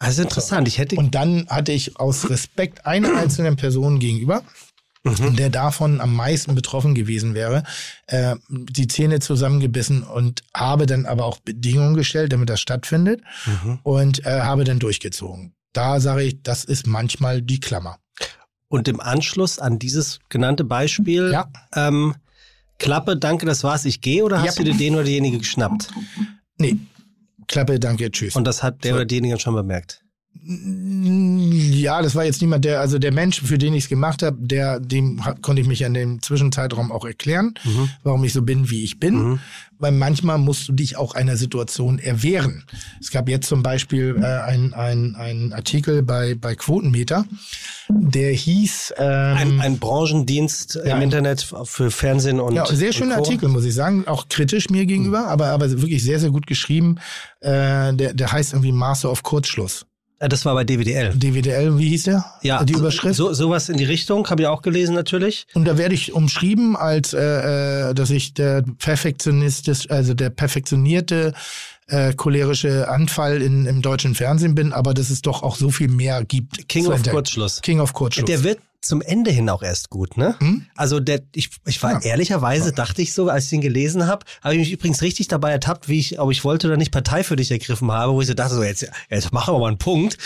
S8: Also interessant. Ich hätte
S9: Und dann hatte ich aus Respekt einer einzelnen Person gegenüber, der davon am meisten betroffen gewesen wäre, äh, die Zähne zusammengebissen und habe dann aber auch Bedingungen gestellt, damit das stattfindet und äh, habe dann durchgezogen. Da sage ich, das ist manchmal die Klammer.
S8: Und im Anschluss an dieses genannte Beispiel,
S9: Ja.
S8: ähm, Klappe, danke, das war's, ich gehe, oder hast
S9: Ja.
S8: du dir den oder diejenige geschnappt?
S9: Nee, Klappe, danke, tschüss.
S8: Und das hat der oder diejenige schon bemerkt.
S9: Ja, das war jetzt niemand, der, also der Mensch, für den ich es gemacht habe, der, dem ha- konnte ich mich in dem Zwischenzeitraum auch erklären,
S8: Mhm.
S9: warum ich so bin, wie ich bin. Weil manchmal musst du dich auch einer Situation erwehren. Es gab jetzt zum Beispiel äh, einen ein Artikel bei, bei Quotenmeter, der hieß. Ähm,
S8: Ein, ein Branchendienst
S9: Ja,
S8: im
S9: ein-
S8: Internet für Fernsehen und.
S9: ja, sehr
S8: und
S9: schöner
S8: Co.
S9: Artikel, muss ich sagen. Auch kritisch mir
S8: Mhm.
S9: gegenüber, aber, aber wirklich sehr, sehr gut geschrieben. Äh, der, der heißt irgendwie Master auf Kurzschluss.
S8: Äh, Das war bei DWDL.
S9: DWDL, wie hieß der?
S8: Ja,
S9: Die Überschrift?
S8: So, sowas in die Richtung, habe ich auch gelesen natürlich.
S9: Und da werde ich umschrieben als, äh, äh, dass ich der perfektionistisch, also der perfektionierte äh, cholerische Anfall in, im deutschen Fernsehen bin, aber dass es doch auch so viel mehr gibt.
S8: King
S9: zu
S8: of
S9: entdecken.
S8: Kurzschluss.
S9: King of Kurzschluss.
S8: Der wird zum Ende hin auch erst gut, ne? Also der, ich, ich war
S9: Hm? Ja.
S8: ehrlicherweise, dachte ich so, als ich den gelesen habe, habe ich mich übrigens richtig dabei ertappt, wie ich, ob ich wollte oder nicht Partei für dich ergriffen habe, wo ich so dachte, so jetzt, jetzt machen wir mal einen Punkt.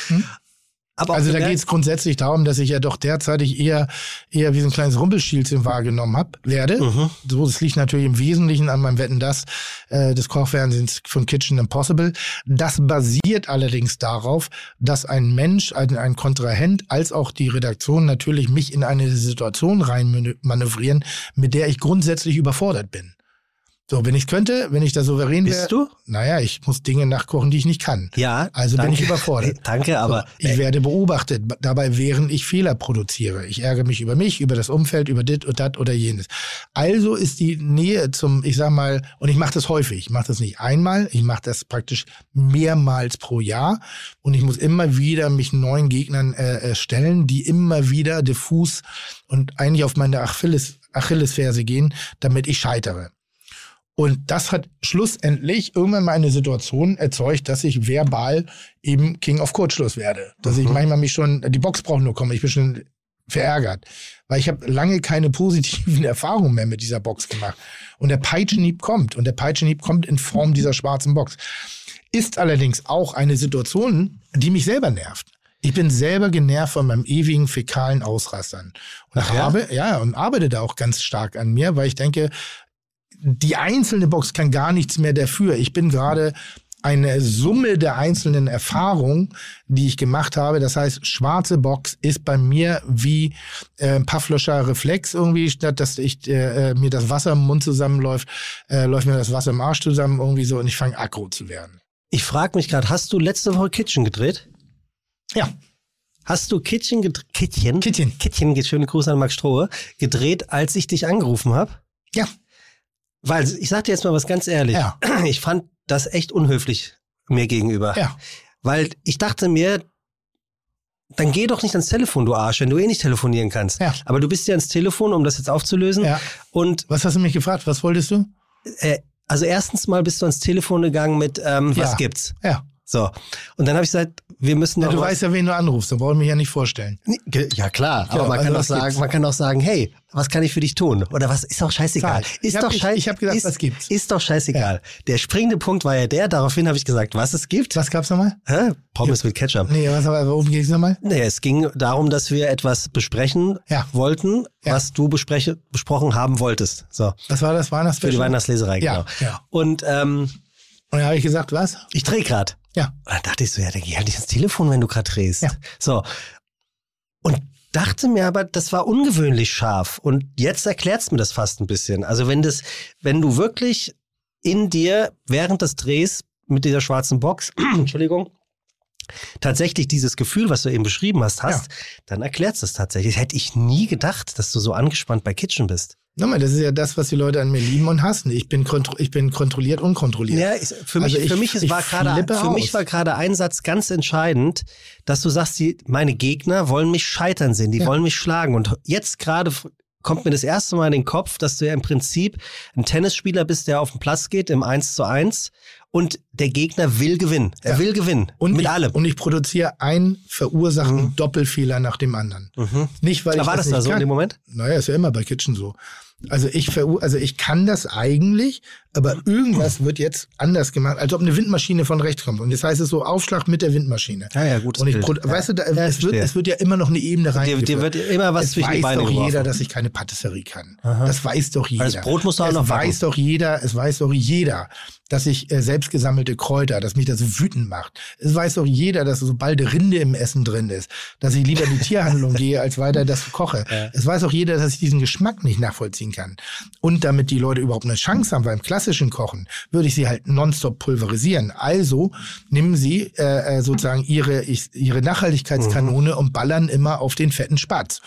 S8: Aber auch
S9: Hm?
S8: ne,
S9: also da
S8: gemerkt-
S9: geht es grundsätzlich darum, dass ich ja doch derzeitig eher, eher wie so ein kleines Rumpelstilzchen wahrgenommen hab, werde.
S8: Mhm.
S9: So, das liegt natürlich im Wesentlichen an meinem Wetten das äh, des Kochfernsehens von Kitchen Impossible. Das basiert allerdings darauf, dass ein Mensch, ein, ein Kontrahent, als auch die Redaktion natürlich mich in eine Situation rein manövrieren, mit der ich grundsätzlich überfordert bin. So, wenn ich könnte, wenn ich da souverän wäre.
S8: Bist du?
S9: Naja, ich muss Dinge nachkochen, die ich nicht kann.
S8: Ja.
S9: Also bin
S8: danke.
S9: ich überfordert.
S8: Danke, aber
S9: Ich werde beobachtet, b- dabei während ich Fehler produziere. Ich ärgere mich über mich, über das Umfeld, über dit und dat oder jenes. Also ist die Nähe zum, ich sag mal, und ich mache das häufig, ich mache das nicht einmal, ich mache das praktisch mehrmals pro Jahr und ich muss immer wieder mich neuen Gegnern äh, äh, stellen, die immer wieder diffus und eigentlich auf meine Achilles, Achillesferse gehen, damit ich scheitere. Und das hat schlussendlich irgendwann mal eine Situation erzeugt, dass ich verbal eben King of Kurzschluss werde. Dass ich manchmal mich schon, die Box braucht nur kommen, ich bin schon verärgert, weil ich habe lange keine positiven Erfahrungen mehr mit dieser Box gemacht. Und der Peitschenhieb kommt und der Peitschenhieb kommt in Form dieser schwarzen Box. Ist allerdings auch eine Situation, die mich selber nervt. Ich bin selber genervt von meinem ewigen fäkalen Ausrastern und
S8: ja?
S9: habe ja und arbeite da auch ganz stark an mir, weil ich denke, die einzelne Box kann gar nichts mehr dafür. Ich bin gerade eine Summe der einzelnen Erfahrungen, die ich gemacht habe. Das heißt, schwarze Box ist bei mir wie äh, ein Pavloscher Reflex irgendwie, statt dass ich äh, äh, mir das Wasser im Mund zusammenläuft, äh, läuft mir das Wasser im Arsch zusammen irgendwie so und ich fange aggro zu werden.
S8: Ich frage mich gerade, hast du letzte Woche Kitchen gedreht?
S9: Ja,
S8: Hast du Kitchen gedreht? Kitchen?
S9: Kitchen.
S8: Kitchen, geht schöne Grüße an Max Strohe. Gedreht, als ich dich angerufen habe?
S9: Ja.
S8: Weil ich sag dir jetzt mal was ganz ehrlich.
S9: Ja.
S8: Ich fand das echt unhöflich mir gegenüber.
S9: Ja.
S8: Weil ich dachte mir, dann geh doch nicht ans Telefon, du Arsch, wenn du eh nicht telefonieren kannst.
S9: Ja.
S8: Aber du bist ja ans Telefon, um das jetzt aufzulösen.
S9: Ja.
S8: Und
S9: Was hast du mich gefragt? Was wolltest du?
S8: äh, also erstens mal bist du ans Telefon gegangen mit ähm, was
S9: Ja.
S8: gibt's?
S9: Ja.
S8: So. Und dann habe ich gesagt, wir müssen
S9: ja
S8: doch
S9: du
S8: was-
S9: weißt ja, wen du anrufst. Da brauche ich mich ja nicht vorstellen.
S8: Nee, ge- Ja klar, aber
S9: Ja,
S8: man,
S9: also
S8: kann auch
S9: was
S8: sagen,
S9: gibt's?
S8: man kann auch sagen, hey, was kann ich für dich tun? Oder was ist doch scheißegal.
S9: Zahl. Ich
S8: Ist
S9: hab-
S8: doch
S9: ich-
S8: scheiß-
S9: ich hab gedacht,
S8: ist,
S9: was gibt's?
S8: Ist doch scheißegal. Der springende Punkt war ja der, daraufhin habe ich gesagt, was es gibt.
S9: Was gab's nochmal?
S8: Hä? Pommes mit Ketchup.
S9: Nee, was aber, worum ging's nochmal?
S8: Nee, es ging darum, dass wir etwas besprechen
S9: Ja.
S8: wollten,
S9: Ja.
S8: was du bespreche, besprochen haben wolltest. So,
S9: Was war das
S8: für die
S9: Weihnachtsfest?
S8: Weihnachtsleserei,
S9: Ja,
S8: genau.
S9: ja.
S8: Und ähm,
S9: Und da habe ich gesagt, was?
S8: ich drehe gerade.
S9: Ja.
S8: Und dann dachte ich so, ja, dann geh halt nicht ins Telefon, wenn du gerade drehst.
S9: Ja.
S8: So. Und dachte mir aber, das war ungewöhnlich scharf. Und jetzt erklärt's mir das fast ein bisschen. Also wenn das, wenn du wirklich in dir während des Drehs mit dieser schwarzen Box, Entschuldigung, tatsächlich dieses Gefühl, was du eben beschrieben hast, hast, dann erklärt's das tatsächlich. Hätte ich nie gedacht, dass du so angespannt bei Kitchen bist.
S9: Nochmal, das ist ja das, was die Leute an mir lieben und hassen. Ich bin, kontro ich bin kontrolliert, unkontrolliert.
S8: Ja, ich, für mich,
S9: Also ich-
S8: für mich, es
S9: ich
S8: war gerade,
S9: flippe
S8: für mich
S9: aus.
S8: war gerade ein Satz ganz entscheidend, dass du sagst, die, meine Gegner wollen mich scheitern sehen, die wollen mich schlagen. Und jetzt gerade f- kommt mir das erste Mal in den Kopf, dass du ja im Prinzip ein Tennisspieler bist, der auf den Platz geht im 1 zu 1 und der Gegner will gewinnen. Er
S9: Ja.
S8: will gewinnen. Und mit
S9: ich,
S8: allem.
S9: Und ich produziere einen verursachten Doppelfehler nach dem anderen.
S8: mhm.
S9: Nicht, weil ich
S8: War das
S9: das nicht
S8: da so
S9: kann.
S8: in dem Moment?
S9: Naja, ist ja immer bei Kitchen so. Also ich, veru- also ich kann das eigentlich, aber irgendwas wird jetzt anders gemacht, als ob eine Windmaschine von rechts kommt. Und jetzt heißt es so Aufschlag mit der Windmaschine.
S8: Ja, ja, gutes
S9: Und ich,
S8: Bild.
S9: produ-
S8: Ja.
S9: weißt du, da,
S8: Ja, ich
S9: es, wird,
S8: verstehe.
S9: es wird ja immer noch eine Ebene
S8: Dir,
S9: rein.
S8: dir wird immer was
S9: Es
S8: zwischen die
S9: weiß
S8: Beine
S9: doch
S8: geworfen.
S9: jeder, dass ich keine Patisserie kann.
S8: Aha.
S9: Das weiß doch jeder.
S8: das Brot musst du auch
S9: es
S8: noch backen.
S9: weiß doch jeder, es weiß doch jeder, dass ich äh, selbst gesammelte Kräuter, dass mich das wütend macht. Es weiß doch jeder, dass sobald Rinde im Essen drin ist, dass ich lieber in die Tierhandlung gehe, als weiter das koche. Es weiß auch jeder, dass ich diesen Geschmack nicht nachvollziehen kann. Und damit die Leute überhaupt eine Chance haben beim klassischen Kochen, würde ich sie halt nonstop pulverisieren. Also nehmen sie äh, äh, sozusagen ihre, ich, ihre
S8: Mhm.
S9: Nachhaltigkeitskanone und ballern immer auf den fetten Spatz.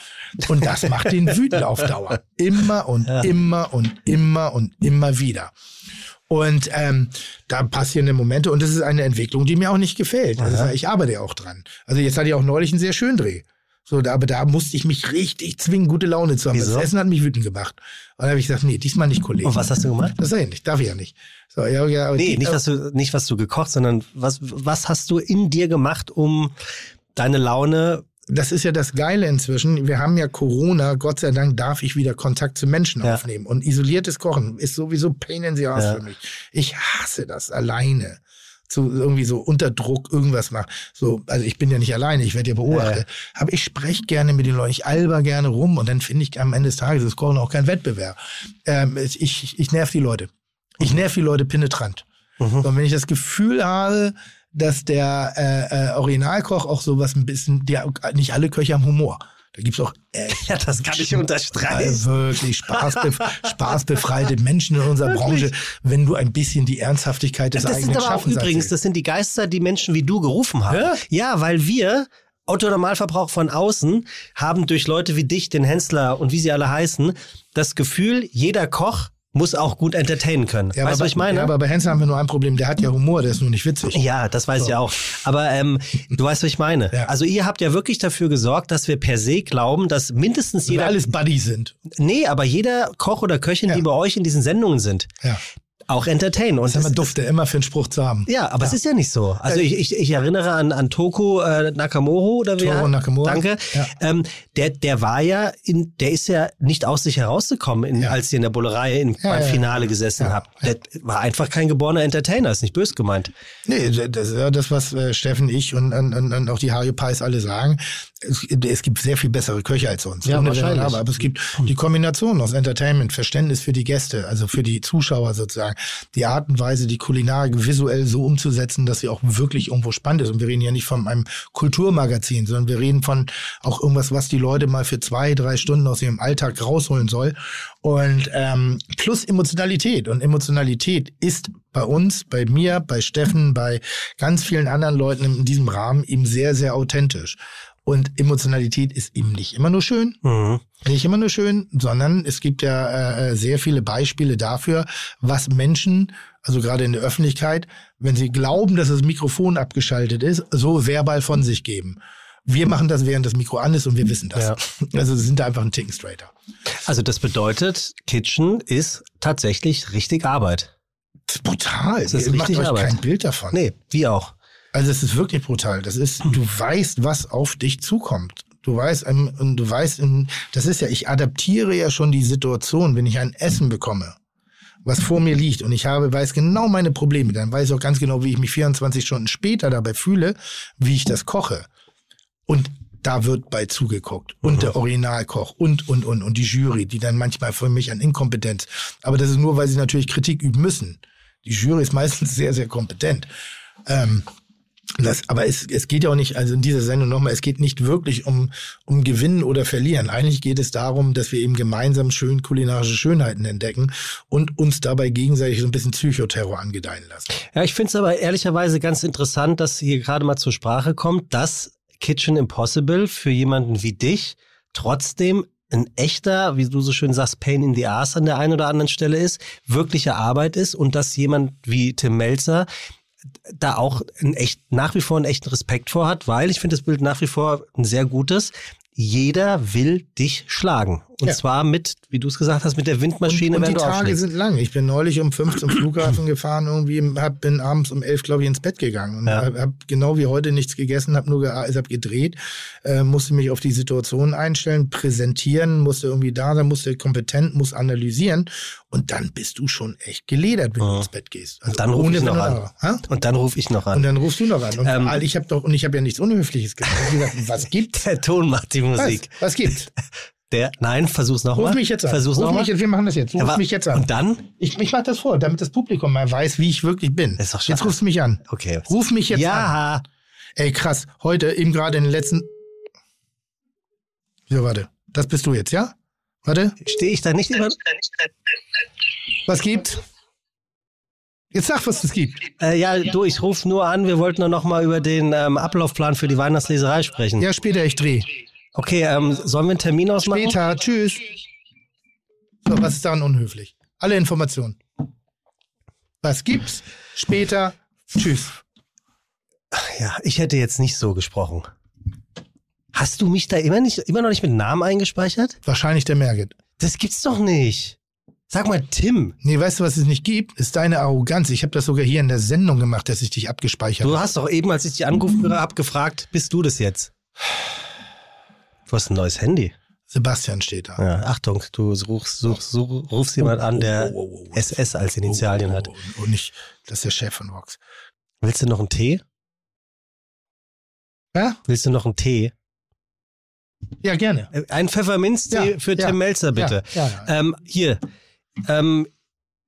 S9: Und das macht den wütend auf Dauer. Immer und immer und immer und immer wieder. Und ähm, da passieren Momente und das ist eine Entwicklung, die mir auch nicht gefällt. Also ich arbeite ja auch dran. Also jetzt hatte ich auch neulich einen sehr schönen Dreh. So, da, aber da musste ich mich richtig zwingen, gute Laune zu haben.
S8: Wieso?
S9: Das Essen hat mich wütend gemacht. Und da habe ich gesagt, nee, diesmal nicht, Kollege.
S8: Und was hast du gemacht?
S9: Das sag ich nicht, darf ich ja nicht. So, ja, ja, aber
S8: Nee,
S9: die- äh,
S8: nicht was, du, nicht was du gekocht, sondern was, was hast du in dir gemacht, um deine Laune
S9: das ist ja das Geile inzwischen. Wir haben ja Corona, Gott sei Dank darf ich wieder Kontakt zu Menschen
S8: Ja.
S9: aufnehmen. Und isoliertes Kochen ist sowieso Pain in the Ass
S8: Ja.
S9: für mich. Ich hasse das alleine. Zu irgendwie so unter Druck irgendwas machen. So, also ich bin ja nicht alleine, ich werde ja beobachtet. Aber ich spreche gerne mit den Leuten, ich alber gerne rum und dann finde ich am Ende des Tages ist Kochen auch kein Wettbewerb. Ähm, ich, ich, ich nerv die Leute. Ich
S8: Mhm.
S9: nerv die Leute penetrant. Und wenn ich das Gefühl habe, dass der äh, äh, Originalkoch auch sowas ein bisschen, die, nicht alle Köche haben Humor. Da gibt's auch echt
S8: Ja, das kann ich
S9: äh,
S8: unterstreichen.
S9: wirklich spaßbef spaßbefreite Menschen in unserer Branche, wenn du ein bisschen die Ernsthaftigkeit des
S8: Das
S9: eigenen
S8: sind aber auch
S9: Schaffens
S8: übrigens,
S9: erzählst.
S8: das sind die Geister, die Menschen wie du gerufen haben. Ja, weil wir, Autonormalverbrauch von außen, haben durch Leute wie dich, den Hensler und wie sie alle heißen, das Gefühl, jeder Koch muss auch gut entertainen können.
S9: Ja,
S8: weißt du,
S9: aber,
S8: was ich meine?
S9: Ja, aber bei Hansen haben wir nur ein Problem, der hat ja Humor, der ist nur nicht witzig.
S8: Ja, das weiß ich auch. Aber ähm, du weißt, was ich meine.
S9: Ja.
S8: Also ihr habt ja wirklich dafür gesorgt, dass wir per se glauben, dass mindestens
S9: Weil wir
S8: jeder,
S9: alles Buddy sind.
S8: nee, aber jeder Koch oder Köchin,
S9: Ja.
S8: die bei euch in diesen Sendungen sind,
S9: Ja.
S8: auch entertainen. Und
S9: Das ist
S8: es-
S9: immer doof, der immer für einen Spruch zu haben.
S8: Ja, aber es ist ja nicht so.
S9: Äh,
S8: Also ich, ich, ich erinnere an, an Toko äh, Nakamoro oder wer?
S9: Toru Nakamura.
S8: Danke.
S9: Ja.
S8: Ähm, der, der war ja, in, der ist ja nicht aus sich herausgekommen, in,
S9: Ja.
S8: als ihr in der Bullerei im
S9: Ja,
S8: beim
S9: ja, ja.
S8: Finale gesessen
S9: Ja,
S8: habt. Der war einfach kein geborener Entertainer, ist nicht bös gemeint.
S9: Nee, das ist ja das, was äh, Steffen, ich und, und, und, und auch die Harry Pies alle sagen. Es, es gibt sehr viel bessere Köche als uns.
S8: Ja,
S9: Ohne Wenn und
S8: wahrscheinlich.
S9: Aber, aber es gibt die Kombination aus Entertainment, Verständnis für die Gäste, also für die Zuschauer sozusagen, die Art und Weise, die Kulinarik visuell so umzusetzen, dass sie auch wirklich irgendwo spannend ist. Und wir reden ja nicht von einem Kulturmagazin, sondern wir reden von auch irgendwas, was die Leute mal für zwei, drei Stunden aus ihrem Alltag rausholen soll. Und ähm, plus Emotionalität. Und Emotionalität ist bei uns, bei mir, bei Steffen, bei ganz vielen anderen Leuten in diesem Rahmen eben sehr, sehr authentisch. Und Emotionalität ist eben nicht immer nur schön,
S8: Mhm.
S9: nicht immer nur schön, sondern es gibt ja äh, äh, sehr viele Beispiele dafür, was Menschen, also gerade in der Öffentlichkeit, wenn sie glauben, dass das Mikrofon abgeschaltet ist, so verbal von sich geben. Wir machen das, während das Mikro an ist und wir wissen das. Also sind da einfach ein Ticken straighter.
S8: Also das bedeutet, Kitchen ist tatsächlich richtig Arbeit.
S9: Das ist brutal.
S8: Das ist
S9: Ihr macht
S8: richtig
S9: euch
S8: Arbeit.
S9: kein Bild davon.
S8: Nee, wie auch.
S9: Also es ist wirklich brutal. Das ist, du weißt, was auf dich zukommt. Du weißt, ähm, und du weißt, ähm, das ist ja, ich adaptiere ja schon die Situation, wenn ich ein Essen bekomme, was vor mir liegt und ich habe, weiß genau meine Probleme, dann weiß ich auch ganz genau, wie ich mich 24 Stunden später dabei fühle, wie ich das koche. Und da wird bei zugeguckt. Und der Originalkoch und, und, und, und die Jury, die dann manchmal für mich an Inkompetenz. Aber das ist nur, weil sie natürlich Kritik üben müssen. Die Jury ist meistens sehr, sehr kompetent. Ähm, das, aber es, es geht ja auch nicht, also in dieser Sendung nochmal, es geht nicht wirklich um, um Gewinnen oder Verlieren. Eigentlich geht es darum, dass wir eben gemeinsam schön kulinarische Schönheiten entdecken und uns dabei gegenseitig so ein bisschen Psychoterror angedeihen lassen.
S8: Ja, ich finde es aber ehrlicherweise ganz interessant, dass hier gerade mal zur Sprache kommt, dass Kitchen Impossible für jemanden wie dich trotzdem ein echter, wie du so schön sagst, Pain in the Ass an der einen oder anderen Stelle ist, wirkliche Arbeit ist und dass jemand wie Tim Melzer da auch einen echt, nach wie vor einen echten Respekt vor hat, weil ich finde das Bild nach wie vor ein sehr gutes. Jeder will dich schlagen. Und
S9: Ja.
S8: zwar mit, wie du es gesagt hast, mit der Windmaschine,
S9: und, und
S8: wenn du
S9: die Tage
S8: aufschlägst.
S9: sind lang. Ich bin neulich um fünf zum Flughafen gefahren, irgendwie hab, bin abends um elf, glaube ich, ins Bett gegangen und
S8: Ja.
S9: hab, hab genau wie heute nichts gegessen, habe nur ge hab gedreht, äh, musste mich auf die Situation einstellen, präsentieren, musste irgendwie da sein, musste kompetent, muss analysieren und dann bist du schon echt geledert, wenn du ins Bett gehst. Also
S8: Und dann ruf ich
S9: Wenn
S8: noch
S9: und
S8: an.
S9: aber. Hä?
S8: Und dann rufe ich noch an.
S9: Und dann rufst du noch an. Und
S8: Ähm.
S9: ich habe doch und ich habe ja nichts Unhöfliches gesagt. Ich hab gesagt, was gibt's?
S8: Der Ton macht die
S9: Was,
S8: Musik.
S9: was gibt's?
S8: Der, nein, versuch's nochmal.
S9: Ruf mich jetzt an.
S8: Versuch's
S9: Ruf
S8: nochmal.
S9: mich jetzt, wir machen das jetzt. Ruf mich jetzt an.
S8: Und dann?
S9: Ich, ich mache das vor, damit das Publikum mal weiß, wie ich wirklich bin.
S8: Ist doch schade.
S9: jetzt rufst du mich an.
S8: Okay.
S9: Ruf mich jetzt an.
S8: ja.
S9: Ey, krass. Heute, eben gerade in den letzten. So, warte. Das bist du jetzt, ja? Warte.
S8: Stehe ich da nicht immer?
S9: Was gibt's? Jetzt sag, was es gibt.
S8: Äh, ja, du, ich ruf nur an. Wir wollten doch nochmal über den ähm, Ablaufplan für die Weihnachtsleserei sprechen.
S9: Ja, später, ich dreh.
S8: Okay, ähm, sollen wir einen Termin ausmachen?
S9: Später, tschüss. So, was ist daran unhöflich? Alle Informationen. Was gibt's? Später, tschüss.
S8: Ja, ich hätte jetzt nicht so gesprochen. Hast du mich da immer, nicht, immer noch nicht mit Namen eingespeichert?
S9: Wahrscheinlich der Merget.
S8: Das gibt's doch nicht. Sag mal, Tim,
S9: Nee, weißt du, was es nicht gibt? Ist deine Arroganz. Ich habe das sogar hier in der Sendung gemacht, dass ich dich abgespeichert
S8: du hast doch eben, als ich dich angerufen habe, gefragt, bist du das jetzt? Du hast ein neues Handy.
S9: Sebastian steht da.
S8: Ja, Achtung, du rufst, suchst, such, rufst jemand an, der
S9: Oh, oh, oh, oh.
S8: SS als Initialien hat.
S9: Oh, oh, oh, Und nicht, das ist der Chef von Vox.
S8: Willst du noch einen Tee?
S9: Ja?
S8: Willst du noch einen Tee?
S9: Ja, gerne.
S8: Äh, Einen Pfefferminztee
S9: Ja,
S8: für
S9: ja,
S8: Tim Melzer, bitte.
S9: Ja, ja, ja.
S8: Ähm, hier, ähm,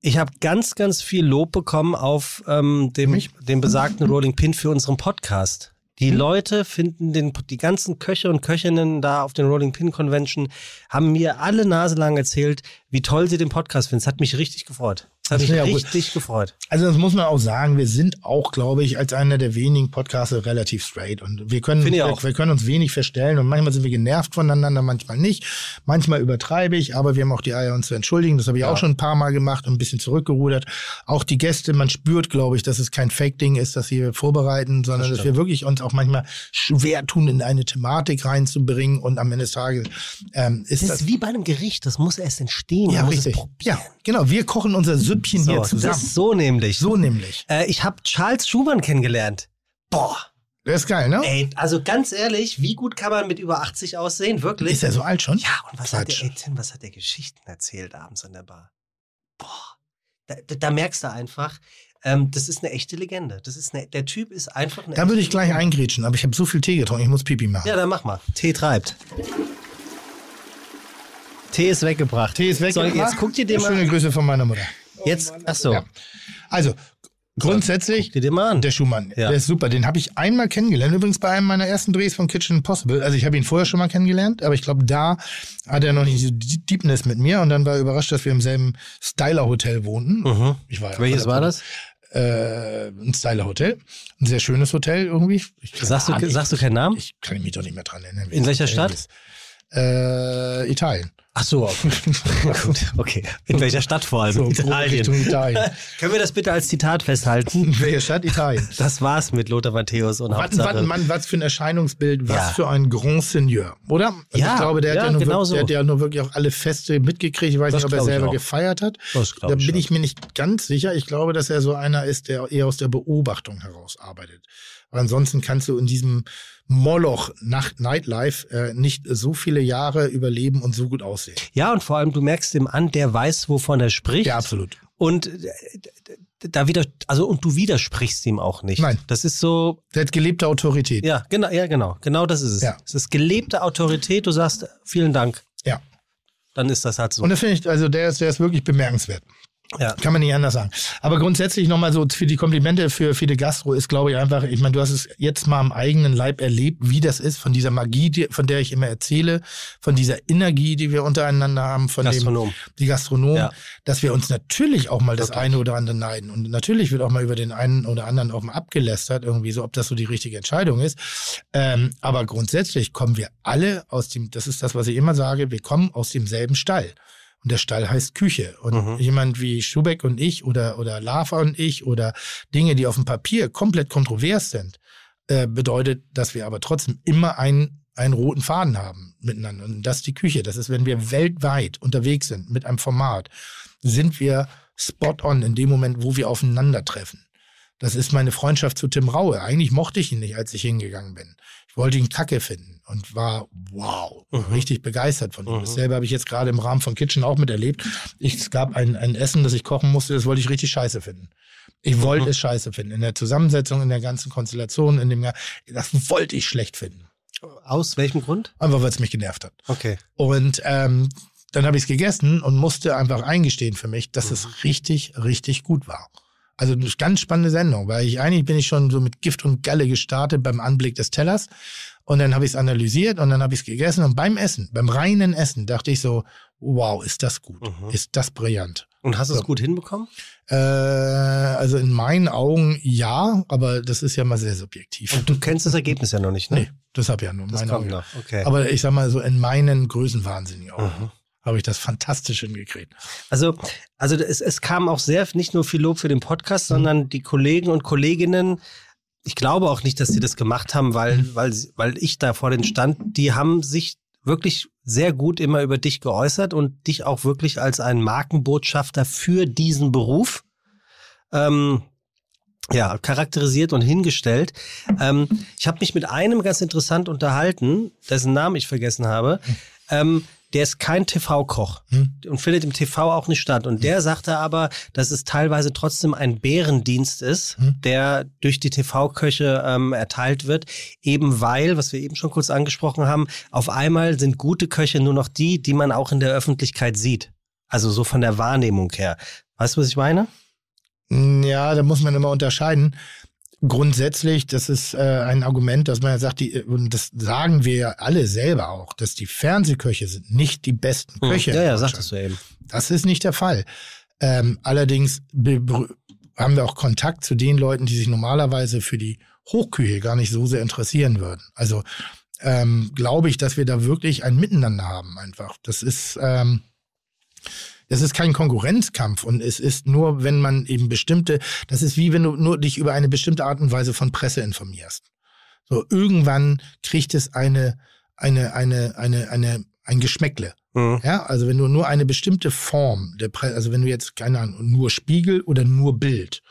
S8: ich habe ganz, ganz viel Lob bekommen auf ähm, dem,
S9: Mich?
S8: dem besagten Rolling Pin für unseren Podcast. Die Leute finden den, die ganzen Köche und Köchinnen da auf den Rolling Pin Convention haben mir alle naselang erzählt, wie toll sie den Podcast finden. Es hat mich richtig gefreut. Es hat
S9: Das
S8: mich
S9: ist ja gut.
S8: richtig gefreut.
S9: Also das muss man auch sagen, wir sind auch, glaube ich, als einer der wenigen Podcaster relativ straight. Und wir können,
S8: Finde ich
S9: wir,
S8: auch.
S9: wir können uns wenig verstellen und manchmal sind wir genervt voneinander, manchmal nicht. Manchmal übertreibe ich, aber wir haben auch die Eier, uns zu entschuldigen. Das habe ich auch schon ein paar Mal gemacht und ein bisschen zurückgerudert. Auch die Gäste, man spürt, glaube ich, dass es kein Fake-Ding ist, dass wir vorbereiten, sondern dass wir wirklich uns auch manchmal schwer tun, in eine Thematik reinzubringen. Und am Ende des Tages ähm, ist
S8: Das
S9: das
S8: ist wie bei einem Gericht, das muss erst entstehen.
S9: ja,
S8: man muss es
S9: richtig.
S8: probieren.
S9: Ja, genau. Wir kochen unser Süpp Süppchen hier
S8: So,
S9: zusammen.
S8: das, so nämlich.
S9: so nämlich.
S8: Äh, ich habe Charles Schumann kennengelernt. Boah,
S9: Der ist geil, ne?
S8: ey, also ganz ehrlich, wie gut kann man mit über 80 aussehen, wirklich?
S9: Ist er so alt schon?
S8: Ja, und was
S9: Quatsch.
S8: hat, der, ey, Tim, was hat der Geschichten erzählt abends an der Bar? Boah, da, da, da merkst du einfach, ähm, das ist eine echte Legende. Das ist eine, der Typ ist einfach eine
S9: Da
S8: echte
S9: würde ich gleich eingrätschen, aber ich habe so viel Tee getrunken, ich muss Pipi machen.
S8: Ja, dann mach mal. Tee treibt. Tee ist weggebracht.
S9: Tee ist weg.
S8: So, jetzt guck dir den
S9: Schöne
S8: mal
S9: Grüße von meiner Mutter.
S8: jetzt, ach so,
S9: Ja. Also, grundsätzlich,
S8: guck dir den mal an.
S9: der Schumann,
S8: Ja.
S9: der ist super. Den habe ich einmal kennengelernt. Übrigens bei einem meiner ersten Drehs von Kitchen Impossible. Also, ich habe ihn vorher schon mal kennengelernt, aber ich glaube, da hat er noch nicht so die Deepness mit mir. Und dann war er überrascht, dass wir im selben Styler-Hotel wohnten.
S8: Mhm.
S9: Ich war ja
S8: Welches war das?
S9: Äh, ein Styler-Hotel. Ein sehr schönes Hotel irgendwie. Ich,
S8: Sagst du,
S9: ich,
S8: sagst du keinen Namen?
S9: ich kann mich doch nicht mehr dran erinnern.
S8: In welcher Stadt?
S9: Äh, Italien.
S8: Ach so, okay. gut, okay. In welcher Stadt vor allem?
S9: So, grob Richtung Italien.
S8: Können wir das bitte als Zitat festhalten?
S9: In welcher Stadt? Italien.
S8: Das war's mit Lothar Matthäus und
S9: Was,
S8: Hauptsache.
S9: was, Mann, was für ein Erscheinungsbild, was
S8: Ja.
S9: für ein Grand Seigneur, oder? Also
S8: Ja,
S9: ich glaube, der, hat
S8: ja,
S9: ja nur
S8: genau
S9: wirklich,
S8: so.
S9: der hat ja nur wirklich auch alle Feste mitgekriegt. Ich weiß
S8: Das
S9: nicht, ob er
S8: glaub ich
S9: selber
S8: auch.
S9: gefeiert hat.
S8: Das glaub
S9: da
S8: ich
S9: bin
S8: schon.
S9: ich mir nicht ganz sicher. Ich glaube, dass er so einer ist, der eher aus der Beobachtung heraus arbeitet. Aber ansonsten kannst du in diesem Moloch nach Nightlife äh, nicht so viele Jahre überleben und so gut aussehen.
S8: Ja, und vor allem, du merkst ihm an, der weiß, wovon er spricht.
S9: Ja, absolut.
S8: Und äh, da wieder, also, und du widersprichst ihm auch nicht.
S9: Nein.
S8: Das ist so,
S9: Der hat gelebte Autorität.
S8: Ja, genau, ja, genau. Genau das ist es.
S9: Ja.
S8: Es ist gelebte Autorität. Du sagst, vielen Dank.
S9: Ja.
S8: Dann ist das halt so.
S9: Und das finde ich, also der ist, der ist wirklich bemerkenswert.
S8: ja.
S9: Kann man nicht anders sagen. Aber grundsätzlich nochmal so für die Komplimente für Fide Gastro ist, glaube ich, einfach, ich meine, du hast es jetzt mal am eigenen Leib erlebt, wie das ist, von dieser Magie, die, von der ich immer erzähle, von dieser Energie, die wir untereinander haben, von
S8: Gastronom.
S9: dem, die Gastronomen,
S8: Ja.
S9: dass wir uns natürlich auch mal das eine oder andere neiden. Und natürlich wird auch mal über den einen oder anderen auch mal abgelästert, irgendwie so, ob das so die richtige Entscheidung ist. Ähm, aber grundsätzlich kommen wir alle aus dem, das ist das, was ich immer sage, wir kommen aus demselben Stall. Und der Stall heißt Küche. Und jemand wie Schubeck und ich oder, oder Lava und ich oder Dinge, die auf dem Papier komplett kontrovers sind, äh, bedeutet, dass wir aber trotzdem immer einen, einen roten Faden haben miteinander. Und das ist die Küche. Das ist, wenn wir weltweit unterwegs sind mit einem Format, sind wir spot on in dem Moment, wo wir aufeinandertreffen. Das ist meine Freundschaft zu Tim Raue. Eigentlich mochte ich ihn nicht, als ich hingegangen bin. Ich wollte ihn kacke finden und war wow, richtig begeistert von ihm. Dasselbe habe ich jetzt gerade im Rahmen von Kitchen auch miterlebt. Ich, es gab ein, ein Essen, das ich kochen musste, das wollte ich richtig scheiße finden. Ich wollte es scheiße finden. In der Zusammensetzung, in der ganzen Konstellation, in dem, Ga- das wollte ich schlecht finden.
S8: Aus welchem Grund?
S9: Einfach, weil es mich genervt hat.
S8: Okay.
S9: Und ähm, dann habe ich es gegessen und musste einfach eingestehen für mich, dass es richtig, richtig gut war. Also eine ganz spannende Sendung, weil ich eigentlich bin ich schon so mit Gift und Galle gestartet beim Anblick des Tellers. Und dann habe ich es analysiert und dann habe ich es gegessen. Und beim Essen, beim reinen Essen, dachte ich so, wow, ist das gut, ist das brillant.
S8: Und hast du es
S9: So.
S8: gut hinbekommen?
S9: Äh, also in meinen Augen ja, aber das ist ja mal sehr subjektiv.
S8: Und du kennst das Ergebnis ja noch nicht, ne?
S9: Nee, das habe ja nur
S8: das
S9: meine
S8: kommt
S9: Augen.
S8: noch. Okay.
S9: Aber ich sag mal so, in meinen Größenwahnsinnigen Augen habe ich das fantastisch hingekriegt.
S8: also, also es, es kam auch sehr, nicht nur viel Lob für den Podcast, sondern die Kollegen und Kolleginnen. Ich glaube auch nicht, dass sie das gemacht haben, weil, weil, sie- weil ich da vor den stand. Die haben sich wirklich sehr gut immer über dich geäußert und dich auch wirklich als einen Markenbotschafter für diesen Beruf ähm, ja, charakterisiert und hingestellt. Ähm, ich habe mich mit einem ganz interessant unterhalten, dessen Namen ich vergessen habe. Ähm, der ist kein TV-Koch und findet im TV auch nicht statt. Und der sagte aber, dass es teilweise trotzdem ein Bärendienst ist, der durch die TV-Köche ähm, erteilt wird, eben weil, was wir eben schon kurz angesprochen haben, auf einmal sind gute Köche nur noch die, die man auch in der Öffentlichkeit sieht. Also so von der Wahrnehmung her. Weißt du, was ich meine?
S9: Hm, Ja, da muss man immer unterscheiden. Grundsätzlich, das ist äh, ein Argument, dass man ja sagt, die, und das sagen wir ja alle selber auch, dass die Fernsehköche sind nicht die besten Köche.
S8: Hm. Ja,
S9: in
S8: ja,
S9: Deutschland.
S8: sagtest du eben.
S9: Das ist nicht der Fall. Ähm, allerdings bebrü- haben wir auch Kontakt zu den Leuten, die sich normalerweise für die Hochküche gar nicht so sehr interessieren würden. Also ähm, glaube ich, dass wir da wirklich ein Miteinander haben einfach. Das ist, ähm, das ist kein Konkurrenzkampf und es ist nur, wenn man eben bestimmte, das ist wie wenn du nur dich über eine bestimmte Art und Weise von Presse informierst. So irgendwann kriegt es eine, eine, eine, eine, eine, ein Geschmäckle.
S8: Mhm.
S9: Ja, also wenn du nur eine bestimmte Form, der Pre also wenn du jetzt, keine Ahnung, nur Spiegel oder nur Bild,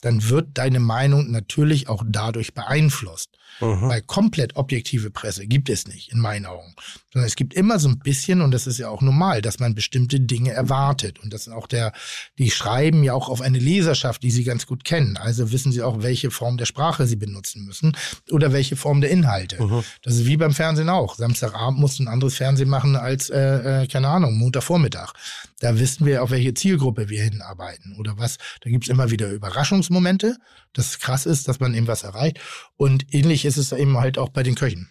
S9: dann wird deine Meinung natürlich auch dadurch beeinflusst. Weil komplett objektive Presse gibt es nicht, in meinen Augen. Sondern es gibt immer so ein bisschen, und das ist ja auch normal, dass man bestimmte Dinge erwartet. Und das sind auch der, die schreiben ja auch auf eine Leserschaft, die sie ganz gut kennen. Also wissen sie auch, welche Form der Sprache sie benutzen müssen oder welche Form der Inhalte. Das ist wie beim Fernsehen auch. Samstagabend musst du ein anderes Fernsehen machen als, äh, äh, keine Ahnung, Montagvormittag. Da wissen wir, auf welche Zielgruppe wir hinarbeiten oder was. Da gibt's immer wieder Überraschungsmomente, dass es krass ist, dass man eben was erreicht. Und ähnlich ist es eben halt auch bei den Köchen.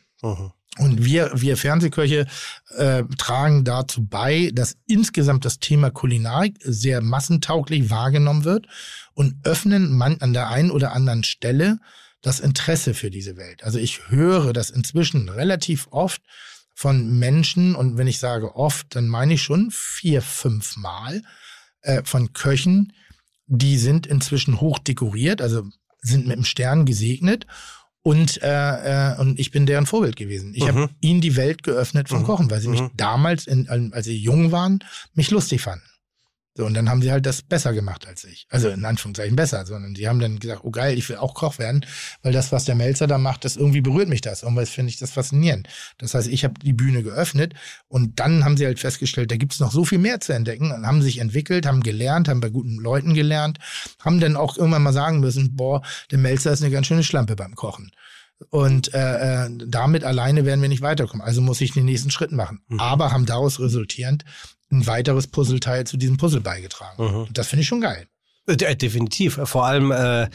S9: Und wir, wir Fernsehköche äh, tragen dazu bei, dass insgesamt das Thema Kulinarik sehr massentauglich wahrgenommen wird und öffnen man an der einen oder anderen Stelle das Interesse für diese Welt. Also ich höre das inzwischen relativ oft von Menschen, und wenn ich sage oft, dann meine ich schon vier, fünf Mal äh, von Köchen, die sind inzwischen hoch dekoriert, also sind mit dem Stern gesegnet. Und, äh, äh, und ich bin deren Vorbild gewesen. Ich habe ihnen die Welt geöffnet vom Kochen, weil sie mich damals, in, als sie jung waren, mich lustig fanden. So, und dann haben sie halt das besser gemacht als ich. Also in Anführungszeichen besser, sondern die haben dann gesagt, oh geil, ich will auch Koch werden, weil das, was der Melzer da macht, das irgendwie berührt mich das. Und was finde ich das faszinierend. Das heißt, ich habe die Bühne geöffnet und dann haben sie halt festgestellt, da gibt's noch so viel mehr zu entdecken und haben sich entwickelt, haben gelernt, haben bei guten Leuten gelernt, haben dann auch irgendwann mal sagen müssen, boah, der Melzer ist eine ganz schöne Schlampe beim Kochen. Und äh, äh, damit alleine werden wir nicht weiterkommen. Also muss ich den nächsten Schritt machen. Aber haben daraus resultierend ein weiteres Puzzleteil zu diesem Puzzle beigetragen.
S8: Mhm.
S9: Und das finde ich schon geil.
S8: Äh, De- Definitiv. Vor allem, äh,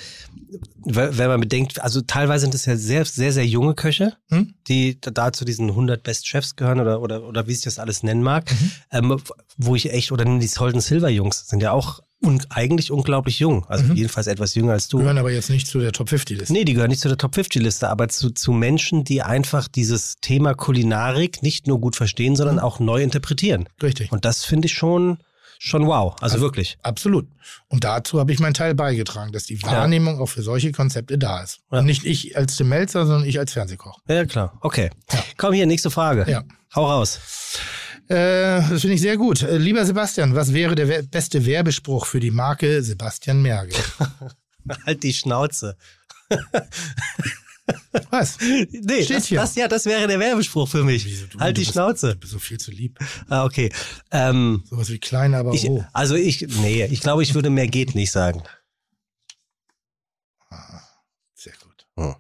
S8: we- wenn man bedenkt, also teilweise sind es ja sehr, sehr, sehr junge Köche,
S9: Hm?
S8: die da- da zu diesen 100 Best Chefs gehören oder, oder, oder wie sich das alles nennen mag,
S9: Mhm.
S8: ähm, wo ich echt, oder die Holden Silver Jungs sind ja auch un eigentlich unglaublich jung, also jedenfalls etwas jünger als du.
S9: Mhm. Gehören aber jetzt nicht zu der Top 50 Liste.
S8: Nee, die gehören nicht zu der Top 50 Liste, aber zu, zu Menschen, die einfach dieses Thema Kulinarik nicht nur gut verstehen, sondern
S9: Mhm.
S8: auch neu interpretieren.
S9: Richtig.
S8: Und das finde ich schon, schon wow. Also, wirklich.
S9: Absolut. Und dazu habe ich meinen Teil beigetragen, dass die Wahrnehmung auch für solche Konzepte da ist.
S8: Ja.
S9: Und nicht ich als Tim Melzer, sondern ich als Fernsehkoch.
S8: Ja, klar. Okay. Komm hier, nächste Frage.
S9: Ja.
S8: Hau raus.
S9: Äh, das finde ich sehr gut. Äh, lieber Sebastian, was wäre der we beste Werbespruch für die Marke Sebastian Merge?
S8: Halt die Schnauze.
S9: Was?
S8: Nee,
S9: Steht
S8: das,
S9: hier.
S8: das, ja, das wäre der Werbespruch für mich.
S9: du-
S8: halt
S9: du
S8: die
S9: bist-
S8: Schnauze.
S9: Du bist so viel zu lieb.
S8: Ah, okay. Ähm,
S9: Sowas wie klein, aber
S8: ich,
S9: oh.
S8: also ich, nee, ich glaube, ich würde mehr geht nicht sagen.
S9: Sehr gut.
S8: Hm.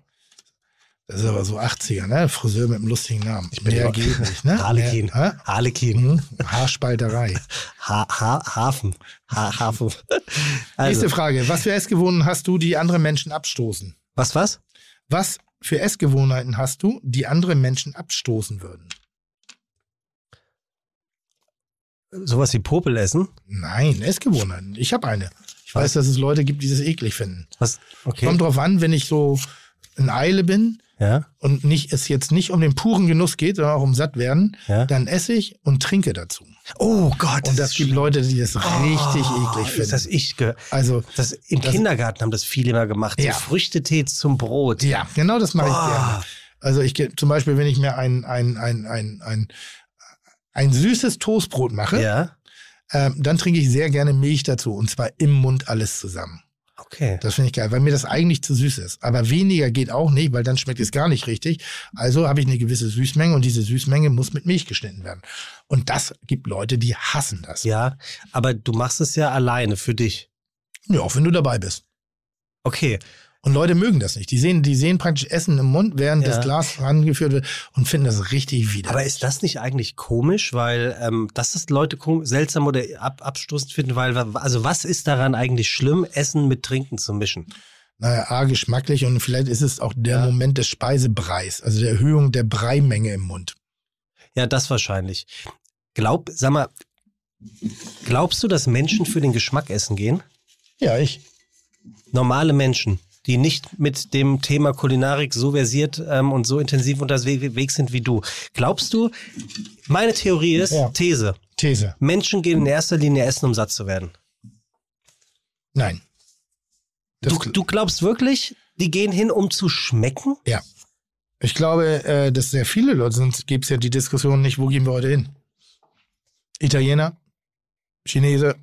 S9: Das ist aber so 80er, ne? Friseur mit einem lustigen Namen. Ich
S8: bin
S9: Mehr
S8: immer-
S9: geht nicht, ne?
S8: Harlekin.
S9: Mehr, hä?
S8: Harlekin.
S9: Hm? Haarspalterei.
S8: Ha ha Hafen. Ha Hafen.
S9: Nächste
S8: Also,
S9: Frage. Was für Essgewohnheiten hast du, die andere Menschen abstoßen?
S8: was, was?
S9: Was für Essgewohnheiten hast du, die andere Menschen abstoßen würden?
S8: Sowas wie Popel essen?
S9: Nein, Essgewohnheiten. Ich habe eine. Ich weiß, dass es Leute gibt, die das eklig finden.
S8: Was? Okay.
S9: Kommt drauf an, wenn ich so in Eile bin
S8: ja.
S9: und nicht, es jetzt nicht um den puren Genuss geht, sondern auch um Sattwerden,
S8: Ja.
S9: dann esse ich und trinke dazu.
S8: Oh Gott.
S9: Und das
S8: ist
S9: gibt
S8: schlimm.
S9: Leute, die das richtig
S8: Oh,
S9: eklig
S8: Ist das
S9: finden.
S8: ich ge-
S9: Also,
S8: das, Im
S9: Das-
S8: Kindergarten haben das viele mal gemacht.
S9: Ja.
S8: So Früchtetee zum Brot.
S9: ja, genau das mache ich
S8: Ah.
S9: gerne. Also ich ge- zum Beispiel, wenn ich mir ein, ein, ein, ein, ein, ein süßes Toastbrot mache,
S8: Ja.
S9: ähm, dann trinke ich sehr gerne Milch dazu und zwar im Mund alles zusammen.
S8: Okay.
S9: Das finde ich geil, weil mir das eigentlich zu süß ist. Aber weniger geht auch nicht, weil dann schmeckt es gar nicht richtig. Also habe ich eine gewisse Süßmenge und diese Süßmenge muss mit Milch geschnitten werden. Und das gibt Leute, die hassen das.
S8: Ja, aber du machst es ja alleine für dich.
S9: Ja, auch wenn du dabei bist.
S8: Okay.
S9: Und Leute mögen das nicht. Die sehen, die sehen praktisch Essen im Mund, während
S8: Ja.
S9: das Glas rangeführt wird und finden das richtig widerlich.
S8: Aber ist das nicht eigentlich komisch, weil ähm, das ist Leute kom- seltsam oder ab abstoßend finden, weil also was ist daran eigentlich schlimm, Essen mit Trinken zu mischen?
S9: naja, A, geschmacklich und vielleicht ist es auch der
S8: Ja.
S9: Moment des Speisebreis, also der Erhöhung der Breimenge im Mund.
S8: Ja, das wahrscheinlich. Glaub, sag mal, glaubst du, dass Menschen für den Geschmack essen gehen?
S9: Ja, ich.
S8: Normale Menschen, die nicht mit dem Thema Kulinarik so versiert ähm, und so intensiv unterwegs sind wie du. Glaubst du, meine Theorie ist,
S9: Ja.
S8: These,
S9: These.
S8: Menschen gehen in erster Linie essen, um satt zu werden.
S9: Nein. Das,
S8: Du, du glaubst wirklich, die gehen hin, um zu schmecken?
S9: Ja. Ich glaube, äh, dass sehr viele Leute, sonst gibt's ja die Diskussion nicht, wo gehen wir heute hin? Italiener, Chinese.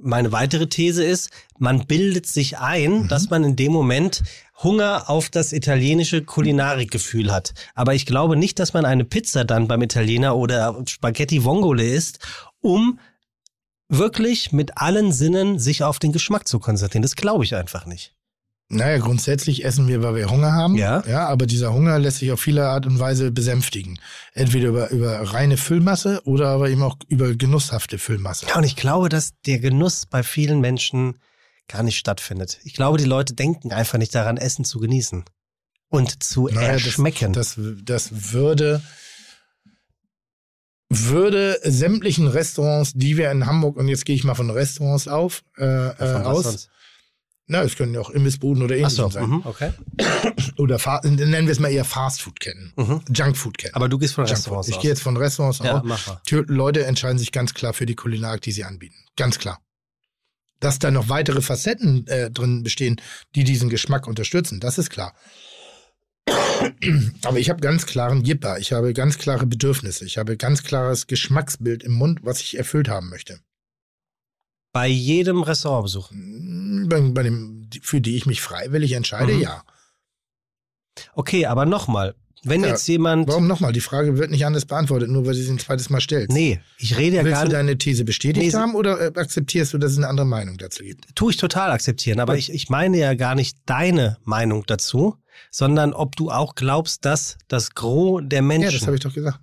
S8: Meine weitere These ist, man bildet sich ein, dass man in dem Moment Hunger auf das italienische Kulinarikgefühl hat. Aber ich glaube nicht, dass man eine Pizza dann beim Italiener oder Spaghetti Vongole isst, um wirklich mit allen Sinnen sich auf den Geschmack zu konzentrieren. Das glaube ich einfach nicht.
S9: Naja, grundsätzlich essen wir, weil wir Hunger haben.
S8: Ja.
S9: ja. Aber dieser Hunger lässt sich auf viele Art und Weise besänftigen. Entweder über, über reine Füllmasse oder aber eben auch über genusshafte Füllmasse.
S8: Ja, und ich glaube, dass der Genuss bei vielen Menschen gar nicht stattfindet. Ich glaube, die Leute denken einfach nicht daran, Essen zu genießen und zu
S9: Naja,
S8: erschmecken.
S9: Das, das, das würde, würde sämtlichen Restaurants, die wir in Hamburg, und jetzt gehe ich mal von Restaurants auf, äh,
S8: Von
S9: äh,
S8: was
S9: aus.
S8: sonst?
S9: Na, es können ja auch Imbissbuden oder
S8: Ach
S9: ähnliches
S8: so,
S9: sein.
S8: mhm, okay.
S9: Oder Fa nennen wir es mal eher Fastfood-Ketten.
S8: Mhm.
S9: Junkfood-Ketten.
S8: Aber du gehst von
S9: Junkfood.
S8: Restaurants
S9: Ich
S8: aus.
S9: gehe jetzt von Restaurants
S8: ja,
S9: aus.
S8: mach mal.
S9: Tö- Leute entscheiden sich ganz klar für die Kulinarik, die sie anbieten. Ganz klar. Dass da noch weitere Facetten äh, drin bestehen, die diesen Geschmack unterstützen, das ist klar. Aber ich habe ganz klaren Jipper, ich habe ganz klare Bedürfnisse, ich habe ganz klares Geschmacksbild im Mund, was ich erfüllt haben möchte.
S8: Bei jedem Restaurantbesuch.
S9: Bei, bei dem, für die ich mich freiwillig entscheide,
S8: Mhm.
S9: ja.
S8: Okay, aber nochmal. Wenn
S9: Ja,
S8: jetzt jemand.
S9: Warum nochmal? Die Frage wird nicht anders beantwortet, nur weil du sie ein zweites Mal stellst.
S8: Nee, ich rede ja
S9: Willst
S8: gar
S9: du
S8: nicht.
S9: deine These bestätigt
S8: Nee, sie-
S9: haben oder äh, akzeptierst du, dass es eine andere Meinung dazu gibt?
S8: Tue ich total akzeptieren, aber ich, ich meine ja gar nicht deine Meinung dazu, sondern ob du auch glaubst, dass das Gros der Menschen.
S9: Ja, das habe ich doch gesagt.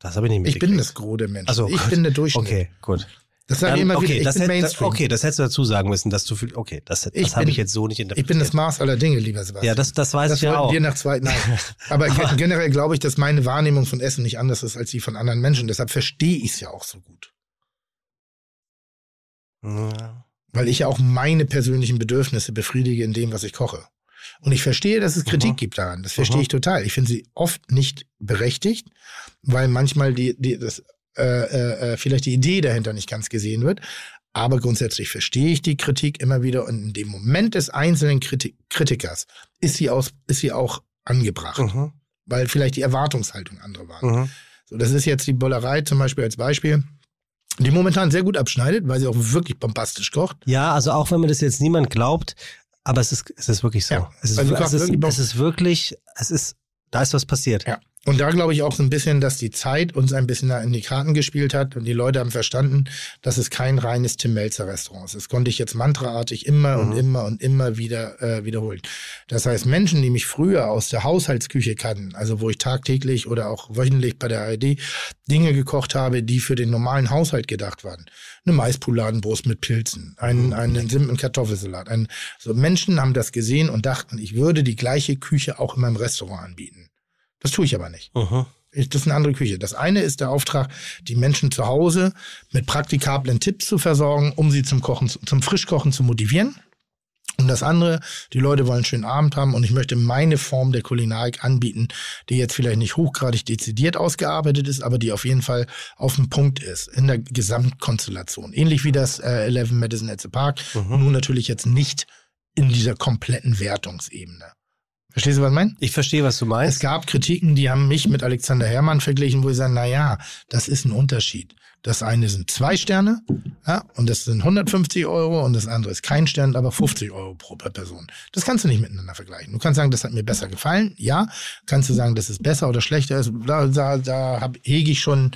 S8: das habe ich nicht
S9: Ich bin
S8: mitgekriegt.
S9: das Gros der Menschen.
S8: Ach so,
S9: ich
S8: gut.
S9: bin der Durchschnitt.
S8: Okay, gut.
S9: Das sage ich
S8: Dann-
S9: immer
S8: Ähm, okay,
S9: wieder. Ich
S8: das
S9: bin
S8: hätt-
S9: Mainstream.
S8: okay, das hättest du dazu sagen müssen, dass du viel. Okay, das,
S9: Ich
S8: das habe
S9: bin-
S8: ich jetzt so nicht
S9: ich
S8: interpretiert.
S9: bin das Maß aller Dinge, lieber Sebastian.
S8: Ja, das, das weiß
S9: das
S8: ich ja
S9: wollten
S8: auch.
S9: wir nach zwei. Nein. Aber gen- generell glaube ich, dass meine Wahrnehmung von Essen nicht anders ist als die von anderen Menschen. Deshalb verstehe ich es ja auch so gut.
S8: Ja.
S9: Weil ich ja auch meine persönlichen Bedürfnisse befriedige in dem, was ich koche. Und ich verstehe, dass es Kritik
S8: Mhm.
S9: gibt daran. Das verstehe
S8: Mhm.
S9: ich total. Ich finde sie oft nicht berechtigt, weil manchmal die, die, das, äh, äh, äh, vielleicht die Idee dahinter nicht ganz gesehen wird. Aber grundsätzlich verstehe ich die Kritik immer wieder. Und in dem Moment des einzelnen Kritik Kritikers ist sie, aus, ist sie auch angebracht,
S8: Mhm.
S9: weil vielleicht die Erwartungshaltung andere war.
S8: Mhm.
S9: So, das ist jetzt die Bollerei zum Beispiel als Beispiel, die momentan sehr gut abschneidet, weil sie auch wirklich bombastisch kocht.
S8: Ja, also auch wenn mir das jetzt niemand glaubt, aber es ist, es ist wirklich so.
S9: Ja,
S8: es, ist,
S9: also du
S8: es,
S9: kannst
S8: ist,
S9: wirklich-
S8: es ist wirklich, es ist, da ist was passiert.
S9: Ja. Und da glaube ich auch so ein bisschen, dass die Zeit uns ein bisschen in die Karten gespielt hat und die Leute haben verstanden, dass es kein reines Tim Melzer Restaurant ist. Das konnte ich jetzt mantraartig immer und immer und immer wieder äh, wiederholen. Das heißt, Menschen, die mich früher aus der Haushaltsküche kannten, also wo ich tagtäglich oder auch wöchentlich bei der ARD Dinge gekocht habe, die für den normalen Haushalt gedacht waren. Eine Maispouladenbrust mit Pilzen, einen, einen simplen Kartoffelsalat. Ein, so Menschen haben das gesehen und dachten, ich würde die gleiche Küche auch in meinem Restaurant anbieten. Das tue ich aber nicht.
S8: Mhm.
S9: Ich- Das ist eine andere Küche. Das eine ist der Auftrag, die Menschen zu Hause mit praktikablen Tipps zu versorgen, um sie zum Kochen, zu- zum Frischkochen zu motivieren. Und das andere, die Leute wollen einen schönen Abend haben und ich möchte meine Form der Kulinarik anbieten, die jetzt vielleicht nicht hochgradig dezidiert ausgearbeitet ist, aber die auf jeden Fall auf dem Punkt ist, in der Gesamtkonstellation. Ähnlich wie das äh, 11 Madison at the Park, nur natürlich jetzt nicht in dieser kompletten Wertungsebene. Verstehst du, was ich meine?
S8: Ich verstehe, was du
S9: Es
S8: meinst.
S9: gab Kritiken, die haben mich mit Alexander Herrmann verglichen, wo ich sage, na ja, das ist ein Unterschied. Das eine sind zwei Sterne ja, und das sind 150 Euro und das andere ist kein Stern, aber 50 Euro pro per Person. Das kannst du nicht miteinander vergleichen. Du kannst sagen, das hat mir besser gefallen, ja. Kannst du sagen, das ist besser oder schlechter ist, da, da, da hab, hege ich schon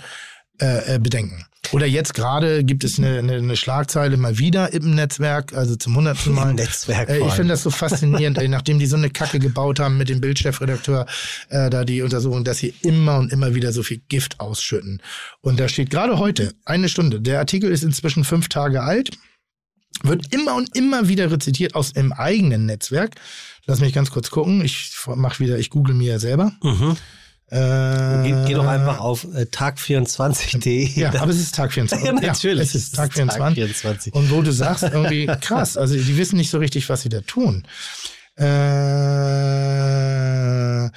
S9: äh, äh, Bedenken. Oder jetzt gerade gibt es eine, eine, eine Schlagzeile mal wieder im Netzwerk, also zum hundertsten Mal.
S8: Im Netzwerk
S9: Äh,
S8: vor
S9: ich
S8: allem.
S9: finde das so faszinierend, ey, nachdem die so eine Kacke gebaut haben mit dem Bildchefredakteur, äh, da die Untersuchung, dass sie immer und immer wieder so viel Gift ausschütten. Und da steht gerade heute, eine Stunde, der Artikel ist inzwischen fünf Tage alt, wird immer und immer wieder rezitiert aus dem eigenen Netzwerk. Lass mich ganz kurz gucken. Ich mach wieder, ich google mir selber.
S8: Mhm.
S9: Äh,
S8: Geh, geh doch einfach auf äh, tag24.de.
S9: Ja,
S8: Da-
S9: aber es ist Tag 24.
S8: Ja, natürlich.
S9: es ist Tag
S8: Es ist Tag
S9: 24.
S8: 24.
S9: Und wo du sagst, irgendwie krass, also die wissen nicht so richtig, was sie da tun. Äh,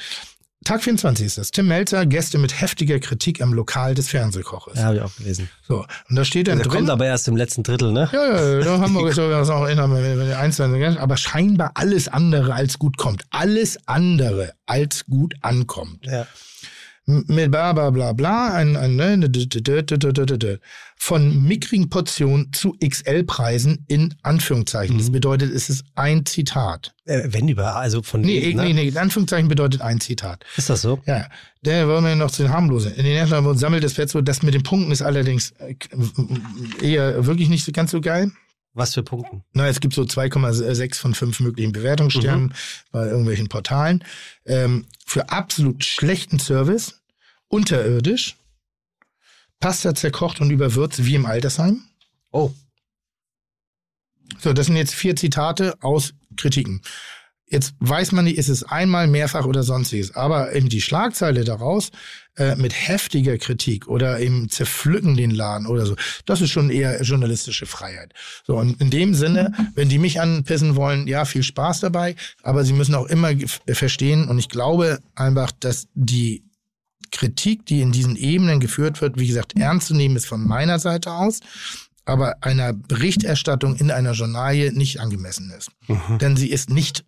S9: Tag 24 ist das. Tim Melzer, Gäste mit heftiger Kritik am Lokal des Fernsehkoches.
S8: ja, habe ich auch gelesen.
S9: So, und da steht dann
S8: Der
S9: drin.
S8: kommt aber erst im letzten Drittel, ne?
S9: ja, ja, ja, Hamburg ist sogar noch in der Einzelnen, aber scheinbar alles andere als gut kommt. Alles andere als gut ankommt.
S8: Ja.
S9: M- mit bla bla bla bla, ein, ein, ne, ne, d- d- d- d- d- d- d- d- von mickrigen Portionen zu XL-Preisen in Anführungszeichen. Das bedeutet, es ist ein Zitat.
S8: Äh, wenn über, also von
S9: Nee,
S8: eben,
S9: nee, nee, in Anführungszeichen bedeutet ein Zitat.
S8: Ist das so?
S9: Ja, der wollen wir noch zu den harmlosen. In den ersten Album sammelt das Pferd so, das mit den Punkten ist allerdings äh, eher wirklich nicht so ganz so geil.
S8: Was für Punkten?
S9: Na, es gibt so 2,6 von 5 möglichen Bewertungssternen bei irgendwelchen Portalen. Ähm, für absolut schlechten Service, unterirdisch, Pasta zerkocht und überwürzt wie im Altersheim.
S8: Oh.
S9: So, das sind jetzt vier Zitate aus Kritiken. Jetzt weiß man nicht, ist es einmal, mehrfach oder sonstiges. Aber eben die Schlagzeile daraus äh, mit heftiger Kritik oder eben zerpflücken den Laden oder so, das ist schon eher journalistische Freiheit. So, und in dem Sinne, wenn die mich anpissen wollen, ja, viel Spaß dabei, aber sie müssen auch immer ge- verstehen und ich glaube einfach, dass die Kritik, die in diesen Ebenen geführt wird, wie gesagt, ernst zu nehmen ist von meiner Seite aus, aber einer Berichterstattung in einer Journalie nicht angemessen ist.
S8: Mhm.
S9: Denn sie ist nicht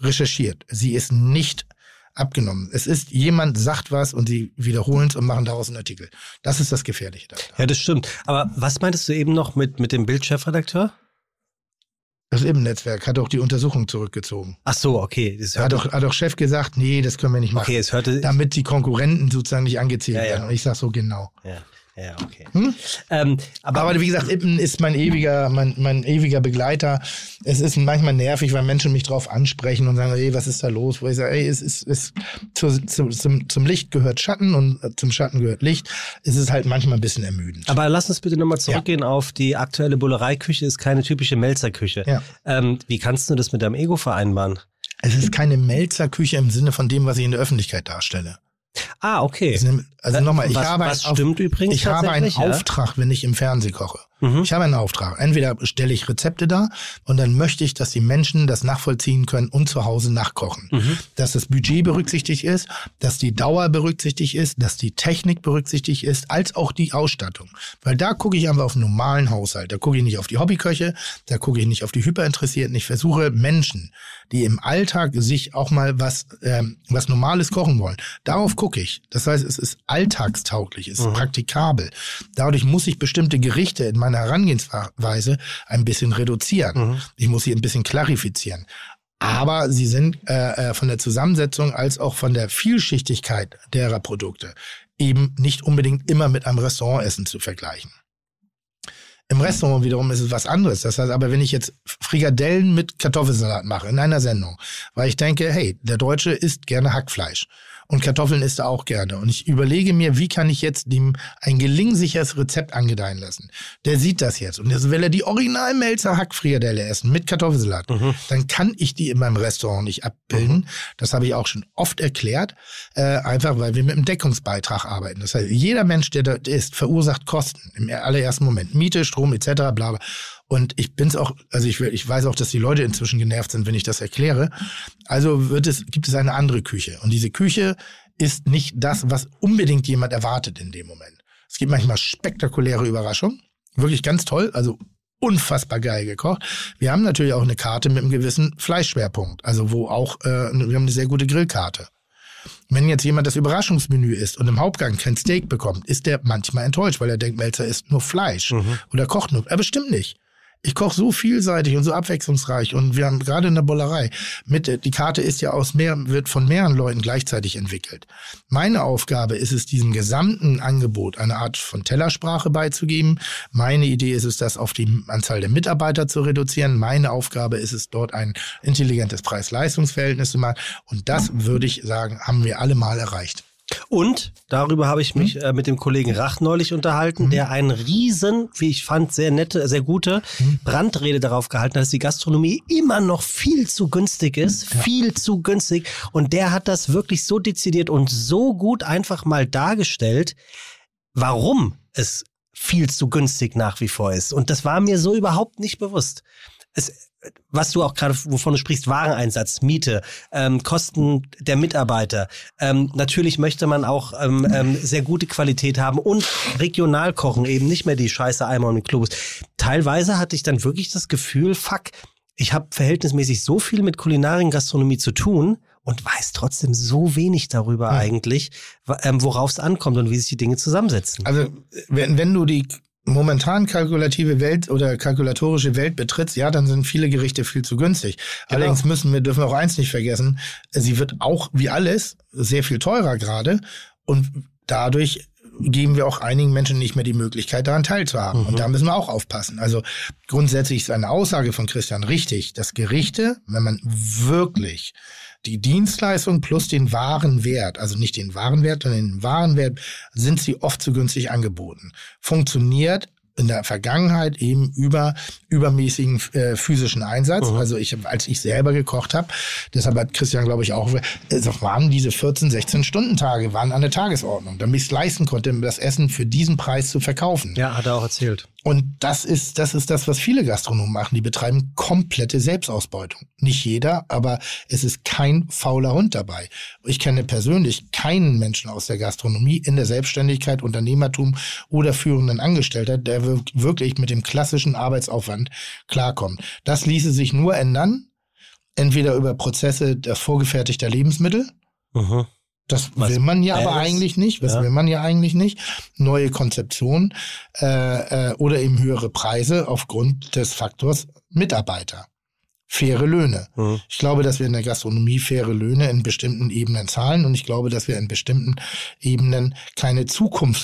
S9: recherchiert, sie ist nicht abgenommen. Es ist jemand sagt was und sie wiederholen es und machen daraus einen Artikel. Das ist das Gefährliche. daran.
S8: Ja, das stimmt. Aber was meintest du eben noch mit, mit dem Bildchefredakteur?
S9: Das Eben-Netzwerk hat auch die Untersuchung zurückgezogen.
S8: Ach so, okay. Das
S9: Da hat
S8: hörte-
S9: doch, hat doch Chef gesagt, nee, das können wir nicht machen.
S8: okay, es hörte.
S9: Damit die Konkurrenten sozusagen nicht angezählt
S8: Ja, ja.
S9: werden. Und ich sage so genau.
S8: ja, ja, okay.
S9: Hm?
S8: Ähm, aber,
S9: Aber wie gesagt, Ippen ist mein ewiger, mein, mein ewiger Begleiter. Es ist manchmal nervig, weil Menschen mich drauf ansprechen und sagen, ey, was ist da los? Wo ich sage, ey, es ist, es zu, zu, zum, zum Licht gehört Schatten und äh, zum Schatten gehört Licht. Es ist halt manchmal ein bisschen ermüdend.
S8: aber lass uns bitte nochmal zurückgehen auf die aktuelle Bullereiküche ist keine typische Melzerküche.
S9: Ja.
S8: Ähm, wie kannst du das mit deinem Ego vereinbaren?
S9: es ist keine Melzerküche im Sinne von dem, was ich in der Öffentlichkeit darstelle.
S8: Ah, okay.
S9: Es sind- Also nochmal, ich
S8: was,
S9: habe
S8: was
S9: ein Auf-
S8: stimmt übrigens
S9: Ich habe einen
S8: tatsächlich, ja?
S9: Auftrag, wenn ich im Fernsehen koche.
S8: Mhm.
S9: Ich habe einen Auftrag. Entweder stelle ich Rezepte dar und dann möchte ich, dass die Menschen das nachvollziehen können und zu Hause nachkochen.
S8: Mhm.
S9: Dass das Budget berücksichtigt ist, dass die Dauer berücksichtigt ist, dass die Technik berücksichtigt ist, als auch die Ausstattung. Weil da gucke ich einfach auf einen normalen Haushalt. Da gucke ich nicht auf die Hobbyköche, da gucke ich nicht auf die Hyperinteressierten. Ich versuche Menschen, die im Alltag sich auch mal was, ähm, was Normales kochen wollen. Darauf gucke ich. Das heißt, es ist alltagstauglich, es ist praktikabel. Dadurch muss ich bestimmte Gerichte in meiner Herangehensweise ein bisschen reduzieren. Ich muss sie ein bisschen klarifizieren. Aber sie sind äh, äh, von der Zusammensetzung als auch von der Vielschichtigkeit derer Produkte eben nicht unbedingt immer mit einem Restaurantessen zu vergleichen. Im Restaurant wiederum ist es was anderes. Das heißt aber, wenn ich jetzt Frikadellen mit Kartoffelsalat mache in einer Sendung, weil ich denke, hey, der Deutsche isst gerne Hackfleisch und Kartoffeln isst er auch gerne. Und ich überlege mir, wie kann ich jetzt dem ein gelingsicheres Rezept angedeihen lassen. Der sieht das jetzt und jetzt will er die Originalmelzer Hackfrikadelle essen mit Kartoffelsalat. Dann kann ich die in meinem Restaurant nicht abbilden. Das habe ich auch schon oft erklärt, äh, einfach weil wir mit dem Deckungsbeitrag arbeiten. Das heißt, jeder Mensch, der dort ist, verursacht Kosten im allerersten Moment. Miete, Strom etc. Bla bla. Und ich bin's auch, also ich, will- ich weiß auch, dass die Leute inzwischen genervt sind, wenn ich das erkläre. Also wird es, gibt es eine andere Küche. Und diese Küche ist nicht das, was unbedingt jemand erwartet in dem Moment. Es gibt manchmal spektakuläre Überraschungen. Wirklich ganz toll. Also unfassbar geil gekocht. Wir haben natürlich auch eine Karte mit einem gewissen Fleischschwerpunkt. Also wo auch, äh, wir haben eine sehr gute Grillkarte. Wenn jetzt jemand das Überraschungsmenü isst und im Hauptgang kein Steak bekommt, ist der manchmal enttäuscht, weil er denkt, Melzer isst nur Fleisch oder kocht nur. Aber stimmt nicht. Ich koche so vielseitig und so abwechslungsreich und wir haben gerade in der Bollerei mit äh, die Karte ist ja aus mehr wird von mehreren Leuten gleichzeitig entwickelt. Meine Aufgabe ist es diesem gesamten Angebot eine Art von Tellersprache beizugeben. Meine Idee ist es das auf die Anzahl der Mitarbeiter zu reduzieren. Meine Aufgabe ist es dort ein intelligentes Preis-Leistungs-Verhältnis zu machen und das würde ich sagen, haben wir alle mal erreicht.
S8: Und darüber habe ich mich äh, mit dem Kollegen Rach neulich unterhalten, der einen riesen, wie ich fand, sehr nette, sehr gute Brandrede darauf gehalten hat, dass die Gastronomie immer noch viel zu günstig ist, viel zu günstig. Und der hat das wirklich so dezidiert und so gut einfach mal dargestellt, warum es viel zu günstig nach wie vor ist. Und das war mir so überhaupt nicht bewusst. Es, was du auch gerade, wovon du sprichst, Wareneinsatz, Miete, ähm, Kosten der Mitarbeiter. Ähm, natürlich möchte man auch ähm, ähm, sehr gute Qualität haben und regional kochen, eben nicht mehr die scheiße Eimer und Globus. Teilweise hatte ich dann wirklich das Gefühl, fuck, ich habe verhältnismäßig so viel mit Kulinarin Gastronomie zu tun und weiß trotzdem so wenig darüber
S9: Hm.
S8: eigentlich, wa- ähm, worauf es ankommt und wie sich die Dinge zusammensetzen.
S9: Also, wenn, wenn du die momentan kalkulative Welt oder kalkulatorische Welt betrittst, ja, dann sind viele Gerichte viel zu günstig. Allerdings müssen wir, dürfen wir auch eins nicht vergessen, sie wird auch wie alles sehr viel teurer gerade und dadurch geben wir auch einigen Menschen nicht mehr die Möglichkeit, daran teilzuhaben. Und da müssen wir auch aufpassen. Also grundsätzlich ist eine Aussage von Christian richtig, dass Gerichte, wenn man wirklich die Dienstleistung plus den wahren Wert, also nicht den wahren Wert, sondern den wahren Wert, sind sie oft zu günstig angeboten. Funktioniert in der Vergangenheit eben über übermäßigen äh, physischen Einsatz. Also ich, hab- als ich selber gekocht habe, deshalb hat Christian, glaube ich, auch, äh, es waren diese 14, 16 Stunden Tage waren an der Tagesordnung, damit ich es leisten konnte, das Essen für diesen Preis zu verkaufen.
S8: ja, hat er auch erzählt.
S9: Und das ist, das ist das, was viele Gastronomen machen. Die betreiben komplette Selbstausbeutung. Nicht jeder, aber es ist kein fauler Hund dabei. Ich kenne persönlich keinen Menschen aus der Gastronomie in der Selbstständigkeit, Unternehmertum oder führenden Angestellter, der wir- wirklich mit dem klassischen Arbeitsaufwand klarkommt. Das ließe sich nur ändern, entweder über Prozesse der vorgefertigter Lebensmittel,
S8: Mhm.
S9: das
S8: Was
S9: will man ja aber
S8: Bäres?
S9: eigentlich nicht. Das
S8: Ja.
S9: will man ja eigentlich nicht. Neue Konzeptionen äh, äh, oder eben höhere Preise aufgrund des Faktors Mitarbeiter. Faire Löhne.
S8: Mhm.
S9: Ich glaube, dass wir in der Gastronomie faire Löhne in bestimmten Ebenen zahlen und ich glaube, dass wir in bestimmten Ebenen keine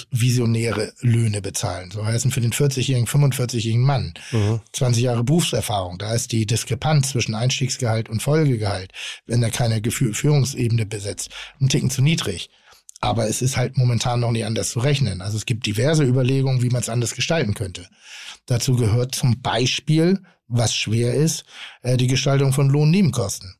S9: zukunftsvisionäre Löhne bezahlen. So heißen für den 40-jährigen, 45-jährigen Mann. 20 Jahre Berufserfahrung. Da ist die Diskrepanz zwischen Einstiegsgehalt und Folgegehalt, wenn er keine Gefühl- Führungsebene besetzt, ein Ticken zu niedrig. Aber es ist halt momentan noch nicht anders zu rechnen. Also es gibt diverse Überlegungen, wie man es anders gestalten könnte. Dazu gehört zum Beispiel, was schwer ist, äh, die Gestaltung von Lohnnebenkosten.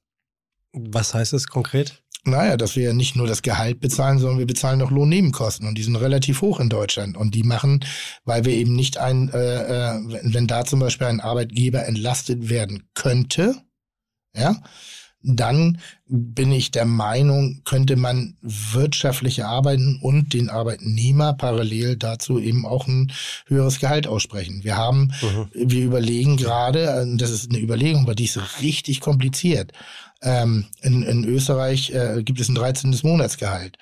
S8: Was heißt das konkret?
S9: Naja, dass wir ja nicht nur das Gehalt bezahlen, sondern wir bezahlen noch Lohnnebenkosten und die sind relativ hoch in Deutschland und die machen, weil wir eben nicht ein, äh, äh, wenn wenn da zum Beispiel ein Arbeitgeber entlastet werden könnte, ja, dann bin ich der Meinung, könnte man wirtschaftliche Arbeiten und den Arbeitnehmer parallel dazu eben auch ein höheres Gehalt aussprechen. Wir haben, wir überlegen gerade, äh, das ist eine Überlegung, aber die ist richtig kompliziert. Ähm, in, in Österreich äh, gibt es ein 13. Monatsgehalt.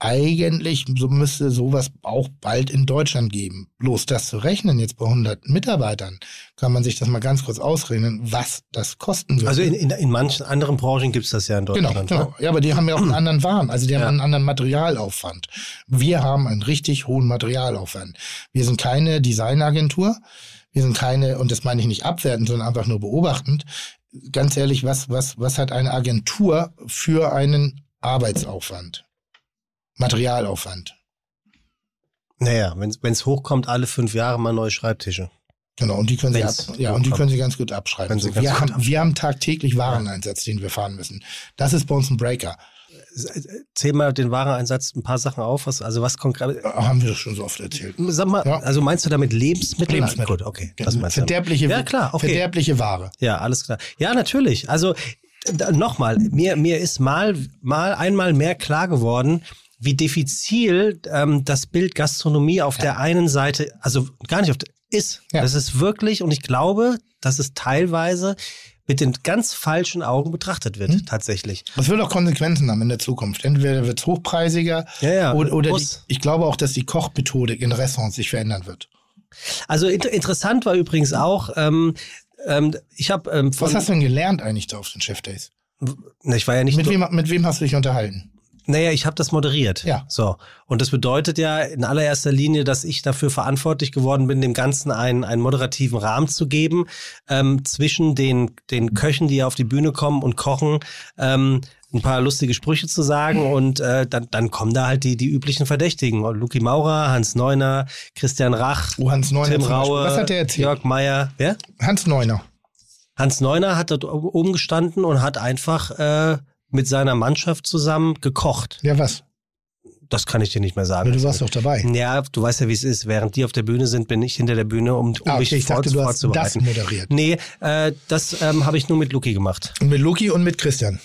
S9: Eigentlich so müsste sowas auch bald in Deutschland geben. Bloß das zu rechnen jetzt bei 100 Mitarbeitern, kann man sich das mal ganz kurz ausrechnen, was das kosten würde.
S8: Also in, in, in manchen anderen Branchen gibt es das ja in
S9: Genau,
S8: Deutschland. ne? Mhm.
S9: genau. Ja, aber die haben ja auch einen anderen Waren, also die haben
S8: Ja.
S9: einen anderen Materialaufwand. Wir haben einen richtig hohen Materialaufwand. Wir sind keine Designagentur, wir sind keine, und das meine ich nicht abwertend, sondern einfach nur beobachtend. Ganz ehrlich, was, was, was hat eine Agentur für einen Arbeitsaufwand? Materialaufwand.
S8: Ne? Naja, wenn es hochkommt, alle fünf Jahre mal neue Schreibtische.
S9: Genau, und die können sie, ab,
S8: Wenn's
S9: ja, und die
S8: hochkommt.
S9: können sie ganz gut abschreiben.
S8: Können sie
S9: So,
S8: ganz
S9: wir,
S8: gut
S9: haben, wir haben tagtäglich Wareneinsatz, den wir fahren müssen. Das ist bei uns ein Breaker.
S8: äh, Zähl mal den Wareneinsatz ein paar Sachen auf. Was, also was konkret.
S9: Äh, Haben wir das schon so oft erzählt.
S8: Sag mal,
S9: Ja.
S8: also meinst du damit Lebensmittel?
S9: Lebensmittel.
S8: Gut, okay. Das meinst du. damit.
S9: Also verderbliche,
S8: Ja, klar, okay.
S9: verderbliche Ware.
S8: Ja, alles klar. Ja, natürlich. Also nochmal, mir, mir ist mal, mal einmal mehr klar geworden, wie diffizil ähm, das Bild Gastronomie auf der einen Seite, also gar nicht auf der, ist.
S9: Ja.
S8: Das ist wirklich, und ich glaube, dass es teilweise mit den ganz falschen Augen betrachtet wird,
S9: Hm?
S8: tatsächlich.
S9: Das wird auch Konsequenzen haben in der Zukunft. Entweder wird es hochpreisiger
S8: Ja, ja,
S9: oder, oder die,
S8: muss.
S9: ich glaube auch, dass die Kochmethodik in Restaurants sich verändern wird.
S8: Also inter interessant war übrigens auch, ähm, ähm, ich habe ähm,
S9: Was
S8: von,
S9: hast du denn gelernt eigentlich da auf den Chef Days?
S8: Na, ich war ja nicht
S9: Mit
S8: nur-
S9: wem, mit wem hast du dich unterhalten?
S8: Naja, ich habe das moderiert.
S9: Ja.
S8: So. Und das bedeutet ja in allererster Linie, dass ich dafür verantwortlich geworden bin, dem Ganzen einen, einen moderativen Rahmen zu geben, ähm, zwischen den, den Köchen, die auf die Bühne kommen und kochen, ähm, ein paar lustige Sprüche zu sagen und äh, dann, dann kommen da halt die, die üblichen Verdächtigen. Luki Maurer, Hans Neuner, Christian Rach,
S9: Oh, Hans Neuner
S8: Tim
S9: zum Beispiel.
S8: Raue,
S9: Was hat der erzählt?
S8: Jörg Meyer. Wer?
S9: Hans Neuner.
S8: Hans Neuner hat dort o- oben gestanden und hat einfach äh, mit seiner Mannschaft zusammen gekocht.
S9: Ja, was?
S8: Das kann ich dir nicht mehr sagen.
S9: Ja, du warst doch dabei.
S8: Ja, du weißt ja, wie es ist. Während die auf der Bühne sind, bin ich hinter der Bühne, um, um
S9: Ah,
S8: mich
S9: okay, ich dachte,
S8: fort-
S9: du hast das
S8: vorzubereiten.
S9: moderiert.
S8: Nee, äh, das ähm, habe ich nur mit Luki gemacht.
S9: Und mit Luki und mit Christian.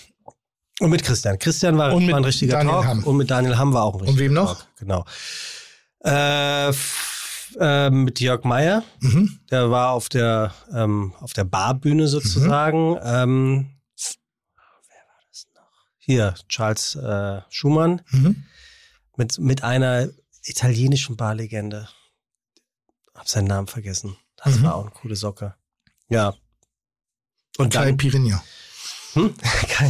S8: Und mit Christian. Christian war,
S9: Und mit
S8: war ein richtiger
S9: Daniel
S8: Talk.
S9: Hamm.
S8: Und mit Daniel Hamm war auch ein richtiger
S9: wem noch?
S8: Talk. Genau. Äh, f- äh, mit Jörg Meyer.
S9: Mhm.
S8: Der war auf der, ähm, auf der Barbühne sozusagen. Ähm, wer war das noch? hier Charles äh, Schumann
S9: Mhm.
S8: mit, mit einer italienischen Barlegende. Hab seinen Namen vergessen. Das
S9: Mhm.
S8: war auch eine coole Socke. Ja. Und
S9: Kai
S8: dann,
S9: Pirinha.
S8: hm?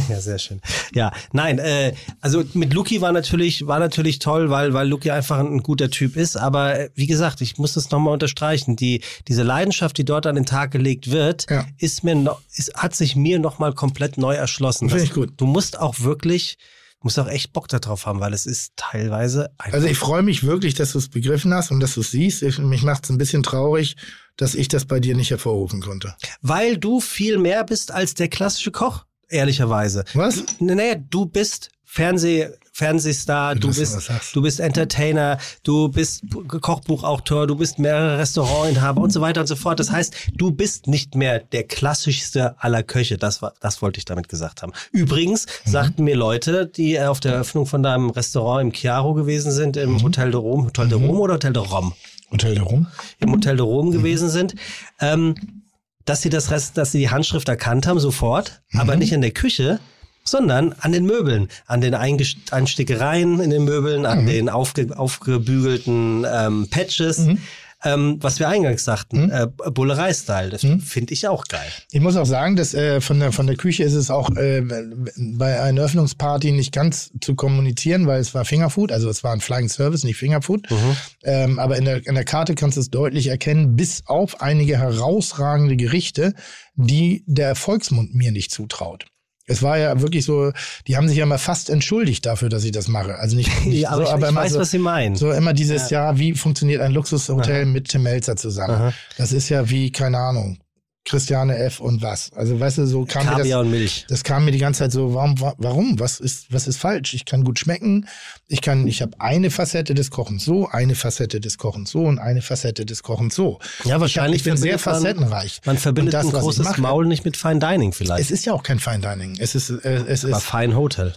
S8: ja, sehr schön. Ja, nein, äh, also mit Luki war natürlich, war natürlich toll, weil, weil Luki einfach ein guter Typ ist. Aber äh, wie gesagt, ich muss das nochmal unterstreichen. Die, diese Leidenschaft, die dort an den Tag gelegt wird,
S9: Ja.
S8: ist mir noch, ist, hat sich mir nochmal komplett neu erschlossen.
S9: Finde
S8: Das-
S9: ich gut.
S8: Du musst auch wirklich, musst auch echt Bock darauf haben, weil es ist teilweise einfach.
S9: Also ich freue mich wirklich, dass du es begriffen hast und dass du es siehst. Ich, mich macht es ein bisschen traurig, dass ich das bei dir nicht hervorrufen konnte.
S8: weil du viel mehr bist als der klassische Koch, ehrlicherweise.
S9: Was?
S8: N- Naja, du bist Fernseh, Fernsehstar,
S9: Wenn
S8: du
S9: du das so
S8: bist,
S9: sagst.
S8: du bist Entertainer, du bist B- Kochbuchautor, du bist mehrere Restaurantinhaber und so weiter und so fort. Das heißt, du bist nicht mehr der klassischste aller Köche. Das, war, das wollte ich damit gesagt haben. Übrigens
S9: Mhm.
S8: sagten mir Leute, die äh, auf der Eröffnung von deinem Restaurant im Chiaro gewesen sind,
S9: Mhm.
S8: im Hotel de Rome, Hotel de Rome oder Hotel de Rome?
S9: Hotel de Rum?
S8: im Hotel de
S9: Mhm.
S8: Rome gewesen sind, ähm, dass sie das Rest, dass sie die Handschrift erkannt haben sofort,
S9: Mhm.
S8: aber nicht in der Küche, sondern an den Möbeln, an den Eingest- an Stickereien in den Möbeln, an
S9: Mhm.
S8: den aufge aufgebügelten ähm, Patches.
S9: Mhm.
S8: Ähm, was wir eingangs sagten, äh, Bullerei-Style, das
S9: Mhm.
S8: finde ich auch geil.
S9: Ich muss auch sagen, dass äh, von, der, von der Küche ist es auch äh, bei einer Öffnungsparty nicht ganz zu kommunizieren, weil es war Fingerfood, also es war ein Flying Service, nicht Fingerfood.
S8: Mhm.
S9: Ähm, aber in der, in der Karte kannst du es deutlich erkennen, bis auf einige herausragende Gerichte, die der Volksmund mir nicht zutraut. Es war ja wirklich so, die haben sich ja mal fast entschuldigt dafür, dass ich das mache. Also nicht, nicht
S8: Ja, aber
S9: so,
S8: ich, ich
S9: immer
S8: weiß,
S9: so,
S8: was Sie meinen.
S9: so immer dieses ja. wie funktioniert ein Luxushotel mit Tim Melzer zusammen?
S8: Aha.
S9: Das ist ja wie, keine Ahnung, Christiane F. und was. Also weißt du, so kam mir
S8: Kaviar
S9: das.
S8: und Milch.
S9: Das kam mir die ganze Zeit so, warum, wa- warum? Was ist, was ist falsch? Ich kann gut schmecken, ich kann, ich habe eine Facette des Kochens so, eine Facette des Kochens so und eine Facette des Kochens so.
S8: Ja, wahrscheinlich
S9: Ich bin sehr
S8: verbindet man-
S9: facettenreich.
S8: Man verbindet
S9: Und das,
S8: ein
S9: was ich
S8: großes
S9: mache-
S8: Maul nicht mit Fine Dining vielleicht,
S9: Es ist ja auch kein Fine Dining. Es ist, äh, es
S8: aber
S9: ist
S8: Fine Hotel.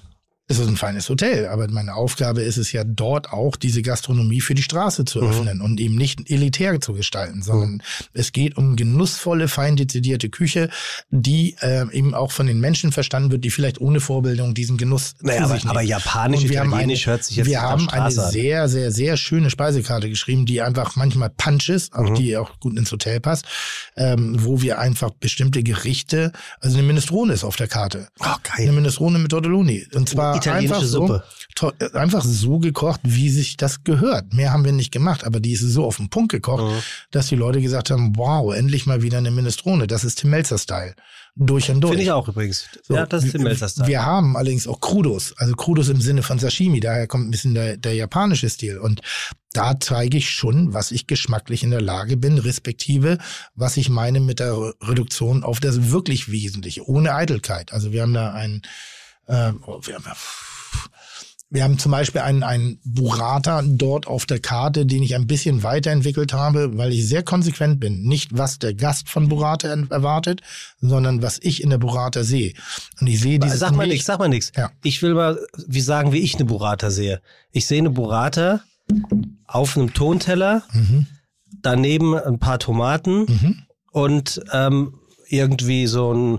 S9: es ist ein feines Hotel, aber meine Aufgabe ist es ja dort auch, diese Gastronomie für die Straße zu
S8: Mhm.
S9: öffnen und eben nicht elitär zu gestalten, sondern es geht um genussvolle, fein dezidierte Küche, die äh, eben auch von den Menschen verstanden wird, die vielleicht ohne Vorbildung diesen Genuss
S8: Naja,
S9: zu
S8: aber-
S9: sich nehmen.
S8: aber japanisch,
S9: Und wir haben
S8: italienisch
S9: eine,
S8: hört sich jetzt
S9: Wir
S8: nach
S9: haben eine
S8: Straße an.
S9: sehr, sehr, sehr schöne Speisekarte geschrieben, die einfach manchmal Punch ist,
S8: Mhm.
S9: auch die auch gut ins Hotel passt, ähm, wo wir einfach bestimmte Gerichte, also eine Minestrone ist auf der Karte.
S8: Oh, geil.
S9: Eine Minestrone mit Tortelloni. Und zwar
S8: Italienische
S9: einfach
S8: Suppe.
S9: So, to- einfach so gekocht, wie sich das gehört. Mehr haben wir nicht gemacht, aber die ist so auf den Punkt gekocht,
S8: Mhm.
S9: dass die Leute gesagt haben, wow, endlich mal wieder eine Minestrone. Das ist Tim Melzer-Style. Durch und durch.
S8: Finde ich auch übrigens.
S9: So,
S8: ja, das ist
S9: wir-
S8: Tim Melzer Style.
S9: Wir haben allerdings auch Crudos, also Crudos im Sinne von Sashimi, daher kommt ein bisschen der, der japanische Stil. Und da zeige ich schon, was ich geschmacklich in der Lage bin, respektive was ich meine mit der Re- Reduktion auf das wirklich Wesentliche, ohne Eitelkeit. Also wir haben da einen, äh, oh, wir haben ja wir haben zum Beispiel einen, einen Burrata dort auf der Karte, den ich ein bisschen weiterentwickelt habe, weil ich sehr konsequent bin. Nicht, was der Gast von Burrata en- erwartet, sondern was ich in der Burrata sehe. Und ich sehe dieses
S8: Äh, Sag mal
S9: Milch-
S8: nichts, sag mal nichts.
S9: Ja.
S8: Ich will mal wie sagen, wie ich eine Burrata sehe. Ich sehe eine Burrata auf einem Tonteller,
S9: Mhm.
S8: daneben ein paar Tomaten und ähm, irgendwie so ein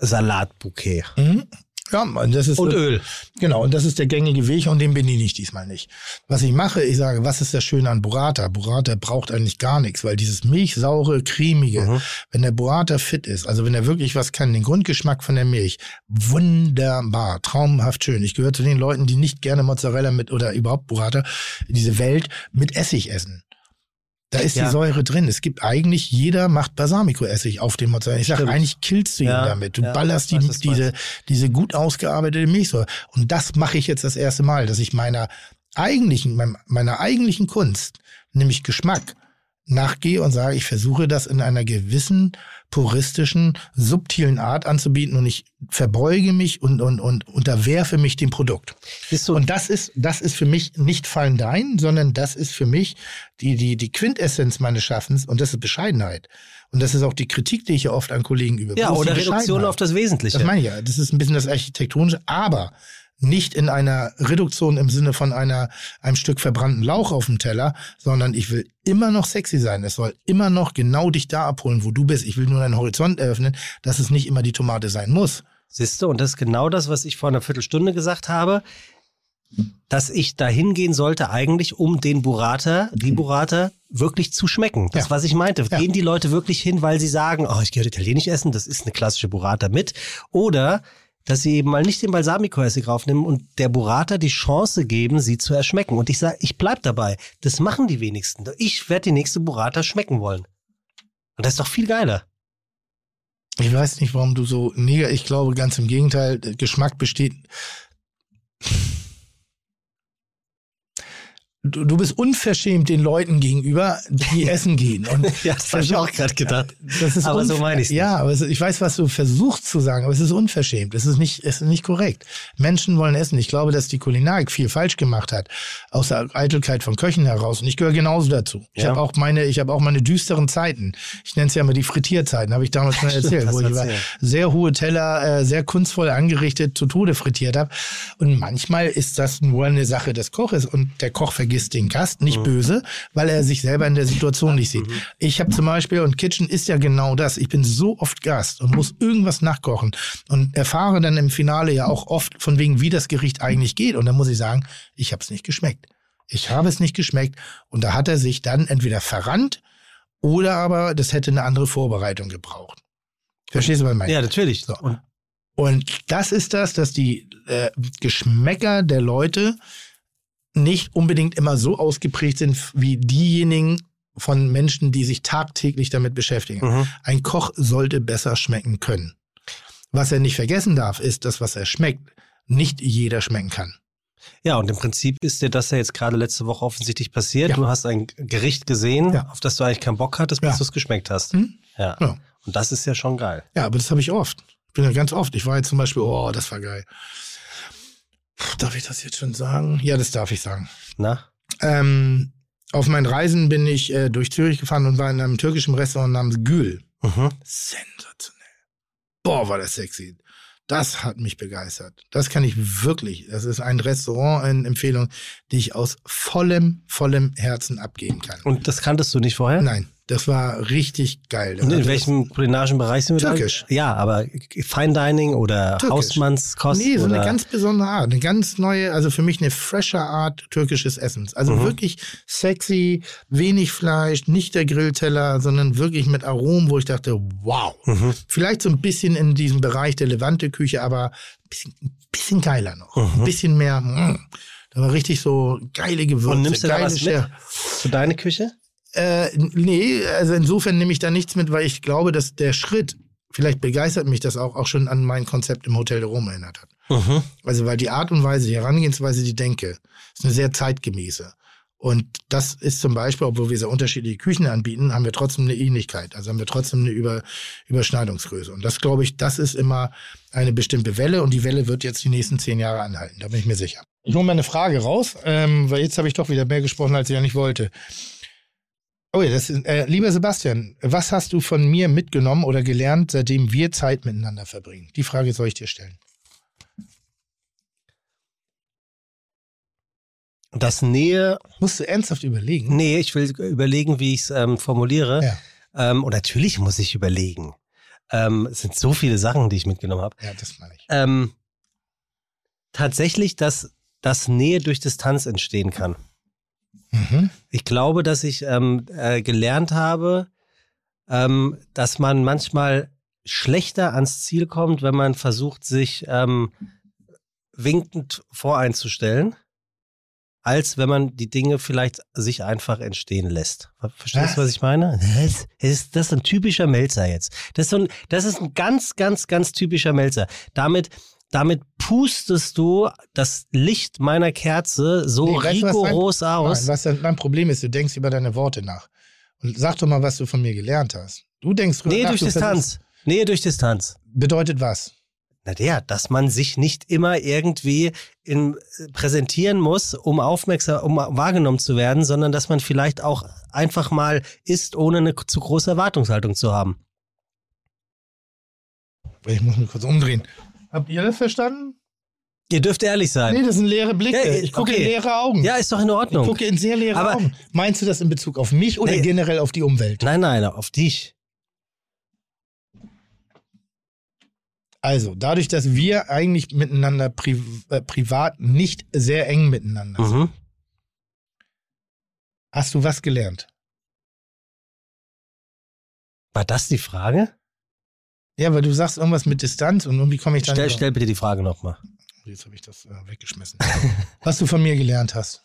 S8: Salatbouquet
S9: Mhm. Ja, und das ist
S8: und Öl.
S9: Genau, und das ist der gängige Weg und den bediene ich diesmal nicht. Was ich mache, ich sage, was ist das Schöne an Burrata? Burrata braucht eigentlich gar nichts, weil dieses milchsaure, cremige,
S8: Mhm.
S9: wenn der Burrata fit ist, also wenn er wirklich was kann, den Grundgeschmack von der Milch, wunderbar, traumhaft schön. Ich gehöre zu den Leuten, die nicht gerne Mozzarella mit oder überhaupt Burrata, diese Welt mit Essig essen. Da ist
S8: Ja.
S9: die Säure drin. Es gibt eigentlich, jeder macht Balsamico-Essig auf dem Mozzarella. Ich sage,
S8: Stimmt.
S9: eigentlich killst du ihn
S8: Ja,
S9: damit. Du
S8: ja,
S9: ballerst
S8: ich weiß,
S9: die,
S8: was du
S9: diese, diese gut ausgearbeitete Milchsäure. Und das mache ich jetzt das erste Mal, dass ich meiner eigentlichen, meinem- meiner eigentlichen Kunst, nämlich Geschmack, nachgehe und sage, ich versuche das in einer gewissen puristischen, subtilen Art anzubieten und ich verbeuge mich und, und, und unterwerfe mich dem Produkt.
S8: Ist so,
S9: Und das ist, das ist für mich nicht Fallen dein, sondern das ist für mich die, die, die Quintessenz meines Schaffens und das ist Bescheidenheit. Und das ist auch die Kritik, die ich ja oft an Kollegen übe.
S8: ja,
S9: Wo ist die
S8: oder Reduktion
S9: Bescheidenheit?
S8: auf das Wesentliche.
S9: Das meine ich ja. Das ist ein bisschen das Architektonische, aber nicht in einer Reduktion im Sinne von einer, einem Stück verbrannten Lauch auf dem Teller, sondern ich will immer noch sexy sein. Es soll immer noch genau dich da abholen, wo du bist. Ich will nur deinen Horizont eröffnen, dass es nicht immer die Tomate sein muss.
S8: Siehst du, und das ist genau das, was ich vor einer Viertelstunde gesagt habe, dass ich dahin gehen sollte eigentlich, um den Burrata, die Burrata wirklich zu schmecken. Das,
S9: Ja.
S8: was ich meinte.
S9: Ja.
S8: Gehen die Leute wirklich hin, weil sie sagen, oh, ich gehe heute italienisch essen, das ist eine klassische Burrata mit. Oder dass sie eben mal nicht den Balsamico-Essig raufnehmen und der Burrata die Chance geben, sie zu erschmecken. Und ich sage, ich bleib dabei. Das machen die wenigsten. Ich werde die nächste Burrata schmecken wollen. Und das ist doch viel geiler.
S9: Ich weiß nicht, warum du so neger. Ich glaube ganz im Gegenteil, der Geschmack besteht. Du, du bist unverschämt den Leuten gegenüber, die essen gehen. Und
S8: Ja, das habe ich auch gerade gedacht.
S9: das ist
S8: Aber so
S9: unver-
S8: meine ich's nicht.
S9: Ja, aber es, ist- ich weiß, was du versuchst zu sagen, aber es ist unverschämt. Es ist nicht, es ist nicht korrekt. Menschen wollen essen. Ich glaube, dass die Kulinarik viel falsch gemacht hat, aus der Eitelkeit von Köchen heraus. Und ich gehöre genauso dazu. Ich
S8: Ja.
S9: habe auch meine, ich habe auch meine düsteren Zeiten. Ich nenne es ja immer die Frittierzeiten. Habe ich damals schon erzählt,
S8: hast
S9: wo
S8: du
S9: ich über
S8: erzählt.
S9: sehr hohe Teller, äh, sehr kunstvoll angerichtet zu Tode frittiert habe. Und manchmal ist das nur eine Sache des Koches und der Koch vergisst den Gast, nicht böse, weil er sich selber in der Situation nicht sieht. Ich habe zum Beispiel, und Kitchen ist ja genau das, ich bin so oft Gast und muss irgendwas nachkochen und erfahre dann im Finale ja auch oft von wegen, wie das Gericht eigentlich geht. Und dann muss ich sagen, ich habe es nicht geschmeckt. Ich habe es nicht geschmeckt und da hat er sich dann entweder verrannt oder aber das hätte eine andere Vorbereitung gebraucht. Verstehst du, was ich meine?
S8: Ja, natürlich.
S9: So.
S8: Und
S9: Und das ist das, dass die äh, Geschmäcker der Leute nicht unbedingt immer so ausgeprägt sind wie diejenigen von Menschen, die sich tagtäglich damit beschäftigen.
S8: Mhm.
S9: Ein Koch sollte besser schmecken können. Was er nicht vergessen darf, ist, dass was er schmeckt, nicht jeder schmecken kann.
S8: Ja, und im Prinzip ist dir das ja jetzt gerade letzte Woche offensichtlich passiert.
S9: Ja.
S8: Du hast ein Gericht gesehen,
S9: Ja.
S8: auf das du eigentlich keinen Bock hattest, bis
S9: Ja.
S8: du es geschmeckt hast.
S9: Hm?
S8: Ja.
S9: Ja.
S8: Und das ist ja schon geil.
S9: Ja, aber das habe ich oft. Ich bin ja ganz oft. Ich war jetzt zum Beispiel, oh, das war geil. Puh, Darf ich das jetzt schon sagen? Ja, das darf ich sagen.
S8: Na?
S9: Ähm, auf meinen Reisen bin ich äh, durch Zürich gefahren und war in einem türkischen Restaurant namens Gül.
S8: Mhm.
S9: Sensationell. Boah, war das sexy. Das hat mich begeistert. Das kann ich wirklich. Das ist ein Restaurant, eine Empfehlung, die ich aus vollem, vollem Herzen abgeben kann.
S8: Und das kanntest du nicht vorher?
S9: Nein, das war richtig geil. Da
S8: Und in
S9: hatte-
S8: welchem kulinarischen Bereich sind wir da?
S9: Türkisch.
S8: Ja, aber Fine Dining oder
S9: Türkisch.
S8: Hausmannskost
S9: Nee, so
S8: oder
S9: eine ganz besondere Art, eine ganz neue, also für mich eine fresher Art türkisches Essens. Also
S8: Mhm.
S9: wirklich sexy, wenig Fleisch, nicht der Grillteller, sondern wirklich mit Aromen, wo ich dachte, wow.
S8: Mhm.
S9: Vielleicht so ein bisschen in diesem Bereich der Levante-Küche, aber ein bisschen, ein bisschen geiler noch.
S8: Mhm.
S9: Ein bisschen mehr, mm. da war richtig so geile Gewürze,
S8: Und nimmst du da
S9: geile
S8: was mit?
S9: Schere.
S8: für deine Küche?
S9: Äh, nee, also insofern nehme ich da nichts mit, weil ich glaube, dass der Schritt, vielleicht begeistert mich das auch, auch schon an mein Konzept im Hotel de Rome erinnert hat. Also, weil die Art und Weise, die Herangehensweise, die Denke, ist eine sehr zeitgemäße. Und das ist zum Beispiel, obwohl wir sehr unterschiedliche Küchen anbieten, haben wir trotzdem eine Ähnlichkeit. Also haben wir trotzdem eine Über Überschneidungsgröße. Und das, glaube ich, das ist immer eine bestimmte Welle. Und die Welle wird jetzt die nächsten zehn Jahre anhalten. Da bin ich mir sicher. Ich hole mir eine Frage raus, ähm, weil jetzt habe ich doch wieder mehr gesprochen, als ich eigentlich wollte. Oh ja, das ist, äh, lieber Sebastian, was hast du von mir mitgenommen oder gelernt, seitdem wir Zeit miteinander verbringen? Die Frage soll ich dir stellen.
S8: Das Nähe.
S9: Musst du ernsthaft überlegen.
S8: Nee, ich will überlegen, wie ich es ähm, formuliere.
S9: Ja.
S8: Ähm, und natürlich muss ich überlegen. Ähm, es sind so viele Sachen, die ich mitgenommen habe.
S9: Ja, das meine ich.
S8: ähm, tatsächlich, dass, dass Nähe durch Distanz entstehen kann.
S9: Mhm.
S8: Ich glaube, dass ich ähm, äh, gelernt habe, ähm, dass man manchmal schlechter ans Ziel kommt, wenn man versucht, sich ähm, winkend voreinzustellen, als wenn man die Dinge vielleicht sich einfach entstehen lässt. Ver- Verstehst du,
S9: Was?
S8: was ich meine? Das ist, das ist ein typischer Melzer jetzt. Das ist, so ein, das ist ein ganz, ganz, ganz typischer Melzer. Damit, damit pustest du das Licht meiner Kerze so
S9: Nee, weißt du, was mein-
S8: rigoros aus.
S9: Nein, was dann mein Problem ist, du denkst über deine Worte nach. Und sag doch mal, was du von mir gelernt hast. Du denkst drüber
S8: Nähe
S9: nach.
S8: durch
S9: du
S8: Distanz. Nähe durch Distanz.
S9: versuchst- Bedeutet was?
S8: Naja, dass man sich nicht immer irgendwie in, präsentieren muss, um aufmerksam, um wahrgenommen zu werden, sondern dass man vielleicht auch einfach mal ist, ohne eine zu große Erwartungshaltung zu haben.
S9: Ich muss mich kurz umdrehen. Habt ihr das verstanden?
S8: Ihr dürft ehrlich
S9: Nee,
S8: sein.
S9: das sind leere Blicke.
S8: Ja,
S9: ich gucke
S8: okay.
S9: in leere Augen.
S8: Ja, ist doch in
S9: ich
S8: Ordnung.
S9: gucke in sehr leere
S8: Aber-
S9: Augen. Meinst du das in Bezug auf mich oder
S8: Nee.
S9: generell auf die Umwelt?
S8: Nein, nein, auf dich.
S9: Also, dadurch, dass wir eigentlich miteinander pri äh, privat nicht sehr eng miteinander sind,
S8: Mhm.
S9: hast du was gelernt?
S8: War das die Frage?
S9: Ja, weil du sagst irgendwas mit Distanz und irgendwie komme ich dann.
S8: Stell, stell bitte die Frage nochmal.
S9: Jetzt habe ich das äh, weggeschmissen. was du von mir gelernt hast.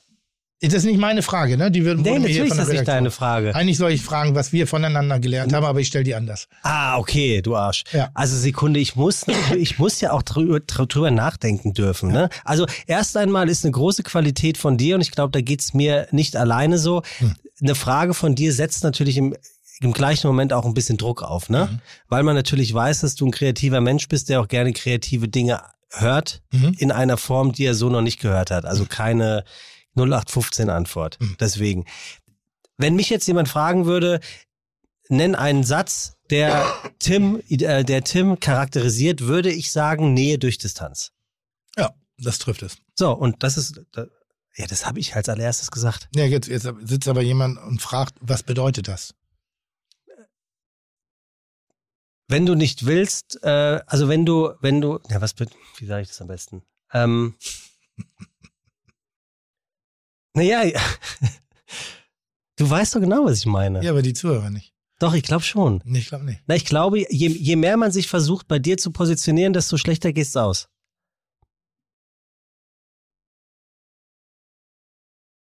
S9: Das ist nicht meine Frage, ne? Die wird
S8: Nee, natürlich ist das nicht deine
S9: Redaktion-
S8: Frage.
S9: Eigentlich soll ich fragen, was wir voneinander gelernt haben, aber ich stelle die anders.
S8: Ah, okay, du Arsch.
S9: Ja.
S8: Also Sekunde, ich muss, ich muss ja auch drüber, drüber nachdenken dürfen. Ne? Also erst einmal ist eine große Qualität von dir und ich glaube, da geht's mir nicht alleine so.
S9: Hm.
S8: Eine Frage von dir setzt natürlich im, im gleichen Moment auch ein bisschen Druck auf, ne?
S9: Mhm.
S8: Weil man natürlich weiß, dass du ein kreativer Mensch bist, der auch gerne kreative Dinge hört
S9: Mhm.
S8: in einer Form, die er so noch nicht gehört hat. Also keine 0815 Antwort.
S9: Hm.
S8: Deswegen, wenn mich jetzt jemand fragen würde, nenn einen Satz, der Tim, äh, der Tim charakterisiert, würde ich sagen Nähe durch Distanz.
S9: Ja, das trifft es.
S8: So, und das ist, da- ja, das habe ich als allererstes gesagt.
S9: Ja, jetzt, jetzt sitzt aber jemand und fragt, was bedeutet das?
S8: Wenn du nicht willst, äh, also wenn du, wenn du, ja, was, be- wie sage ich das am besten? Ähm, naja, du weißt doch genau, was ich meine.
S9: Ja, aber die Zuhörer nicht.
S8: Doch, ich glaube schon.
S9: Nee, ich glaube nicht.
S8: Na, ich glaube, je, je mehr man sich versucht, bei dir zu positionieren, desto schlechter geht's aus.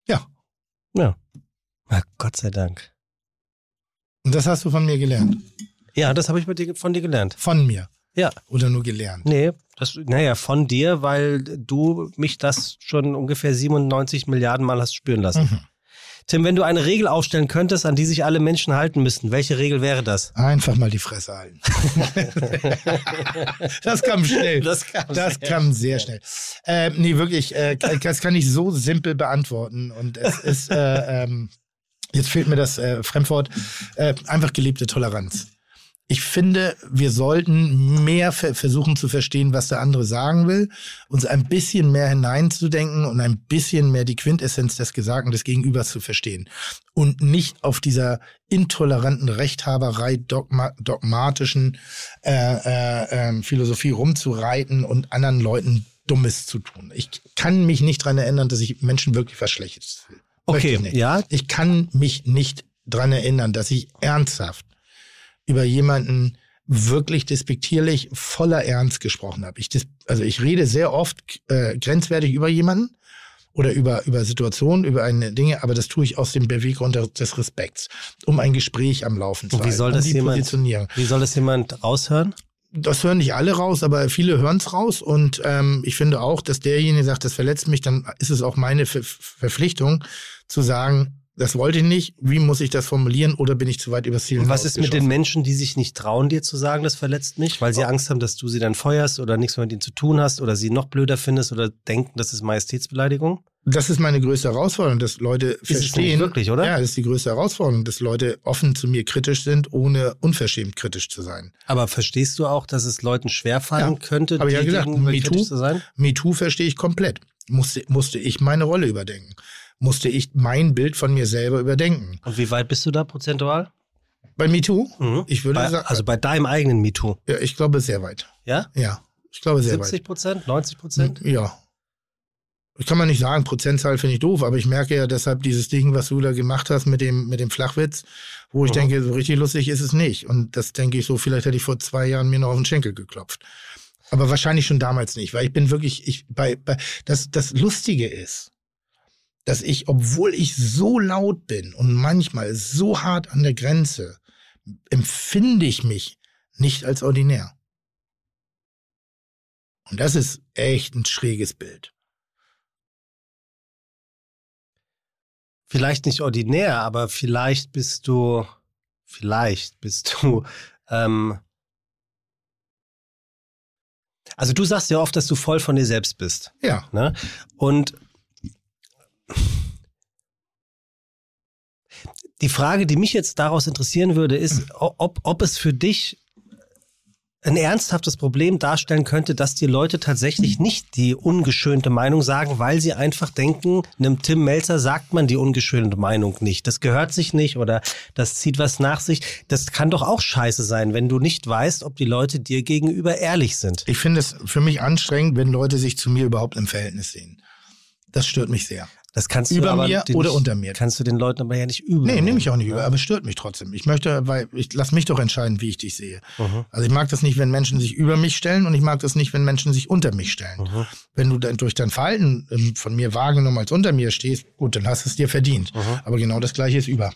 S9: Ja.
S8: Ja. Na, Gott sei Dank.
S9: Und das hast du von mir gelernt.
S8: Ja, das habe ich mit dir, von dir gelernt.
S9: Von mir.
S8: Ja.
S9: Oder nur gelernt.
S8: Nee, das, naja, von dir, weil du mich das schon ungefähr 97 Milliarden Mal hast spüren lassen.
S9: Mhm.
S8: Tim, wenn du eine Regel aufstellen könntest, an die sich alle Menschen halten müssten, welche Regel wäre das?
S9: Einfach mal die Fresse halten. das kam schnell.
S8: Das kam
S9: das
S8: sehr
S9: kam sehr schnell. Äh, nee, wirklich, äh, das kann ich so simpel beantworten. Und es ist, äh, ähm, jetzt fehlt mir das äh, Fremdwort, äh, einfach gelebte Toleranz. Ich finde, wir sollten mehr ver versuchen zu verstehen, was der andere sagen will, uns ein bisschen mehr hineinzudenken und ein bisschen mehr die Quintessenz des Gesagten des Gegenübers zu verstehen und nicht auf dieser intoleranten Rechthaberei dogma dogmatischen äh, äh, ähm, Philosophie rumzureiten und anderen Leuten Dummes zu tun. Ich kann mich nicht daran erinnern, dass ich Menschen wirklich was Schlechtes will. Möchte
S8: Okay,
S9: ich nicht.
S8: ja.
S9: Ich kann mich nicht daran erinnern, dass ich ernsthaft über jemanden wirklich despektierlich voller Ernst gesprochen habe. Ich dis also ich rede sehr oft äh, grenzwertig über jemanden oder über, über Situationen, über eine Dinge, aber das tue ich aus dem Beweggrund der- des Respekts, um ein Gespräch am Laufen zu
S8: Und wie soll
S9: halten,
S8: das
S9: um die
S8: jemand-
S9: Positionierung.
S8: Wie soll das jemand raushören?
S9: Das hören nicht alle raus, aber viele hören es raus und ähm, ich finde auch, dass derjenige sagt, das verletzt mich, dann ist es auch meine Ver Verpflichtung zu sagen, das wollte ich nicht, wie muss ich das formulieren oder bin ich zu weit übers Ziel
S8: Und was ist mit den
S9: hinausgeschossen?
S8: Menschen, die sich nicht trauen, dir zu sagen, das verletzt mich, weil
S9: Oh.
S8: sie Angst haben, dass du sie dann feuerst oder nichts mehr mit ihnen zu tun hast oder sie noch blöder findest oder denken, das ist Majestätsbeleidigung?
S9: Das ist meine größte Herausforderung, dass Leute
S8: es
S9: verstehen.
S8: nicht wirklich, oder?
S9: Ja, das ist die größte Herausforderung, dass Leute offen zu mir kritisch sind, ohne unverschämt kritisch zu sein.
S8: Aber verstehst du auch, dass es Leuten schwerfallen
S9: Ja,
S8: könnte,
S9: hab ich ja
S8: dir
S9: gesagt,
S8: gegenüber
S9: Me
S8: kritisch
S9: Too.
S8: zu sein?
S9: MeToo verstehe ich komplett. Musste, musste ich meine Rolle überdenken. Musste ich mein Bild von mir selber überdenken.
S8: Und wie weit bist du da prozentual?
S9: Bei MeToo,
S8: Mhm.
S9: ich würde
S8: bei,
S9: sagen,
S8: also bei deinem eigenen MeToo,
S9: ja, ich glaube sehr weit.
S8: ja?
S9: Ja, ich glaube sehr Hm.
S8: 70 Prozent, 90 Prozent?
S9: weit. Ja. Ich kann mal nicht sagen, Prozentzahl finde ich doof, aber ich merke ja deshalb dieses Ding, was du da gemacht hast mit dem, mit dem Flachwitz, wo ich
S8: Mhm.
S9: denke, so richtig lustig ist es nicht. Und das denke ich so, vielleicht hätte ich vor zwei Jahren mir noch auf den Schenkel geklopft. Aber wahrscheinlich schon damals nicht, weil ich bin wirklich, ich, bei, bei, das, das Lustige ist, dass ich, obwohl ich so laut bin und manchmal so hart an der Grenze, empfinde ich mich nicht als ordinär. Und das ist echt ein schräges Bild.
S8: Vielleicht nicht ordinär, aber vielleicht bist du, vielleicht bist du, ähm, also du sagst ja oft, dass du voll von dir selbst bist.
S9: Ja.
S8: Ne? Und die Frage, die mich jetzt daraus interessieren würde, ist, o- ob, ob es für dich ein ernsthaftes Problem darstellen könnte, dass die Leute tatsächlich nicht die ungeschönte Meinung sagen, weil sie einfach denken, einem Tim Melzer sagt man die ungeschönte Meinung nicht. Das gehört sich nicht oder das zieht was nach sich. Das kann doch auch scheiße sein, wenn du nicht weißt, ob die Leute dir gegenüber ehrlich sind.
S9: Ich finde es für mich anstrengend, wenn Leute sich zu mir überhaupt im Verhältnis sehen. Das stört mich sehr.
S8: Das kannst du
S9: Über
S8: aber
S9: mir
S8: den
S9: oder
S8: nicht,
S9: unter mir.
S8: Kannst du den Leuten aber ja nicht übel.
S9: Nee, nehme ich auch nicht über, aber es stört mich trotzdem. Ich möchte, weil ich lass mich doch entscheiden, wie ich dich sehe. Also ich mag das nicht, wenn Menschen sich über mich stellen und ich mag das nicht, wenn Menschen sich unter mich stellen. Wenn du dann durch dein Verhalten ähm, von mir wahrgenommen als unter mir stehst, gut, dann hast du es dir verdient. Aber genau das gleiche ist über.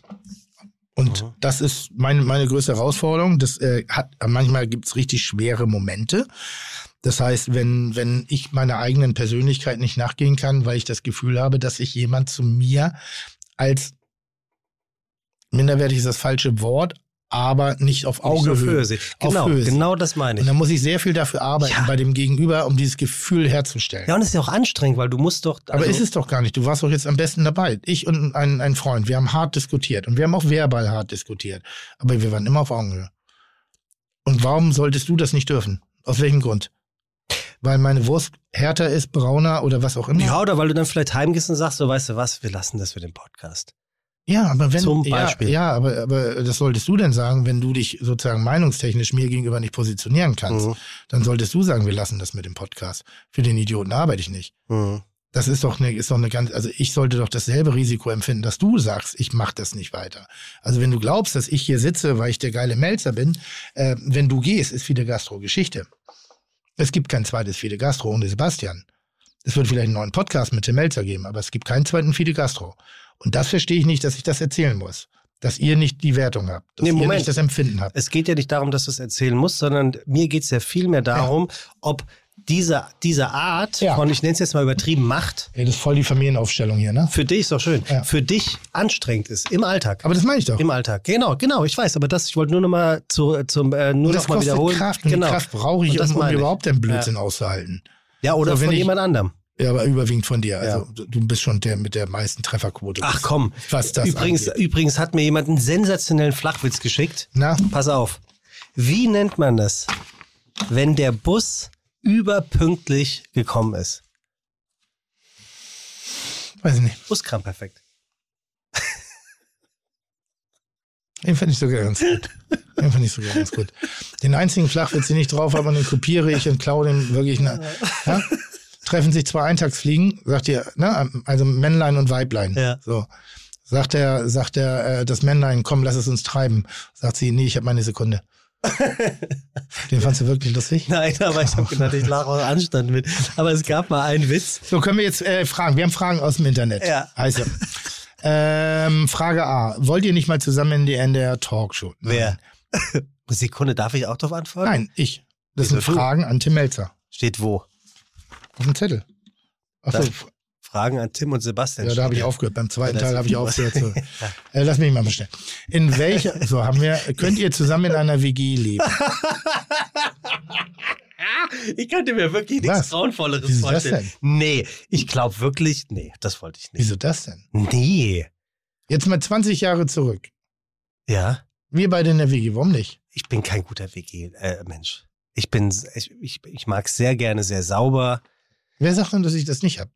S9: Und das ist meine, meine größte Herausforderung. Das äh, hat manchmal gibt's richtig schwere Momente. Das heißt, wenn, wenn ich meiner eigenen Persönlichkeit nicht nachgehen kann, weil ich das Gefühl habe, dass sich jemand zu mir als minderwertig ist das falsche Wort, aber nicht auf
S8: Auge auf
S9: Augenhöhe.
S8: Höhe. sieht.
S9: Auf
S8: Genau,
S9: Höhe sieht.
S8: genau das meine
S9: Und
S8: ich.
S9: da muss ich sehr viel dafür arbeiten
S8: Ja.
S9: bei dem Gegenüber, um dieses Gefühl herzustellen.
S8: Ja, und es ist ja auch anstrengend, weil du musst doch.
S9: Aber
S8: also-
S9: ist es doch gar nicht. Du warst doch jetzt am besten dabei. Ich und ein, ein Freund, wir haben hart diskutiert und wir haben auch verbal hart diskutiert. Aber wir waren immer auf Augenhöhe. Und warum solltest du das nicht dürfen? Aus welchem Grund? Weil meine Wurst härter ist, brauner oder was auch immer.
S8: Ja, oder weil du dann vielleicht heimgehst und sagst, so weißt du was, wir lassen das für den Podcast.
S9: Ja, aber wenn
S8: Zum
S9: ja,
S8: Beispiel.
S9: Ja, aber, aber das solltest du denn sagen, wenn du dich sozusagen meinungstechnisch mir gegenüber nicht positionieren kannst,
S8: Mhm.
S9: dann solltest du sagen, wir lassen das mit dem Podcast. Für den Idioten arbeite ich nicht.
S8: Mhm.
S9: Das ist doch eine, ist doch eine ganz, also ich sollte doch dasselbe Risiko empfinden, dass du sagst, ich mache das nicht weiter. Also wenn du glaubst, dass ich hier sitze, weil ich der geile Melzer bin, äh, wenn du gehst, ist Fide Gastro Geschichte. Es gibt kein zweites Fide Gastro ohne Sebastian. Es wird vielleicht einen neuen Podcast mit Tim Melzer geben, aber es gibt keinen zweiten Fide Gastro. Und das verstehe ich nicht, dass ich das erzählen muss. Dass ihr nicht die Wertung habt. Dass
S8: Nee,
S9: ihr
S8: Moment.
S9: nicht das Empfinden habt.
S8: Es geht ja nicht darum, dass du es erzählen musst, sondern mir geht es ja vielmehr darum, ob diese, diese Art
S9: Ja.
S8: von, ich nenne es jetzt mal übertrieben, Macht,
S9: Ja, das ist voll die Familienaufstellung hier, ne?
S8: für dich ist doch schön,
S9: Ja.
S8: für dich anstrengend ist im Alltag.
S9: Aber das meine ich doch.
S8: Im Alltag. Genau, genau, ich weiß, aber das, ich wollte nur nochmal zu, zum, äh, nur
S9: Und das
S8: nochmal
S9: kostet
S8: wiederholen.
S9: Kraft. Und
S8: genau.
S9: die Kraft brauche ich,
S8: Und das
S9: um, um
S8: meine ich.
S9: überhaupt den Blödsinn auszuhalten.
S8: Ja, oder
S9: So, wenn
S8: von
S9: ich-
S8: jemand anderem.
S9: Ja, aber überwiegend von dir. Also du- du bist schon der mit der meisten Trefferquote.
S8: Ach komm.
S9: Was das
S8: übrigens,
S9: angeht.
S8: übrigens hat mir jemand einen sensationellen Flachwitz geschickt.
S9: Na?
S8: Pass auf. Wie nennt man das, wenn der Bus überpünktlich gekommen ist?
S9: Weiß ich nicht.
S8: Buskram perfekt.
S9: Den finde ich sogar ganz gut. Den finde ich sogar ganz gut. Den einzigen Flachwitz, den ich drauf habe, und den kopiere ich und klaue den wirklich. Na, ja? Treffen sich zwei Eintagsfliegen, sagt ihr, ne? also Männlein und Weiblein.
S8: Ja.
S9: So. Sagt er, sagt er, äh, das Männlein, komm, lass es uns treiben. Sagt sie, nee, ich habe meine Sekunde. Den fandst du wirklich lustig?
S8: Nein, aber ich habe gedacht, ich lache aus Anstand mit. Aber es gab mal einen Witz.
S9: So, können wir jetzt äh, fragen. Wir haben Fragen aus dem Internet.
S8: Ja.
S9: Also, ähm, Frage A. Wollt ihr nicht mal zusammen in die NDR Talkshow? Nein.
S8: Wer? Sekunde, darf ich auch darauf antworten?
S9: Nein, ich. Das
S8: Wieso
S9: sind
S8: du?
S9: Fragen an Tim Melzer.
S8: Steht wo?
S9: Auf dem Zettel. Ach so,
S8: Das- Fragen an Tim und Sebastian.
S9: ja, da habe ich
S8: steht.
S9: aufgehört. Beim zweiten
S8: Ja, das
S9: Teil habe ich
S8: ist-
S9: aufgehört. Zu, äh, lass mich mal bestellen. In welcher, so haben wir, könnt ihr zusammen in einer WG leben?
S8: Ich könnte mir wirklich
S9: Was?
S8: nichts Grauenvolleres
S9: Wieso das
S8: vorstellen. Nee, ich glaube wirklich, nee, das wollte ich nicht.
S9: Wieso das denn?
S8: Nee.
S9: Jetzt mal 20 Jahre zurück.
S8: Ja,
S9: Wir beide in der WG, warum nicht?
S8: ich bin kein guter WG-Mensch. ich bin, ich, ich, ich mag sehr gerne sehr sauber.
S9: Wer sagt denn, dass ich das nicht habe?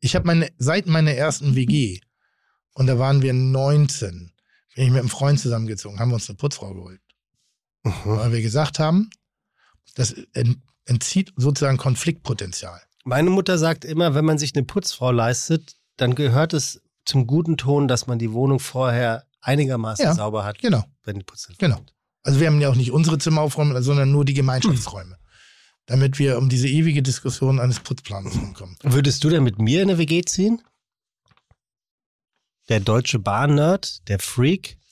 S9: Ich habe meine, seit meiner ersten WG, und da waren wir 19, bin ich mit einem Freund zusammengezogen, haben wir uns eine Putzfrau geholt. Weil wir gesagt haben, das ent- entzieht sozusagen Konfliktpotenzial.
S8: Meine Mutter sagt immer, wenn man sich eine Putzfrau leistet, dann gehört es zum guten Ton, dass man die Wohnung vorher einigermaßen
S9: Ja.
S8: sauber hat,
S9: Genau.
S8: wenn die Putzhilfe
S9: Genau.
S8: kommt.
S9: Also wir haben ja auch nicht unsere Zimmer aufräumen, sondern nur die Gemeinschaftsräume. Damit wir um diese ewige Diskussion eines Putzplans rumkommen.
S8: Würdest du denn mit mir in eine WG ziehen? Der deutsche Bahn-Nerd, der Freak?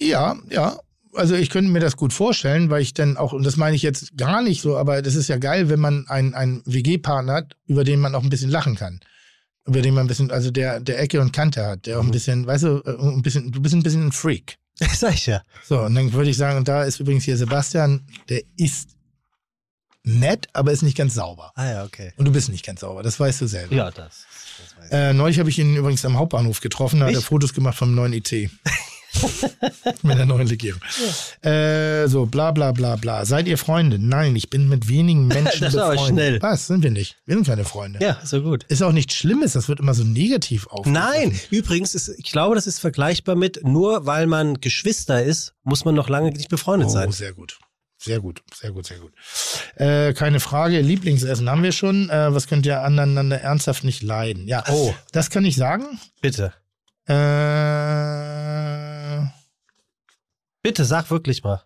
S9: Ja, ja. Also ich könnte mir das gut vorstellen, weil ich dann auch, und das meine ich jetzt gar nicht so, aber das ist ja geil, wenn man einen, einen WG-Partner hat, über den man auch ein bisschen lachen kann. Über den man ein bisschen, also der, der Ecke und Kante hat, der auch ein bisschen, weißt du, äh, ein bisschen, du bist ein bisschen ein Freak.
S8: Sag ich ja.
S9: So, und dann würde ich sagen, und da ist übrigens hier Sebastian, der ist nett, aber ist nicht ganz sauber.
S8: Ah ja, okay.
S9: Und du bist nicht ganz sauber, das weißt du selber.
S8: Ja, das. das weiß ich.
S9: Äh, neulich habe ich ihn übrigens am Hauptbahnhof getroffen, da hat er
S8: Echt?
S9: Fotos gemacht vom neuen IT. mit der neuen Legierung. Äh, so, bla bla bla bla. Seid ihr Freunde? Nein, ich bin mit wenigen Menschen
S8: Das war aber
S9: befreundet.
S8: schnell.
S9: Was? Sind wir nicht. Wir sind keine Freunde.
S8: Ja, so gut.
S9: Ist auch nichts Schlimmes, das wird immer so negativ auf.
S8: Nein, übrigens, ist, ich glaube, das ist vergleichbar mit, nur weil man Geschwister ist, muss man noch lange nicht befreundet
S9: Oh,
S8: sein.
S9: sehr gut. Sehr gut, sehr gut, sehr gut. Äh, keine Frage, Lieblingsessen haben wir schon. Äh, was könnt ihr aneinander ernsthaft nicht leiden? Ja,
S8: Oh.
S9: das kann ich sagen.
S8: Bitte.
S9: Äh,
S8: Bitte, sag wirklich mal.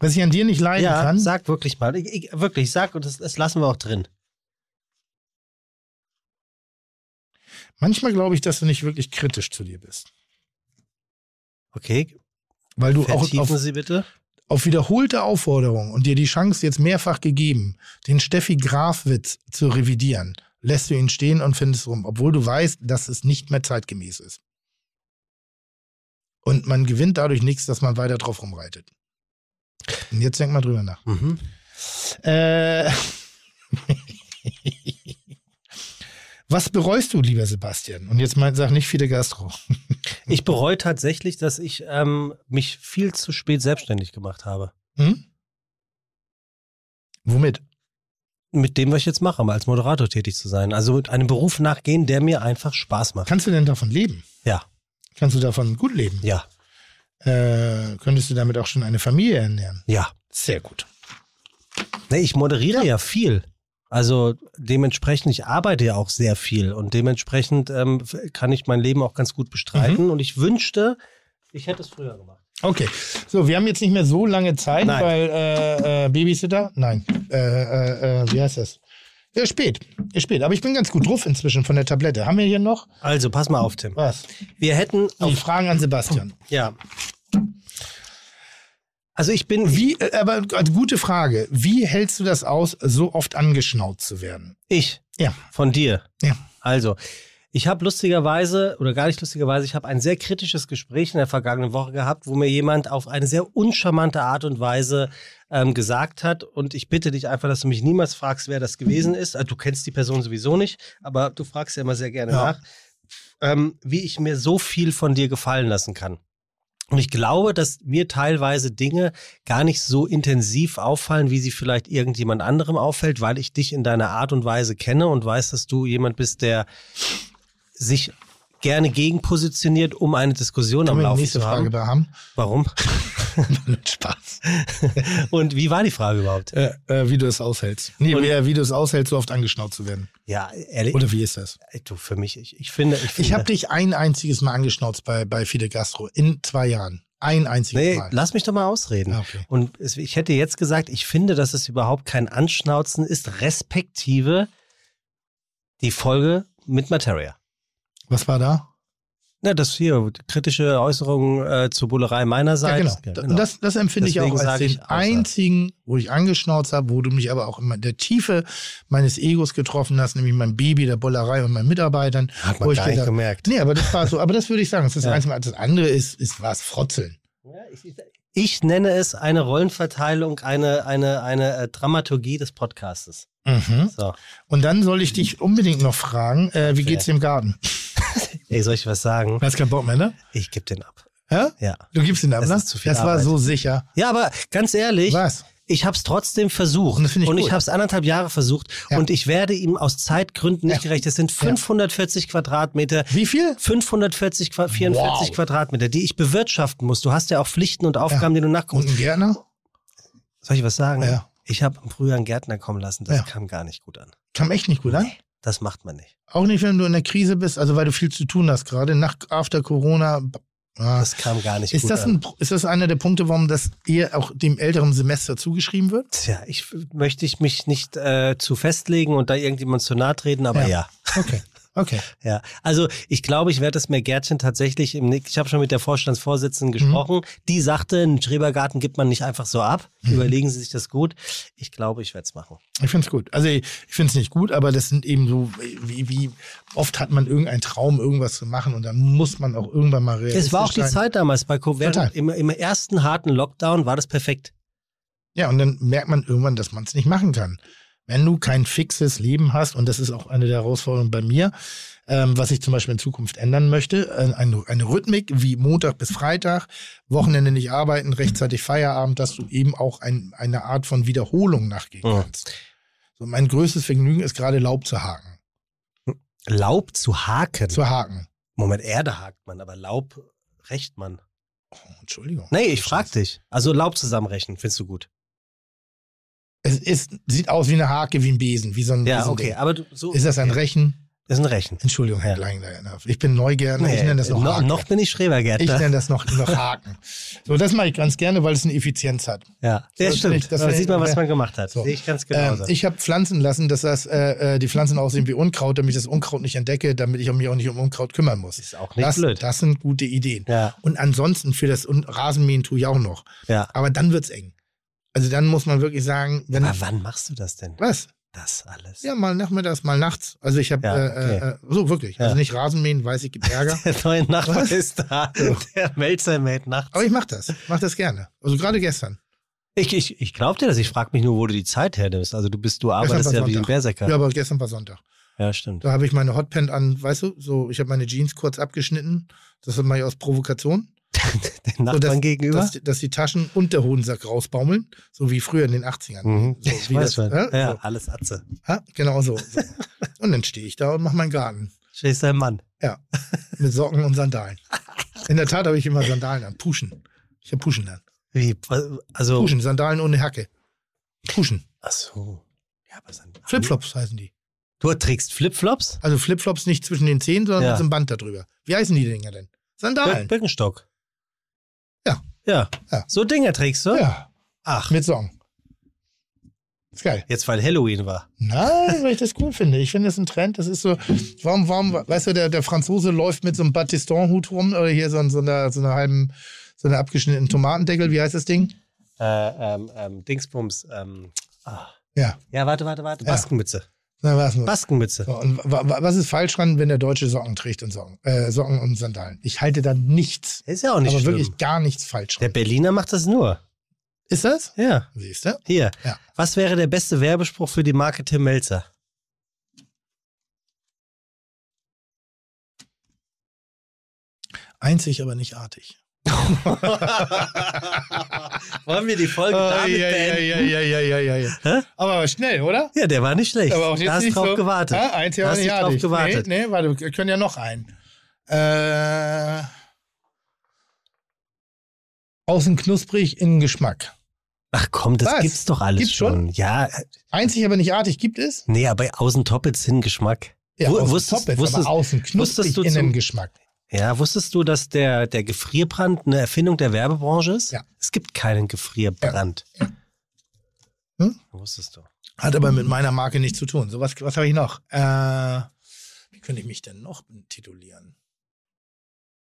S9: was ich an dir nicht leiden
S8: Ja,
S9: kann,
S8: sag wirklich mal. Ich, ich, wirklich, sag und das, das lassen wir auch drin.
S9: manchmal glaube ich, dass du nicht wirklich kritisch zu dir bist.
S8: Okay,
S9: Weil du auch
S8: vertiefen
S9: auf,
S8: Sie bitte.
S9: auf wiederholte Aufforderung und dir die Chance jetzt mehrfach gegeben, den Steffi Graf-Witz zu revidieren, lässt du ihn stehen und findest rum, obwohl du weißt, dass es nicht mehr zeitgemäß ist. Und man gewinnt dadurch nichts, dass man weiter drauf rumreitet. Und jetzt denk mal drüber nach.
S8: Mhm.
S9: Äh, Was bereust du, lieber Sebastian? Und jetzt mein, sag nicht viele Gastro.
S8: Ich bereue tatsächlich, dass ich ähm, mich viel zu spät selbstständig gemacht habe.
S9: Hm? Womit?
S8: Mit dem, was ich jetzt mache, mal als Moderator tätig zu sein. Also mit einem Beruf nachgehen, der mir einfach Spaß macht.
S9: Kannst du denn davon leben?
S8: Ja,
S9: Kannst du davon gut leben?
S8: ja,
S9: äh, könntest du damit auch schon eine Familie ernähren.
S8: ja.
S9: Sehr gut.
S8: Nee, ich moderiere ja. viel. Also dementsprechend, ich arbeite ja auch sehr viel und dementsprechend ähm, f- kann ich mein Leben auch ganz gut bestreiten. Und ich wünschte, ich hätte es früher gemacht.
S9: Okay, so, wir haben jetzt nicht mehr so lange Zeit,
S8: Nein.
S9: weil äh, äh, Babysitter, nein, äh, äh, äh, wie heißt das? Ja, spät, ist spät, aber ich bin ganz gut drauf inzwischen von der Tablette. Haben wir hier noch
S8: Also pass mal auf, Tim.
S9: was?
S8: Wir hätten
S9: Die
S8: auf,
S9: Fragen an Sebastian.
S8: ja. Also ich bin wie
S9: Wie, äh, aber äh, gute Frage, wie hältst du das aus, so oft angeschnauzt zu werden?
S8: ich
S9: Ja,
S8: von dir.
S9: ja.
S8: Also, ich habe lustigerweise, oder gar nicht lustigerweise, ich habe ein sehr kritisches Gespräch in der vergangenen Woche gehabt, wo mir jemand auf eine sehr uncharmante Art und Weise ähm, gesagt hat. Und ich bitte dich einfach, dass du mich niemals fragst, wer das
S9: Mhm.
S8: gewesen ist. Also, du kennst die Person sowieso nicht, aber du fragst ja immer sehr gerne
S9: Ja.
S8: nach, ähm, wie ich mir so viel von dir gefallen lassen kann. Und ich glaube, dass mir teilweise Dinge gar nicht so intensiv auffallen, wie sie vielleicht irgendjemand anderem auffällt, weil ich dich in deiner Art und Weise kenne und weiß, dass du jemand bist, der sich gerne gegenpositioniert, um eine Diskussion
S9: Können
S8: am
S9: wir die
S8: Laufen
S9: nächste
S8: zu
S9: Frage
S8: haben.
S9: bei haben?
S8: Warum?
S9: Spaß.
S8: Und wie war die Frage überhaupt?
S9: Äh, äh, wie du es aushältst. Nee, wie, äh, wie du es aushältst, so oft angeschnauzt zu werden.
S8: Ja, ehrlich,
S9: Oder wie ist das?
S8: du, für mich, ich, ich finde, ich finde.
S9: Ich habe dich ein einziges Mal angeschnauzt bei, bei Fide Gastro in zwei Jahren. Ein einziges
S8: Nee,
S9: Mal.
S8: lass mich doch mal ausreden.
S9: Ah, okay.
S8: Und es, ich hätte jetzt gesagt, ich finde, dass es überhaupt kein Anschnauzen ist, respektive die Folge mit Materia.
S9: Was war da?
S8: Na, das hier, kritische Äußerungen äh, zur Bullerei meinerseits.
S9: ja, genau. Und Das, das empfinde
S8: Deswegen
S9: ich auch als
S8: sage
S9: den
S8: ich außer.
S9: einzigen, wo ich angeschnauzt habe, wo du mich aber auch immer in der Tiefe meines Egos getroffen hast, nämlich mein Baby, der Bollerei und meinen Mitarbeitern.
S8: Hat
S9: wo
S8: man
S9: ich
S8: gar nicht
S9: gedacht,
S8: gemerkt.
S9: Nee, aber das war so. Aber das würde ich sagen. Das ist
S8: Ja.
S9: das einzige Mal. Das andere ist, ist was Frotzeln.
S8: Ich nenne es eine Rollenverteilung, eine, eine, eine äh, Dramaturgie des Podcastes.
S9: Mhm.
S8: So.
S9: Und dann soll ich dich unbedingt noch fragen, äh, wie geht's dir im Garten?
S8: Ey, soll ich was sagen?
S9: Du hast keinen Bock mehr, ne?
S8: Ich gebe den ab.
S9: Hä?
S8: Ja.
S9: Du gibst ihn ab,
S8: Das
S9: ne?
S8: ist zu viel
S9: das war
S8: Arbeit.
S9: so sicher.
S8: Ja, aber ganz ehrlich,
S9: Was?
S8: ich habe es trotzdem versucht.
S9: Und das finde ich
S8: und ich
S9: gut.
S8: habe es anderthalb Jahre versucht.
S9: Ja.
S8: Und ich werde ihm aus Zeitgründen nicht
S9: Ja.
S8: gerecht. Es sind 540 Quadratmeter.
S9: Wie viel?
S8: 540, Qua- 44 Quadratmeter, die ich bewirtschaften muss. Du hast ja auch Pflichten und Aufgaben, die du nachguckst.
S9: Und ein Gärtner?
S8: Soll ich was sagen?
S9: Ja.
S8: Ich habe im Frühjahr einen Gärtner kommen lassen. Das
S9: Ja.
S8: kam gar nicht gut an.
S9: Kam echt nicht gut an.
S8: Das macht man nicht.
S9: Auch nicht, wenn du in der Krise bist, also weil du viel zu tun hast gerade. Nach after Corona. b- Ah.
S8: Das kam gar nicht
S9: Ist
S8: gut
S9: das,
S8: an.
S9: ein, ist das einer der Punkte, warum das eher auch dem älteren Semester zugeschrieben wird?
S8: Tja, ich möchte ich mich nicht äh, zu festlegen und da irgendjemand zu nahe treten, aber
S9: Ja.
S8: ja. ja.
S9: Okay. Okay.
S8: Also ich glaube, ich werde das mehr Gärtchen tatsächlich im Nick. Ich habe schon mit der
S9: Mhm.
S8: Vorstandsvorsitzenden gesprochen. Die sagte, einen Schrebergarten gibt man nicht einfach so ab.
S9: Mhm.
S8: Überlegen Sie sich das gut. Ich glaube, ich werde es machen.
S9: Ich finde es gut. Also ich finde es nicht gut, aber das sind eben so, wie, wie oft hat man irgendeinen Traum, irgendwas zu machen und dann muss man auch irgendwann mal realistisch
S8: es war auch die
S9: sein.
S8: Zeit damals bei Co während-
S9: Total.
S8: im, im ersten harten Lockdown war das perfekt.
S9: Ja, und dann merkt man irgendwann, dass man es nicht machen kann. Wenn du kein fixes Leben hast, und das ist auch eine der Herausforderungen bei mir, ähm, was ich zum Beispiel in Zukunft ändern möchte, äh, eine, eine Rhythmik wie Montag bis Freitag, Wochenende nicht arbeiten, rechtzeitig Feierabend, dass du eben auch ein, eine Art von Wiederholung nachgehen
S8: Ja.
S9: kannst. So, mein größtes Vergnügen ist gerade Laub zu haken.
S8: Laub zu haken.
S9: Zu haken.
S8: Moment, Erde hakt man, aber Laub rächt man.
S9: Oh, Entschuldigung.
S8: Nee, ich frag dich. Also Laub zusammenrechnen, findest du gut.
S9: Es ist, sieht aus wie eine Hake, wie ein Besen, wie so ein wie
S8: Ja,
S9: so ein
S8: okay,
S9: Ding.
S8: aber du, so.
S9: Hm, Ist das ein Rechen?
S8: Ist ein Rechen.
S9: Entschuldigung, Herr
S8: Ja.
S9: Langleiner. Ich bin neugierig. ich nenne das noch,
S8: noch,
S9: Haken.
S8: noch bin ich Schrebergärtner.
S9: ich nenne das noch, noch Haken. So, das mache ich ganz gerne, weil es eine Effizienz hat.
S8: Ja, ja
S9: Das
S8: stimmt.
S9: nicht, das
S8: da
S9: nicht.
S8: sieht man, was man gemacht hat.
S9: So.
S8: Sehe ich ganz
S9: Ähm,
S8: genauso.
S9: ich habe pflanzen lassen, dass das, äh, äh, die Pflanzen aussehen wie Unkraut, damit ich das Unkraut nicht entdecke, damit ich mich auch nicht um Unkraut kümmern muss.
S8: Ist auch nicht
S9: das,
S8: blöd.
S9: Das sind gute Ideen.
S8: ja,
S9: Und ansonsten für das und Rasenmähen tue ich auch noch.
S8: ja.
S9: Aber dann wird's eng. Also dann muss man wirklich sagen, wenn
S8: Aber wann machst du das denn?
S9: was?
S8: Das alles.
S9: Ja, mal nachmittags, mal nachts. Also ich habe
S8: Ja,
S9: äh, äh, äh, so wirklich.
S8: Ja.
S9: Also nicht Rasenmähen, weiß ich, gibt Ärger.
S8: Der neue Nachbar
S9: Was?
S8: ist da. Der Melzer mäht nachts.
S9: Aber ich mache das. Mache das gerne. Also gerade gestern.
S8: Ich, ich, ich glaub dir das. Ich frage mich nur, wo du die Zeit hernimmst. Also du bist, du arbeitest
S9: war
S8: ja wie ein
S9: Sonntag.
S8: Berserker.
S9: Ja, aber gestern war Sonntag.
S8: ja stimmt.
S9: Da habe ich meine Hotpant an, weißt du, so ich habe meine Jeans kurz abgeschnitten. Das mache ich aus Provokation.
S8: Den Nachbarn
S9: dass-
S8: gegenüber.
S9: Dass, die- dass die Taschen und der Hosensack rausbaumeln, so wie früher in den 80ern.
S8: Mhm.
S9: So,
S8: ich
S9: wie
S8: weiß
S9: das-
S8: schon.
S9: äh,
S8: Ja,
S9: so.
S8: alles Atze.
S9: Ha? Genau so. so. Und dann stehe ich da und mache meinen Garten
S8: Schlägst dein Mann.
S9: mit Socken und Sandalen. In der Tat habe ich immer Sandalen an. Puschen. Ich habe Puschen an.
S8: Wie? Also.
S9: Puschen, Sandalen ohne Hacke. Puschen.
S8: Ach so. Ja, aber sein
S9: Flipflops heißen die.
S8: Du trägst Flipflops?
S9: Also Flipflops nicht zwischen den Zehen, sondern
S8: Ja.
S9: mit so einem Band darüber. Wie heißen die Dinger denn?
S8: Birken-
S9: Sandalen.
S8: Birkenstock.
S9: Ja.
S8: ja.
S9: Ja.
S8: So Dinger trägst du?
S9: Ja,
S8: Ach,
S9: mit Socken. Ist geil.
S8: jetzt weil Halloween war.
S9: Nein, weil ich das cool finde. Ich finde das ein Trend. Das ist so, warum, warum, weißt du, der, der Franzose läuft mit so einem Batiston-Hut rum oder hier so, ein- so einer, so einer halben, so einer abgeschnittenen Tomatendeckel. Wie heißt das Ding?
S8: Äh, ähm, ähm, Dingsbums. Ähm, ah.
S9: Ja.
S8: Ja, warte, warte, warte.
S9: Ja.
S8: Baskenmütze.
S9: Na, was nur.
S8: Baskenmütze.
S9: So, und wa, wa, was ist falsch dran, wenn der Deutsche Socken trägt und Socken, äh, Socken und Sandalen? Ich halte da nichts,
S8: Ist ja auch nicht
S9: aber
S8: schlimm.
S9: wirklich gar nichts falsch
S8: Der
S9: dran.
S8: Berliner macht das nur.
S9: Ist das?
S8: Ja.
S9: Siehst du?
S8: Hier.
S9: Ja.
S8: Was wäre der beste Werbespruch für die Marke Tim Melzer?
S9: Einzig, aber nicht artig.
S8: Wollen wir die Folge damit beenden?
S9: ja, ja, ja, ja, ja, ja.
S8: Hä?
S9: Aber schnell, oder?
S8: Ja, der war nicht schlecht.
S9: Aber auch jetzt
S8: da hast
S9: nicht
S8: drauf
S9: so.
S8: gewartet.
S9: Ah, eins ja
S8: Da
S9: auch
S8: hast
S9: nicht
S8: du drauf
S9: artig.
S8: gewartet.
S9: Nee, nee, warte, wir können ja noch einen. Äh, außen knusprig, innen Geschmack.
S8: Ach komm, das
S9: Was?
S8: gibt's doch alles
S9: Gibt's schon?
S8: Ja,
S9: Einzig, aber nicht artig gibt es?
S8: nee, aber außen Toppets hin Geschmack. Wu-
S9: außen
S8: wusstest-
S9: Toppets,
S8: wusstest-
S9: aber außen
S8: wusstest
S9: knusprig,
S8: du zum-
S9: innen Geschmack.
S8: Ja, wusstest du, dass der, der Gefrierbrand eine Erfindung der Werbebranche ist?
S9: Ja.
S8: Es gibt keinen Gefrierbrand.
S9: Hm?
S8: Wusstest du.
S9: Hat aber mit meiner Marke nichts zu tun. So, was, was habe ich noch? Äh, wie könnte ich mich denn noch titulieren?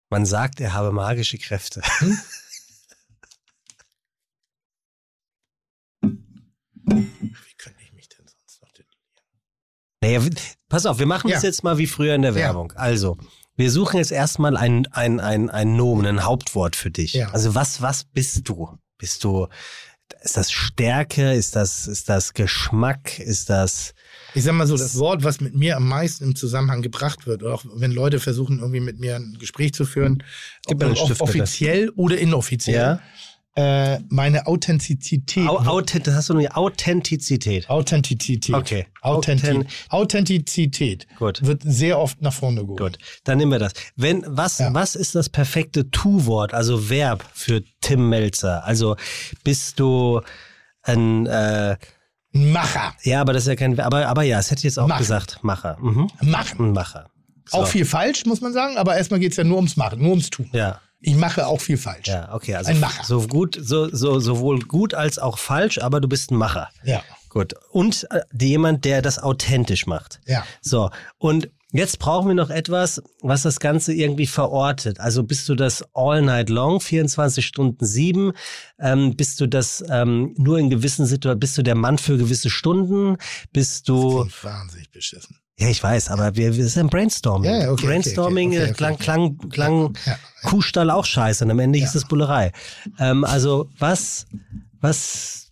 S8: Man sagt, er habe magische Kräfte.
S9: Wie könnte ich mich denn sonst noch titulieren?
S8: Naja, w- pass auf, wir machen
S9: Ja.
S8: das jetzt mal wie früher in der
S9: Ja.
S8: Werbung. Also, wir suchen jetzt erstmal ein, ein, ein, ein Nomen, ein Hauptwort für dich.
S9: Ja.
S8: Also, was, was bist du? Bist du, ist das Stärke? Ist das, ist das Geschmack? Ist das,
S9: Ich sag mal so, das Wort, was mit mir am meisten im Zusammenhang gebracht wird, oder auch wenn Leute versuchen, irgendwie mit mir ein Gespräch zu führen,
S8: Gib
S9: ob
S8: mir einen
S9: nun off-
S8: Stift, bitte.
S9: offiziell oder inoffiziell, äh, meine Authentizität.
S8: Au, Authent- hast du eine Authentizität?
S9: Authentizität.
S8: Okay.
S9: Authenti Authentizität
S8: Gut.
S9: wird sehr oft nach vorne
S8: Gut,
S9: geholt.
S8: dann nehmen wir das. Wenn, was,
S9: Ja.
S8: was ist das perfekte Tu-Wort, also Verb für Tim Melzer? Also bist du ein, äh,
S9: Macher.
S8: ja, aber das ist ja kein, aber, aber ja, es hätte ich jetzt auch
S9: Macher.
S8: gesagt, Macher. Mhm.
S9: Machen.
S8: Ein Macher. So.
S9: Auch viel falsch, muss man sagen, aber erstmal geht's ja nur ums Machen, nur ums Tun.
S8: Ja,
S9: Ich mache auch viel falsch.
S8: ja, okay. Also
S9: Ein Macher.
S8: So gut, so, so, sowohl gut als auch falsch, aber du bist ein Macher.
S9: Ja.
S8: Gut. Und äh, jemand, der das authentisch macht.
S9: Ja.
S8: So, und jetzt brauchen wir noch etwas, was das Ganze irgendwie verortet. Also bist du das all night long, 24 Stunden 7? Ähm, bist du das ähm, nur in gewissen Situationen? Bist du der Mann für gewisse Stunden? Bist du.
S9: Klingt wahnsinnig beschissen.
S8: Ja, ich weiß, aber wir, wir sind ein Brainstorming.
S9: Ja, ja, okay,
S8: Brainstorming
S9: okay, okay,
S8: äh,
S9: okay,
S8: klang,
S9: okay.
S8: klang, klang
S9: Ja.
S8: Kuhstall auch scheiße und am Ende
S9: Ja.
S8: hieß es Bullerei. Ähm, also was, was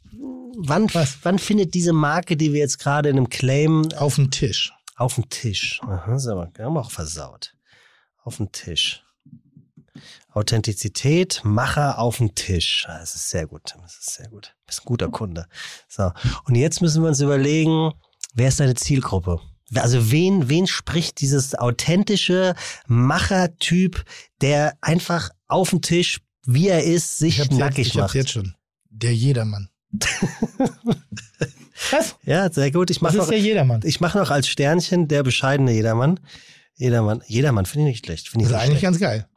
S8: wann,
S9: Was?
S8: wann findet diese Marke, die wir jetzt gerade in einem Claim
S9: Auf dem Tisch.
S8: Auf dem Tisch. Aha, ist aber haben wir auch versaut. Auf dem Tisch. Authentizität, Macher auf dem Tisch. Ah, Das ist sehr gut, Tim. Das ist sehr gut. Du bist ein guter Kunde. So. Und jetzt müssen wir uns überlegen, wer ist deine Zielgruppe? Also wen, wen spricht dieses authentische Macher-Typ, der einfach auf dem Tisch, wie er ist, sich
S9: hab's jetzt,
S8: nackig
S9: ich hab's
S8: macht?
S9: jetzt schon. Der Jedermann. Was?
S8: Ja, sehr gut. Ich
S9: Das
S8: mache
S9: ist
S8: noch,
S9: der Jedermann.
S8: ich mach noch als Sternchen der bescheidene Jedermann. Jedermann, Jedermann finde ich nicht schlecht. Finde
S9: Das
S8: ich
S9: ist
S8: nicht
S9: Also eigentlich
S8: schlecht.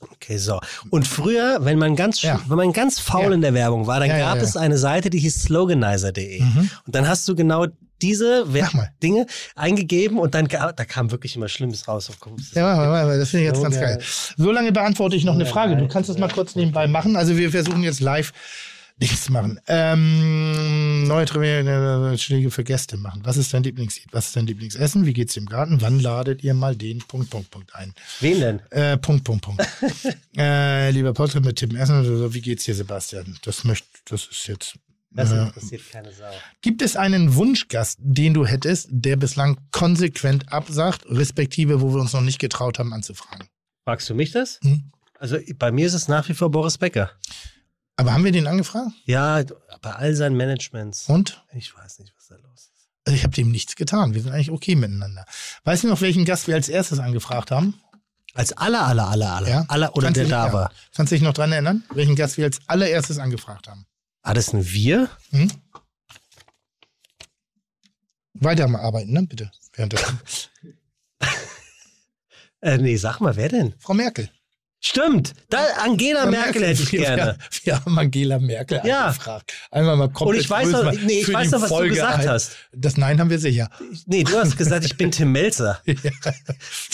S9: ganz geil.
S8: Okay, so. Und früher, wenn man ganz, sch-
S9: Ja.
S8: wenn man ganz faul
S9: Ja.
S8: in der Werbung war, dann
S9: Ja, ja,
S8: gab
S9: ja.
S8: es eine Seite, die hieß sloganizer.de.
S9: Mhm.
S8: Und dann hast du genau diese Wer
S9: Sag mal.
S8: Dinge eingegeben und dann ga- da kam wirklich immer Schlimmes raus. Oh, guck, das ist-
S9: Ja, warte, warte, warte, das finde ich jetzt
S8: So
S9: ganz
S8: geil.
S9: geil. So lange beantworte ich noch eine
S8: Ja,
S9: Frage. Du
S8: nein.
S9: kannst das mal kurz nebenbei machen. Also wir versuchen jetzt live nichts zu machen. Ähm, neue Trivia- äh, Schläge für Gäste machen. Was ist dein Lieblingslied? Was ist dein Lieblingsessen? Wie geht's dir im Garten? Wann ladet ihr mal den Punkt, Punkt, Punkt ein?
S8: Wen denn?
S9: Äh, Punkt, Punkt, Punkt. äh, lieber Portrait mit Tim Essen oder so. Wie geht's dir, Sebastian? Das möchte, das ist jetzt.
S8: Das
S9: äh,
S8: interessiert keine Sau.
S9: Gibt es einen Wunschgast, den du hättest, der bislang konsequent absagt, respektive wo wir uns noch nicht getraut haben anzufragen?
S8: Fragst du mich das?
S9: Hm.
S8: Also bei mir ist es nach wie vor Boris Becker.
S9: Aber haben wir den angefragt?
S8: Ja, bei all seinen Managements.
S9: Und?
S8: Ich weiß nicht, was da los ist.
S9: Also ich habe dem nichts getan. Wir sind eigentlich okay miteinander. Weißt du noch, welchen Gast wir als erstes angefragt haben?
S8: Als aller, aller, aller, aller.
S9: Ja?
S8: aller oder
S9: Kannst
S8: der
S9: du dich-
S8: da
S9: ja.
S8: war.
S9: Kannst du dich noch dran erinnern? Welchen Gast wir als allererstes angefragt haben?
S8: War Ah, das ein Wir?
S9: Hm? Weiter mal arbeiten, ne? Bitte. Währenddessen.
S8: Äh, nee, sag mal, wer denn?
S9: Frau Merkel.
S8: Stimmt, da Angela Merkel hätte ich
S9: wir,
S8: gerne.
S9: Wir haben Angela Merkel
S8: Ja.
S9: angefragt. Einmal mal komplett
S8: ich weiß noch-
S9: größer
S8: nee, ich
S9: für
S8: weiß
S9: die
S8: noch, was du
S9: Folge
S8: gesagt
S9: ein.
S8: hast.
S9: Das Nein haben wir sicher.
S8: Nee, du hast gesagt, ich bin Tim Melzer.
S9: Ja.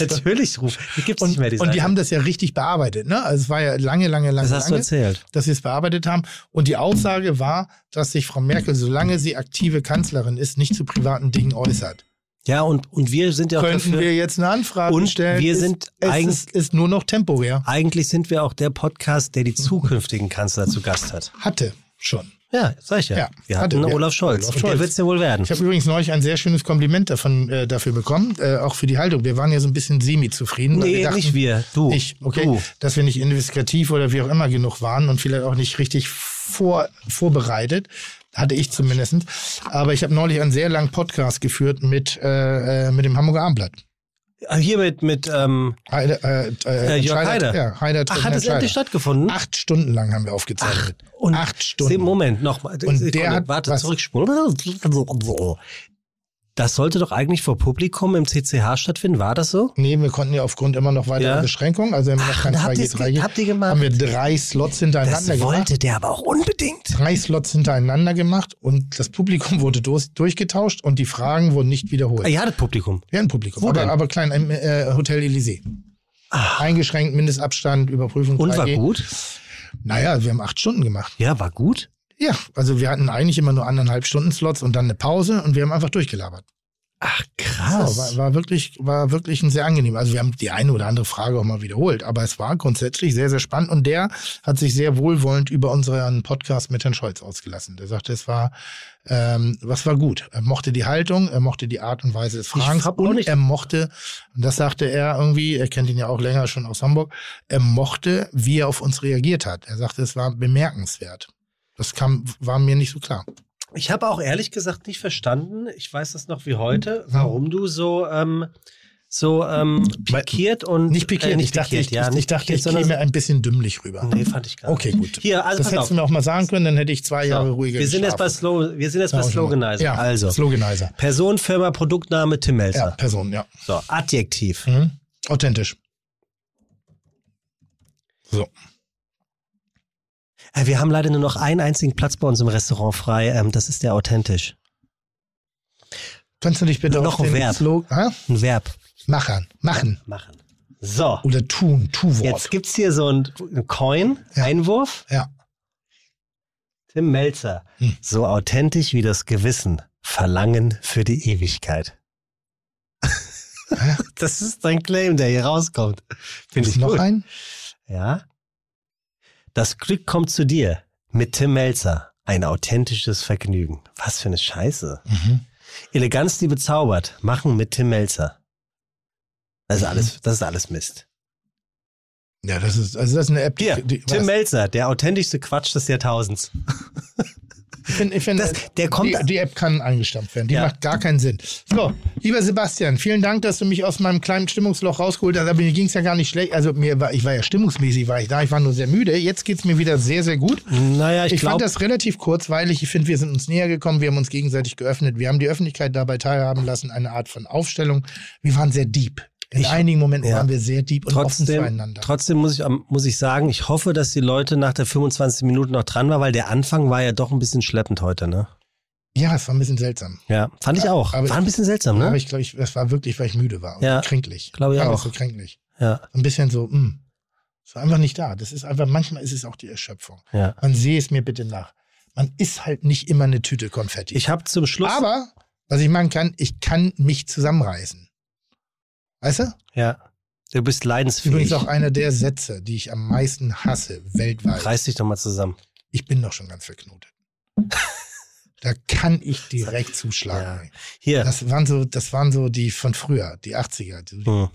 S8: Natürlich ruf. Die gibt's
S9: Und,
S8: nicht mehr, die
S9: und die
S8: Seite.
S9: haben das ja richtig bearbeitet. Ne? Also es war ja lange, lange, lange,
S8: Das hast du
S9: lange,
S8: erzählt.
S9: dass sie es bearbeitet haben. Und die Aussage war, dass sich Frau Merkel, solange sie aktive Kanzlerin ist, nicht zu privaten Dingen äußert.
S8: Ja, und, und wir sind ja auch
S9: Könnten
S8: dafür,
S9: wir jetzt eine Anfrage
S8: Und
S9: stellen?
S8: wir
S9: ist,
S8: sind
S9: es
S8: eigen-
S9: ist, ist nur noch temporär.
S8: eigentlich sind wir auch der Podcast, der die zukünftigen Kanzler zu Gast hat.
S9: Hatte schon.
S8: Ja, sag ich ja.
S9: Ja,
S8: wir
S9: hatte,
S8: hatten
S9: ja.
S8: Olaf Scholz.
S9: Olaf
S8: und der
S9: Scholz.
S8: wird's ja wohl werden.
S9: Ich habe übrigens neulich ein sehr schönes Kompliment davon, äh, dafür bekommen, äh, auch für die Haltung. Wir waren ja so ein bisschen semi-zufrieden. weil
S8: Nee,
S9: wir dachten,
S8: nicht wir, du.
S9: Ich, okay.
S8: Du.
S9: Dass wir nicht investigativ oder wie auch immer genug waren und vielleicht auch nicht richtig vor, vorbereitet. Hatte ich zumindest. Aber ich habe neulich einen sehr langen Podcast geführt mit, äh, äh, mit dem Hamburger Abendblatt.
S8: Ah, Hier mit, mit ähm,
S9: Heide, äh, äh,
S8: Jörg
S9: Entscheider-
S8: Haider.
S9: Ja, Heider
S8: Ach,
S9: trifft
S8: hat
S9: den
S8: es endlich
S9: Entscheider.
S8: stattgefunden?
S9: Acht Stunden lang haben wir aufgezeichnet.
S8: Und
S9: Acht Stunden.
S8: Se- Moment, nochmal.
S9: Und der hat
S8: warte,
S9: was-
S8: zurückspulen. Das sollte doch eigentlich vor Publikum im CCH stattfinden, war das so?
S9: Nee, wir konnten ja aufgrund immer noch weiterer
S8: Ja.
S9: Beschränkungen, also immer noch kein
S8: da habt
S9: 2G,
S8: ihr's ge-
S9: 3G,
S8: habt ihr gemacht?
S9: haben wir drei Slots
S8: Das
S9: hintereinander gemacht.
S8: wollte der aber auch unbedingt.
S9: Drei Slots hintereinander gemacht und das Publikum wurde durch, durchgetauscht und die Fragen wurden nicht wiederholt.
S8: Ah, ja, das Publikum.
S9: Ja, ein Publikum.
S8: Wo
S9: aber,
S8: denn? Ah.
S9: aber klein, im äh, Hotel Elysée. Eingeschränkt, Mindestabstand, Überprüfung.
S8: Und war
S9: 3G.
S8: gut?
S9: Naja, wir haben acht Stunden gemacht.
S8: Ja, war gut.
S9: Ja, also wir hatten eigentlich immer nur anderthalb Stunden Slots und dann eine Pause und wir haben einfach durchgelabert.
S8: Ach,
S9: Ja,
S8: krass.
S9: Genau, war, war, wirklich, war wirklich ein sehr angenehm. Also wir haben die eine oder andere Frage auch mal wiederholt, aber es war grundsätzlich sehr, sehr spannend und der hat sich sehr wohlwollend über unseren Podcast mit Herrn Scholz ausgelassen. Der sagte, es war, ähm, was war gut. Er mochte die Haltung, er mochte die Art und Weise des Fragens
S8: hab auch
S9: und
S8: nicht-
S9: er mochte, und das sagte er irgendwie, er kennt ihn ja auch länger schon aus Hamburg, er mochte, wie er auf uns reagiert hat. Er sagte, es war bemerkenswert. Das kam, war mir nicht so klar.
S8: ich habe auch ehrlich gesagt nicht verstanden, ich weiß das noch wie heute,
S9: Hm?
S8: warum du so, ähm, so ähm, pikiert und.
S9: Nicht pikiert,
S8: äh,
S9: ich dachte, ich, ich, ich, dachte,
S8: pikiert,
S9: ich
S8: sondern-
S9: käme ein bisschen dümmlich rüber.
S8: Nee, fand ich gar nicht.
S9: Okay, gut.
S8: Hier, also
S9: das
S8: pass
S9: hättest
S8: auf.
S9: du mir auch mal sagen können, dann hätte ich zwei Jahre
S8: So,
S9: ruhiger
S8: wir sind jetzt bei
S9: geschlafen.
S8: Slow, wir sind jetzt bei
S9: Ja, schon mal.
S8: Sloganizer.
S9: Ja,
S8: also
S9: Sloganizer.
S8: Person, Firma, Produktname Tim
S9: Ja,
S8: Melzer.
S9: Person, ja.
S8: So, Adjektiv.
S9: Mhm. Authentisch. So.
S8: Äh, Wir haben leider nur noch einen einzigen Platz bei uns im Restaurant frei. Ähm, das ist der authentisch.
S9: Kannst du dich bitte
S8: Noch
S9: auf
S8: ein
S9: den
S8: Verb.
S9: Slog- Hä?
S8: Ein Verb.
S9: Machen. Machen.
S8: Machen. So,
S9: Oder tun. Tu-Wort.
S8: jetzt gibt's hier so einen Coin,
S9: Ja.
S8: Einwurf.
S9: Ja.
S8: Tim Melzer.
S9: Hm.
S8: So authentisch wie das Gewissen. Verlangen für die Ewigkeit. das ist dein Claim, der hier rauskommt. Finde
S9: Ist
S8: ich
S9: noch
S8: gut.
S9: ein?
S8: Ja. Das Glück kommt zu dir mit Tim Melzer. Ein authentisches Vergnügen. Was für eine Scheiße.
S9: Mhm.
S8: Eleganz, die bezaubert. Machen mit Tim Melzer. Das ist
S9: Mhm.
S8: alles, das ist alles Mist.
S9: Ja, das ist, also das ist eine App.
S8: Hier,
S9: die,
S8: Tim
S9: was?
S8: Melzer, der authentischste Quatsch des Jahrtausends.
S9: ich find, ich find,
S8: Das- der kommt-
S9: die, die App kann eingestampft werden. Die
S8: Ja.
S9: macht gar keinen Sinn. So, lieber Sebastian, vielen Dank, dass du mich aus meinem kleinen Stimmungsloch rausgeholt hast. Aber mir ging es ja gar nicht schlecht. Also mir war, ich war ja stimmungsmäßig, war ich da. Ich war nur sehr müde. Jetzt geht es mir wieder sehr, sehr gut.
S8: Naja,
S9: Ich, fand das relativ kurzweilig. Ich finde, wir sind uns näher gekommen. Wir haben uns gegenseitig geöffnet. Wir haben die Öffentlichkeit dabei teilhaben lassen. Eine Art von Aufstellung. Wir waren sehr deep. In
S8: Ich-
S9: einigen Momenten
S8: ja.
S9: waren wir sehr deep und offen
S8: trotzdem,
S9: zueinander.
S8: trotzdem muss ich, am- muss ich sagen, ich hoffe, dass die Leute nach der 25 Minuten noch dran waren, weil der Anfang war ja doch ein bisschen schleppend heute, ne?
S9: Ja, es war ein bisschen seltsam.
S8: Ja, fand ich auch.
S9: aber-
S8: war ein bisschen seltsam,
S9: Aber
S8: ne?
S9: ich glaube, ich, das war wirklich, weil ich müde war und
S8: Ja,
S9: kränklich.
S8: glaub ich
S9: Einfach
S8: auch.
S9: so kränklich.
S8: Ja,
S9: Ein bisschen so, hm. Es war einfach nicht da. Das ist einfach, manchmal ist es auch die Erschöpfung.
S8: ja.
S9: Man sehe es mir bitte nach. Man ist halt nicht immer eine Tüte Konfetti.
S8: Ich habe zum Schluss.
S9: Aber, was ich machen kann, ich kann mich zusammenreißen. Weißt du?
S8: ja. Du bist leidensfähig.
S9: Übrigens auch einer der Sätze, die ich am meisten hasse weltweit.
S8: Reiß dich doch mal zusammen.
S9: Ich bin doch schon ganz verknotet. da kann ich direkt zuschlagen.
S8: Hier.
S9: Das waren so, das waren so die von früher, die 80er. Die,
S8: Hm.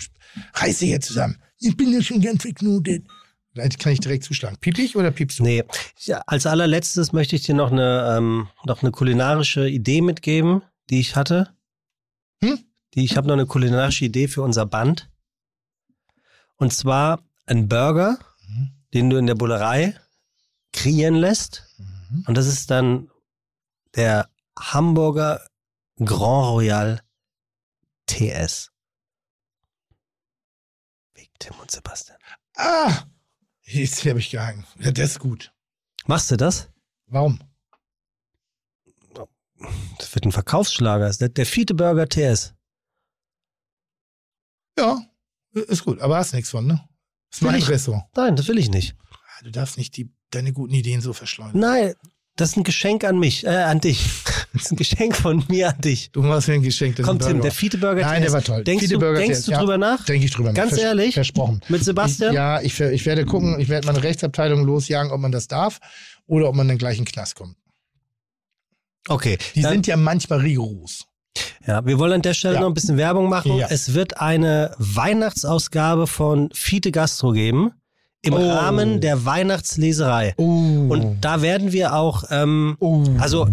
S9: Reiß dich jetzt zusammen. Ich bin ja schon ganz verknotet. Da kann ich direkt zuschlagen. Piep ich oder piepst du?
S8: Nee, ja, als allerletztes möchte ich dir noch eine, ähm, noch eine kulinarische Idee mitgeben, die ich hatte.
S9: Hm?
S8: Die, ich habe noch eine kulinarische Idee für unser Band. Und zwar ein Burger,
S9: Mhm.
S8: den du in der Bullerei kreieren lässt.
S9: Mhm.
S8: Und das ist dann der Hamburger Grand Royal TS. Wegen Tim und Sebastian.
S9: Ah! Jetzt habe ich gehangen. Ja, das ist gut.
S8: Machst du das?
S9: Warum?
S8: Das wird ein Verkaufsschlager. Das ist der- Der vierte Burger TS.
S9: Ja, ist gut. Aber hast nichts von, ne? Ist
S8: Will
S9: mein
S8: ich-
S9: Ressort.
S8: Nein, das will ich nicht.
S9: Ah, Du darfst nicht die, deine guten Ideen so verschleudern.
S8: Nein, das ist ein Geschenk an mich, äh, an dich. Das ist ein Geschenk von mir an dich.
S9: Du machst mir ein Geschenk. das ist
S8: Komm,
S9: ein
S8: Tim,
S9: Burger.
S8: der Fiete Burger
S9: Nein,
S8: TS.
S9: der war toll.
S8: Denkst
S9: Fiete
S8: du,
S9: Burger
S8: denkst
S9: TS,
S8: du
S9: ja.
S8: drüber nach?
S9: Denke ich drüber nach.
S8: Ganz
S9: Vers-
S8: ehrlich?
S9: Versprochen.
S8: Mit Sebastian?
S9: Ich, ja, ich, ver- ich werde gucken, ich werde meine Rechtsabteilung losjagen, ob man das darf oder ob man dann gleich in den Knast kommt.
S8: Okay.
S9: Die
S8: dann,
S9: sind ja manchmal rigoros.
S8: ja, wir wollen an der Stelle
S9: Ja.
S8: noch ein bisschen Werbung machen.
S9: Ja.
S8: Es wird eine Weihnachtsausgabe von Fiete Gastro geben im
S9: Oh.
S8: Rahmen der Weihnachtsleserei.
S9: Oh.
S8: Und da werden wir auch, ähm,
S9: oh.
S8: also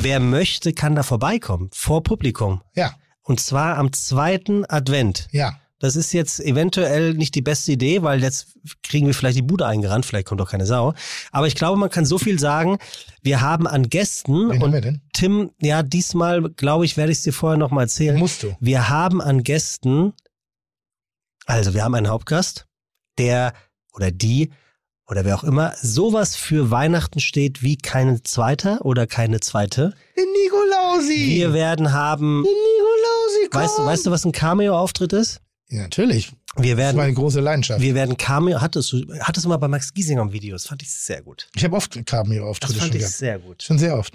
S8: wer möchte, kann da vorbeikommen, vor Publikum.
S9: Ja,
S8: Und zwar am zweiten Advent.
S9: ja.
S8: Das ist jetzt eventuell nicht die beste Idee, weil jetzt kriegen wir vielleicht die Bude eingerannt, vielleicht kommt doch keine Sau. Aber ich glaube, man kann so viel sagen. Wir haben an Gästen
S9: Wen haben wir
S8: und
S9: denn?
S8: Tim, ja, diesmal, glaube ich, werde ich es dir vorher nochmal erzählen.
S9: Musst du.
S8: Wir haben an Gästen, also wir haben einen Hauptgast, der oder die oder wer auch immer sowas für Weihnachten steht wie keine zweite oder keine zweite.
S9: Den Nikolausi.
S8: Wir werden haben,
S9: den Nikolausi, komm.
S8: weißt, du- weißt du, was ein Cameo-Auftritt ist?
S9: Ja, natürlich.
S8: Wir
S9: Das
S8: werden
S9: ist meine große Leidenschaft.
S8: Wir werden Cameo, hattest du, hattest du mal bei Max Giesinger im Video, das fand ich sehr gut.
S9: ich habe oft
S8: Das
S9: Cameo-Auftritte schon
S8: fand ich
S9: gehabt.
S8: sehr gut.
S9: Schon sehr oft.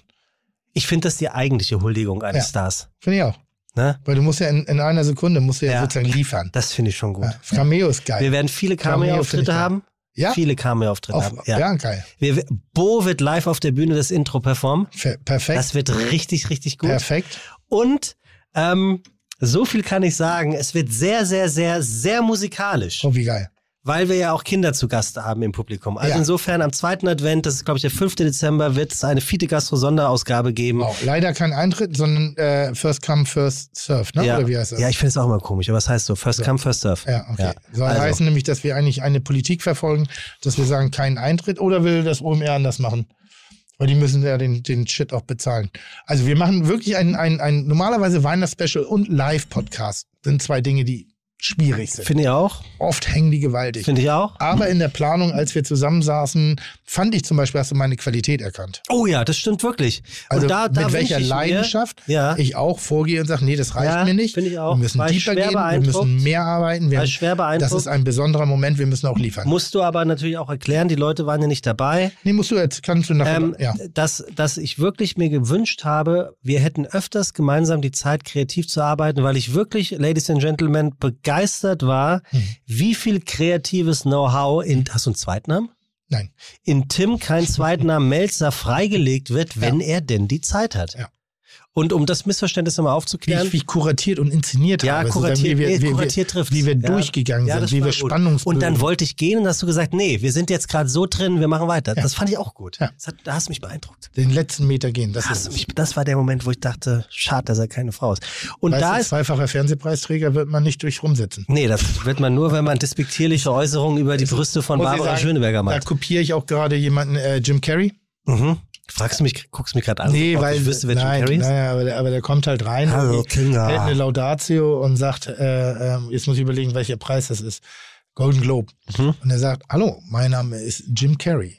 S8: Ich finde das die eigentliche Huldigung eines
S9: Ja.
S8: Stars.
S9: Finde ich auch.
S8: Ne?
S9: Weil du musst ja in, in einer Sekunde musst du ja,
S8: Ja.
S9: sozusagen liefern.
S8: Das finde ich schon gut.
S9: Ja, Cameo ist geil.
S8: Wir werden viele
S9: Cameo finde ich
S8: Cameo-Auftritte
S9: geil.
S8: haben.
S9: ja,
S8: Viele Cameo-Auftritte haben.
S9: auf, ja.
S8: Ja.
S9: geil.
S8: Wir, Bo wird live auf der Bühne das Intro performen.
S9: Fe- Perfekt.
S8: Das wird richtig, richtig gut.
S9: Perfekt.
S8: Und ähm, so viel kann ich sagen. Es wird sehr, sehr, sehr, sehr musikalisch.
S9: Oh, wie geil.
S8: Weil wir ja auch Kinder zu Gast haben im Publikum. Also
S9: Ja.
S8: insofern am zweiten Advent, das ist glaube ich der 5. Dezember, wird es eine Fiete Gastro Sonderausgabe geben.
S9: Wow. Leider kein Eintritt, sondern äh, First Come, First Surf, ne?
S8: Ja.
S9: Oder wie heißt das?
S8: ja, ich finde es auch immer komisch, aber es heißt so, first come, first serve.
S9: Ja, okay. Soll
S8: Also.
S9: heißen nämlich, dass wir eigentlich eine Politik verfolgen, dass wir sagen, keinen Eintritt oder will das OMR anders machen? Weil die müssen ja den, den Shit auch bezahlen. Also wir machen wirklich ein, ein, ein normalerweise Weihnachtsspecial und Live-Podcast sind zwei Dinge, die schwierig sind.
S8: Finde ich auch.
S9: Oft hängen die gewaltig.
S8: Finde ich auch.
S9: Aber in der Planung, als wir zusammensaßen, fand ich zum Beispiel, hast du meine Qualität erkannt.
S8: Oh ja, das stimmt wirklich.
S9: Also
S8: Und da, da wünsche
S9: mit welcher
S8: ich mir-
S9: Leidenschaft
S8: Ja.
S9: ich auch vorgehe und sage, nee, das reicht
S8: Ja,
S9: mir nicht.
S8: finde ich auch.
S9: Wir müssen
S8: War ich
S9: tiefer
S8: schwer
S9: gehen, wir müssen
S8: beeindruckt.
S9: mehr arbeiten. Wir,
S8: War ich schwer
S9: das
S8: beeindruckt.
S9: ist ein besonderer Moment, wir müssen auch liefern.
S8: Musst du aber natürlich auch erklären, die Leute waren ja nicht dabei,
S9: nee, musst du jetzt, kannst du nachher.
S8: ähm,
S9: ja.
S8: dass, dass ich wirklich mir gewünscht habe, wir hätten öfters gemeinsam die Zeit, kreativ zu arbeiten, weil ich wirklich, Ladies and Gentlemen,
S9: Hm.
S8: begeistert war, wie viel kreatives Know-how in. Hast du einen Zweitnamen?
S9: Nein.
S8: in Tim kein Zweitnamen Melzer freigelegt wird, wenn er denn die Zeit hat.
S9: Ja.
S8: Und um das Missverständnis nochmal
S9: Wie,
S8: aufzuklären,
S9: ich, wie ich kuratiert und inszeniert
S8: ja,
S9: habe.
S8: kuratiert,
S9: sozusagen, Also, wie wir,
S8: nee,
S9: wie,
S8: kuratiert trifft.
S9: Wie wir durchgegangen
S8: ja, das
S9: sind, wie
S8: war
S9: wir
S8: gut.
S9: Spannungsbögen.
S8: Und dann wollte ich gehen und hast du gesagt, nee, wir sind jetzt gerade so drin, wir machen weiter.
S9: Ja.
S8: Das fand ich auch gut.
S9: Ja.
S8: Das hat, da hast du mich beeindruckt.
S9: den letzten Meter gehen. Das
S8: Hast
S9: ist
S8: du
S9: es.
S8: mich, das war der Moment, wo ich dachte, schade, dass er keine Frau ist. Und
S9: Weißt
S8: da
S9: du,
S8: ist
S9: zweifacher Fernsehpreisträger wird man nicht durch rumsetzen.
S8: Nee, das wird man nur, wenn man despektierliche Äußerungen über die Brüste von
S9: Also, Muss ich
S8: Barbara
S9: sagen,
S8: Schöneberger
S9: Da
S8: macht.
S9: kopiere ich auch gerade jemanden, äh, Jim Carrey.
S8: Mhm. Fragst du mich, guckst mich gerade an?
S9: nee,
S8: ob
S9: weil
S8: ich wüsste, wer Jim
S9: nein,
S8: Carrey ist?
S9: Naja, aber, der- aber der kommt halt rein,
S8: Hallo,
S9: irgendwie
S8: Kinder.
S9: hält eine Laudatio und sagt, äh, ähm, jetzt muss ich überlegen, welcher Preis das ist. Golden Globe.
S8: Mhm.
S9: Und er sagt, hallo, mein Name ist Jim Carrey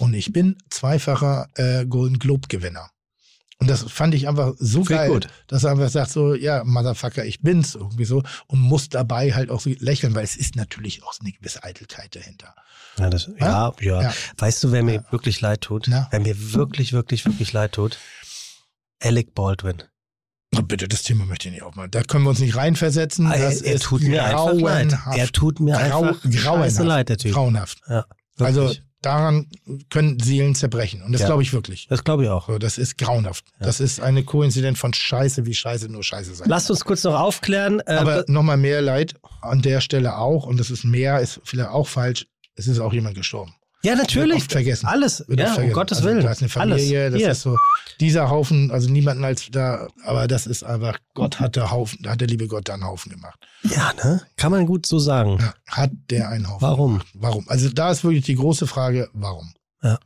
S9: und ich bin zweifacher äh, Golden Globe Gewinner. Und das fand ich einfach so
S8: Finde ich
S9: geil,
S8: gut.
S9: dass er einfach sagt so, ja, Motherfucker, ich bin's irgendwie so und muss dabei halt auch so lächeln, weil es ist natürlich auch eine gewisse Eitelkeit dahinter.
S8: Ja, das, ja, ja,
S9: Ja.
S8: Weißt du, wer mir wirklich leid tut?
S9: Na?
S8: Wer mir wirklich, wirklich, wirklich leid tut? Alec Baldwin.
S9: Na bitte, das Thema möchte ich nicht aufmachen. Da können wir uns nicht reinversetzen. Das
S8: Ah, Er, er
S9: ist
S8: tut mir einfach leid.
S9: grauenhaft.
S8: Er tut mir
S9: Grau-
S8: einfach scheiße leid, der Typ.
S9: Grauenhaft.
S8: Ja,
S9: Also
S8: wirklich.
S9: daran können Seelen zerbrechen. Und das
S8: Ja.
S9: glaube ich wirklich.
S8: das glaube ich auch.
S9: So, das ist grauenhaft. Das ist eine Koinzidenz von Scheiße, wie Scheiße nur Scheiße sein.
S8: Lasst uns kurz noch aufklären. äh,
S9: Aber nochmal mehr Leid an der Stelle auch. Und das ist mehr, ist vielleicht auch falsch. Es ist auch jemand gestorben.
S8: ja, natürlich.
S9: Wird oft vergessen.
S8: Alles.
S9: Wird
S8: Ja,
S9: oft
S8: um
S9: vergessen.
S8: Gottes
S9: also,
S8: Willen.
S9: Da ist eine Familie,
S8: Alles.
S9: das
S8: Hier.
S9: ist so. Dieser Haufen, also niemanden als da, aber das ist einfach,
S8: Mhm.
S9: Gott hat der Haufen, hat der liebe Gott da einen Haufen gemacht.
S8: ja, ne? Kann man gut so sagen.
S9: Ja, Hat der einen Haufen?
S8: Warum?
S9: Warum? Also da ist wirklich die große Frage, warum?
S8: Ja.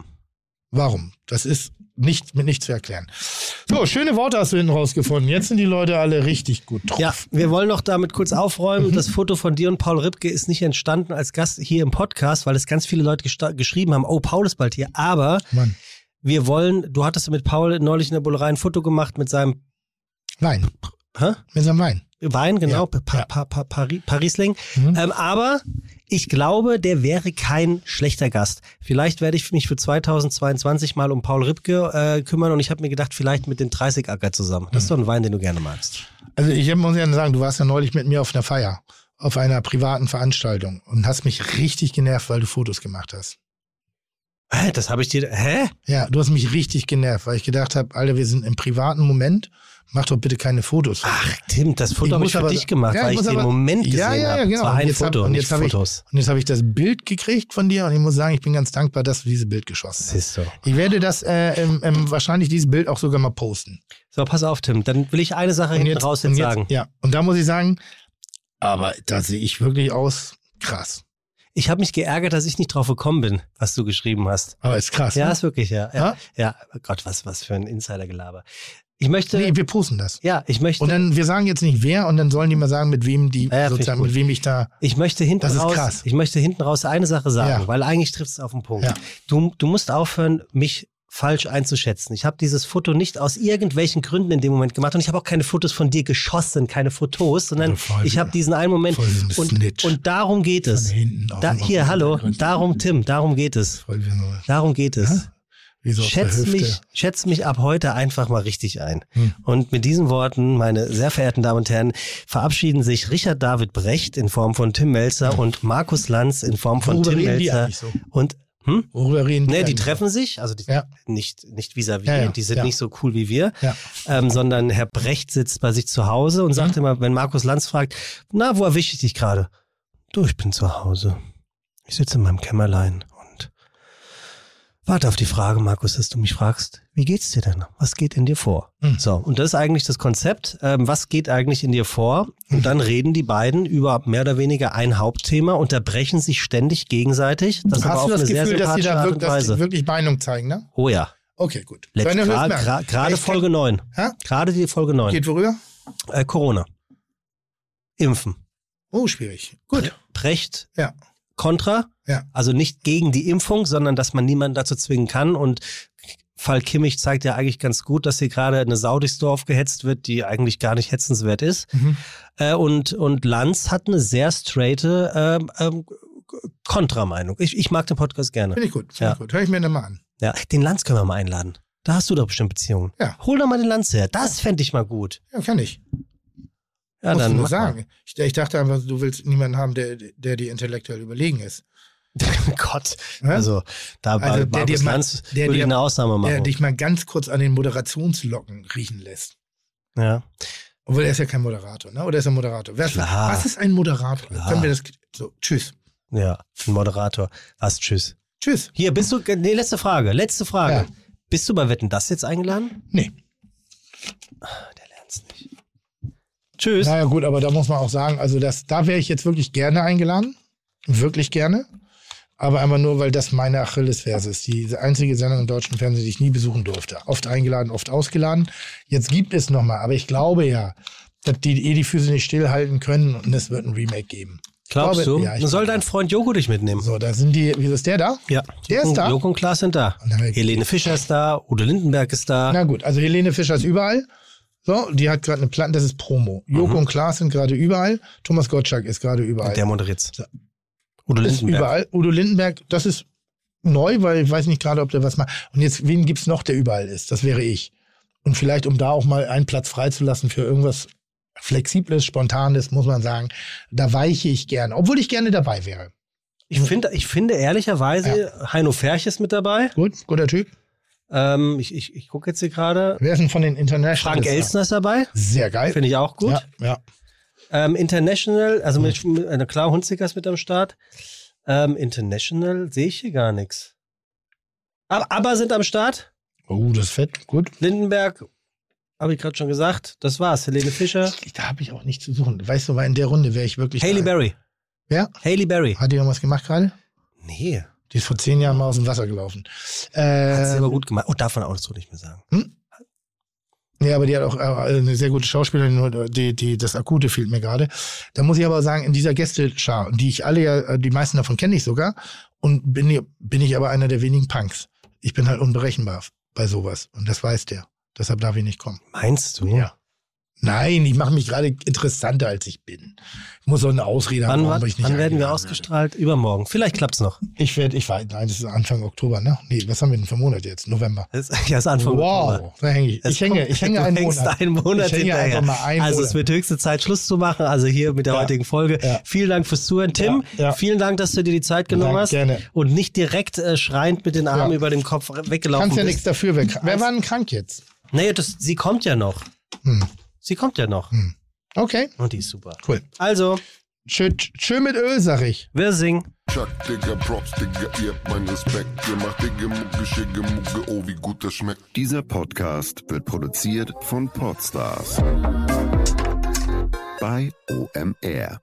S9: Warum? Das ist nicht, mit nicht zu erklären. So, schöne Worte hast du hinten rausgefunden. Jetzt sind die Leute alle richtig gut drauf.
S8: Ja, wir wollen noch damit kurz aufräumen.
S9: Mhm.
S8: Das Foto von dir und Paul Ripke ist nicht entstanden als Gast hier im Podcast, weil es ganz viele Leute gesta- geschrieben haben, oh, Paul ist bald hier. Aber
S9: Mann.
S8: wir wollen, du hattest mit Paul neulich in der Bullerei ein Foto gemacht mit seinem
S9: Wein.
S8: hä?
S9: Mit seinem Wein.
S8: Wein, genau,
S9: Ja,
S8: pa
S9: ja.
S8: Pa pa Pari Parisling.
S9: Mhm.
S8: Ähm, aber ich glaube, der wäre kein schlechter Gast. Vielleicht werde ich mich für 2022 mal um Paul Ripke äh, kümmern und ich habe mir gedacht, vielleicht mit den 30 Acker zusammen. Das
S9: Mhm.
S8: ist doch ein Wein, den du gerne magst.
S9: Also ich muss ja sagen, du warst ja neulich mit mir auf einer Feier, auf einer privaten Veranstaltung und hast mich richtig genervt, weil du Fotos gemacht hast.
S8: Hä, das habe ich dir. Hä?
S9: Ja, du hast mich richtig genervt, weil ich gedacht habe, Alter, wir sind im privaten Moment. Mach doch bitte keine Fotos.
S8: Ach, Tim, das Foto habe ich
S9: muss
S8: für
S9: aber-
S8: dich gemacht,
S9: Ja,
S8: weil
S9: ich
S8: ich
S9: muss
S8: den
S9: aber-
S8: Moment gesehen
S9: Ja, ja, ja,
S8: habe.
S9: genau.
S8: Es war
S9: Und
S8: ein
S9: jetzt hab-
S8: Foto,
S9: und
S8: nicht
S9: jetzt hab ich-
S8: Fotos.
S9: Und jetzt habe ich das Bild gekriegt von dir und ich muss sagen, ich bin ganz dankbar, dass du dieses Bild geschossen hast.
S8: Siehst du.
S9: Ich werde das äh, ähm, ähm, wahrscheinlich dieses Bild auch sogar mal posten.
S8: So, pass auf, Tim. Dann will ich eine Sache hinten raus jetzt
S9: und
S8: sagen.
S9: Ja, und da muss ich sagen, aber da sehe ich wirklich aus krass.
S8: Ich habe mich geärgert, dass ich nicht drauf gekommen bin, was du geschrieben hast.
S9: Aber ist krass.
S8: Ja,
S9: ne?
S8: ist wirklich, ja. Ja,
S9: Ha?
S8: ja. Oh Gott, was, was für ein Insidergelaber. Ich möchte,
S9: nee, wir posten das.
S8: ja, ich möchte,
S9: Und dann, wir sagen jetzt nicht wer und dann sollen die mal sagen, mit wem
S8: Ja,
S9: die
S8: ja, find ich
S9: sozusagen,
S8: gut.
S9: mit wem ich da.
S8: ich möchte hinten
S9: Das ist
S8: raus,
S9: krass.
S8: ich möchte hinten raus eine Sache sagen,
S9: Ja.
S8: weil eigentlich trifft es auf den Punkt.
S9: Ja.
S8: Du, du musst aufhören, mich falsch einzuschätzen. Ich habe dieses Foto nicht aus irgendwelchen Gründen in dem Moment gemacht und ich habe auch keine Fotos von dir geschossen, keine Fotos, sondern
S9: Du voll-
S8: ich habe diesen einen Moment
S9: voll ein
S8: und,
S9: Snitch.
S8: und darum geht es.
S9: Von hinten auf
S8: Da,
S9: den
S8: hier,
S9: Rücken.
S8: hallo, darum, Tim, darum geht es.
S9: Voll wie so-
S8: Darum geht es.
S9: wie so aus der
S8: Schätz
S9: Hüfte.
S8: mich, schätz mich ab heute einfach mal richtig ein.
S9: Hm.
S8: Und mit diesen Worten, meine sehr verehrten Damen und Herren, verabschieden sich Richard David Brecht in Form von Tim Melzer und Markus Lanz in Form von
S9: Worüber
S8: Tim
S9: reden die
S8: Melzer.
S9: eigentlich so?
S8: Und hm?
S9: Worüber reden
S8: Ne, die
S9: eigentlich so?
S8: treffen sich, also die,
S9: Ja.
S8: nicht, nicht vis-à-vis,
S9: Ja, ja,
S8: die sind
S9: ja.
S8: nicht so cool wie wir,
S9: Ja.
S8: ähm, sondern Herr Brecht sitzt bei sich zu Hause und
S9: Mhm.
S8: sagt immer, wenn Markus Lanz fragt, na, wo erwische ich dich gerade? Du, ich bin zu Hause. Ich sitze in meinem Kämmerlein und warte auf die Frage, Markus, dass du mich fragst, wie geht's dir denn? Was geht in dir vor?
S9: Mhm.
S8: So, und das ist eigentlich das Konzept. Ähm, was geht eigentlich in dir vor? Und dann reden die beiden über mehr oder weniger ein Hauptthema, unterbrechen sich ständig gegenseitig. Das aber
S9: Hast
S8: auf
S9: du das
S8: eine sehr
S9: Gefühl, dass die
S8: sympathische
S9: da
S8: Art
S9: wirk
S8: und
S9: dass
S8: Weise.
S9: die wirklich Meinung zeigen, ne?
S8: Oh ja.
S9: Okay, gut.
S8: Letzt-
S9: Deine
S8: gra-
S9: Höchstmerk-
S8: gra- Gerade
S9: Ich
S8: Folge 9.
S9: Hä?
S8: Gerade die Folge 9.
S9: Geht worüber?
S8: Äh, Corona. Impfen.
S9: Oh, schwierig. Gut.
S8: Precht.
S9: Ja.
S8: Kontra.
S9: Ja.
S8: Also nicht gegen die Impfung, sondern dass man niemanden dazu zwingen kann. Und Fall Kimmich zeigt ja eigentlich ganz gut, dass hier gerade eine Sau durchs Dorf gehetzt wird, die eigentlich gar nicht hetzenswert ist.
S9: Mhm.
S8: Äh, und, und Lanz hat eine sehr straighte ähm, ähm, Kontrameinung. Ich, ich mag den Podcast gerne.
S9: Finde ich gut. Find
S8: Ja.
S9: ich gut. Hör ich mir dann mal an.
S8: Ja, den Lanz können wir mal einladen. Da hast du doch bestimmt Beziehungen.
S9: Ja.
S8: Hol doch mal den Lanz her. Das fände ich mal gut.
S9: Ja, kann ich.
S8: Ja,
S9: Musst
S8: dann
S9: du nur
S8: mach mal.
S9: sagen. Ich, ich dachte einfach, du willst niemanden haben, der, der dir intellektuell überlegen ist.
S8: Gott,
S9: Ja?
S8: also da
S9: Also,
S8: also,
S9: der
S8: Markus
S9: dir mal-
S8: Lanz
S9: der
S8: würde ich
S9: dir-
S8: eine Ausnahme
S9: der
S8: machen.
S9: dich mal ganz kurz an den Moderationslocken riechen lässt.
S8: ja.
S9: Obwohl er ist ja kein Moderator, ne? Oder ist er Moderator? Was,
S8: Klar.
S9: was ist ein Moderator?
S8: Klar.
S9: Können wir das, so, tschüss.
S8: ja, ein Moderator. Was, tschüss.
S9: Tschüss.
S8: Hier, bist du, nee, letzte Frage, letzte Frage.
S9: Ja.
S8: Bist du bei Wetten, das jetzt eingeladen?
S9: Nee.
S8: Der lernt's nicht. Tschüss.
S9: Naja, gut, aber da muss man auch sagen, also das, da wäre ich jetzt wirklich gerne eingeladen. Wirklich gerne. Aber einmal nur, weil das meine Achillesferse ist. Die einzige Sendung im deutschen Fernsehen, die ich nie besuchen durfte. Oft eingeladen, oft ausgeladen. Jetzt gibt es nochmal, aber ich glaube ja, dass die eh die Füße nicht stillhalten können und es wird ein Remake geben.
S8: Glaubst
S9: glaube-
S8: du?
S9: Ja, ich
S8: Dann soll
S9: glaube-
S8: dein Freund Joko dich mitnehmen.
S9: So, da sind die, wieso ist der da?
S8: Ja,
S9: Der ist da.
S8: Joko und Klaas sind da.
S9: Und dann haben wir-
S8: Helene Fischer ist da, Udo Lindenberg ist da.
S9: Na gut, also Helene Fischer ist überall. So, die hat gerade eine Platte, das ist Promo. Joko und Klaas sind gerade überall. Thomas Gottschalk ist gerade überall.
S8: der moderiert. Udo
S9: ist
S8: Lindenberg.
S9: überall. Udo Lindenberg, das ist neu, weil ich weiß nicht gerade, ob der was macht. Und jetzt, wen gibt's noch, der überall ist? Das wäre ich. Und vielleicht, um da auch mal einen Platz freizulassen für irgendwas Flexibles, Spontanes, muss man sagen, da weiche ich gerne, obwohl ich gerne dabei wäre.
S8: Ich finde, ich finde ehrlicherweise, Heino Ferch ist mit dabei.
S9: Gut, guter Typ.
S8: Ähm, ich ich, ich gucke jetzt hier gerade.
S9: Wer ist denn von den International?
S8: Frank Elstner ist dabei.
S9: Sehr geil.
S8: Finde ich auch gut.
S9: Ja, ja.
S8: Ähm, International, also mit,
S9: Mhm.
S8: mit einer klar Hunziker ist mit am Start. Ähm, International sehe ich hier gar nichts. Ab, aber sind am Start.
S9: Oh, das ist fett. Gut.
S8: Lindenberg, habe ich gerade schon gesagt. Das war's. Helene Fischer.
S9: Ich, da habe ich auch nichts zu suchen. Weißt du, weil in der Runde wäre ich wirklich.
S8: Haley
S9: geil.
S8: Berry.
S9: Wer?
S8: Haley Berry.
S9: Hat die irgendwas gemacht gerade?
S8: Nee.
S9: Die ist vor zehn Jahren mal aus dem Wasser gelaufen. Äh,
S8: Hat sie aber gut gemacht. Oh, darf man auch so nicht mehr sagen.
S9: Ja, aber die hat auch äh, eine sehr gute Schauspielerin, nur die, die, das Akute fehlt mir gerade. Da muss ich aber sagen, in dieser Gästeschar, die ich alle ja, äh, die meisten davon kenne ich sogar, und bin, bin ich aber einer der wenigen Punks. Ich bin halt unberechenbar bei sowas. Und das weiß der. Deshalb darf ich nicht kommen.
S8: Meinst du?
S9: Nein, ich mache mich gerade interessanter, als ich bin. Ich muss so eine Ausrede
S8: Wann,
S9: haben,
S8: war,
S9: warum ich nicht
S8: wann werden wir
S9: eingeladen
S8: ausgestrahlt? Übermorgen. Vielleicht klappt's noch.
S9: werde. Ich werde, ich weiß, nein, das ist Anfang Oktober, ne? Nee, was haben wir denn für Monat jetzt? November.
S8: Das ist, ja, ist Anfang
S9: wow,
S8: Oktober.
S9: da hänge ich.
S8: Es
S9: Ich hänge,
S8: kommt-
S9: ich hänge
S8: du
S9: einen
S8: hängst
S9: Monat.
S8: einen Monat
S9: Ich hänge
S8: hinterher.
S9: einfach mal einen
S8: also es
S9: Monat.
S8: wird höchste Zeit, Schluss zu machen. Also hier mit der
S9: Ja.
S8: heutigen Folge.
S9: Ja.
S8: Vielen Dank fürs Zuhören. Tim,
S9: Ja. Ja.
S8: vielen Dank, dass du dir die Zeit genommen
S9: Dank,
S8: hast
S9: gerne.
S8: und nicht direkt äh, schreiend mit den Armen
S9: Ja.
S8: über dem Kopf weggelaufen
S9: Kannst ja nichts
S8: bist.
S9: dafür. Wer, wer war denn krank jetzt?
S8: Naja, das, sie kommt ja noch.
S9: Hm.
S8: Sie kommt ja noch.
S9: Okay,
S8: Und die ist super.
S9: cool.
S8: Also,
S9: Schön, schön mit Öl, sag ich.
S8: wir singen.
S7: Chuck, Digga, Props, Digga, ihr habt meinen Respekt. Ihr macht Digga, Mucke, Schicke, Mucke, oh, wie gut das schmeckt.
S10: Dieser Podcast wird produziert von Podstars bei OMR.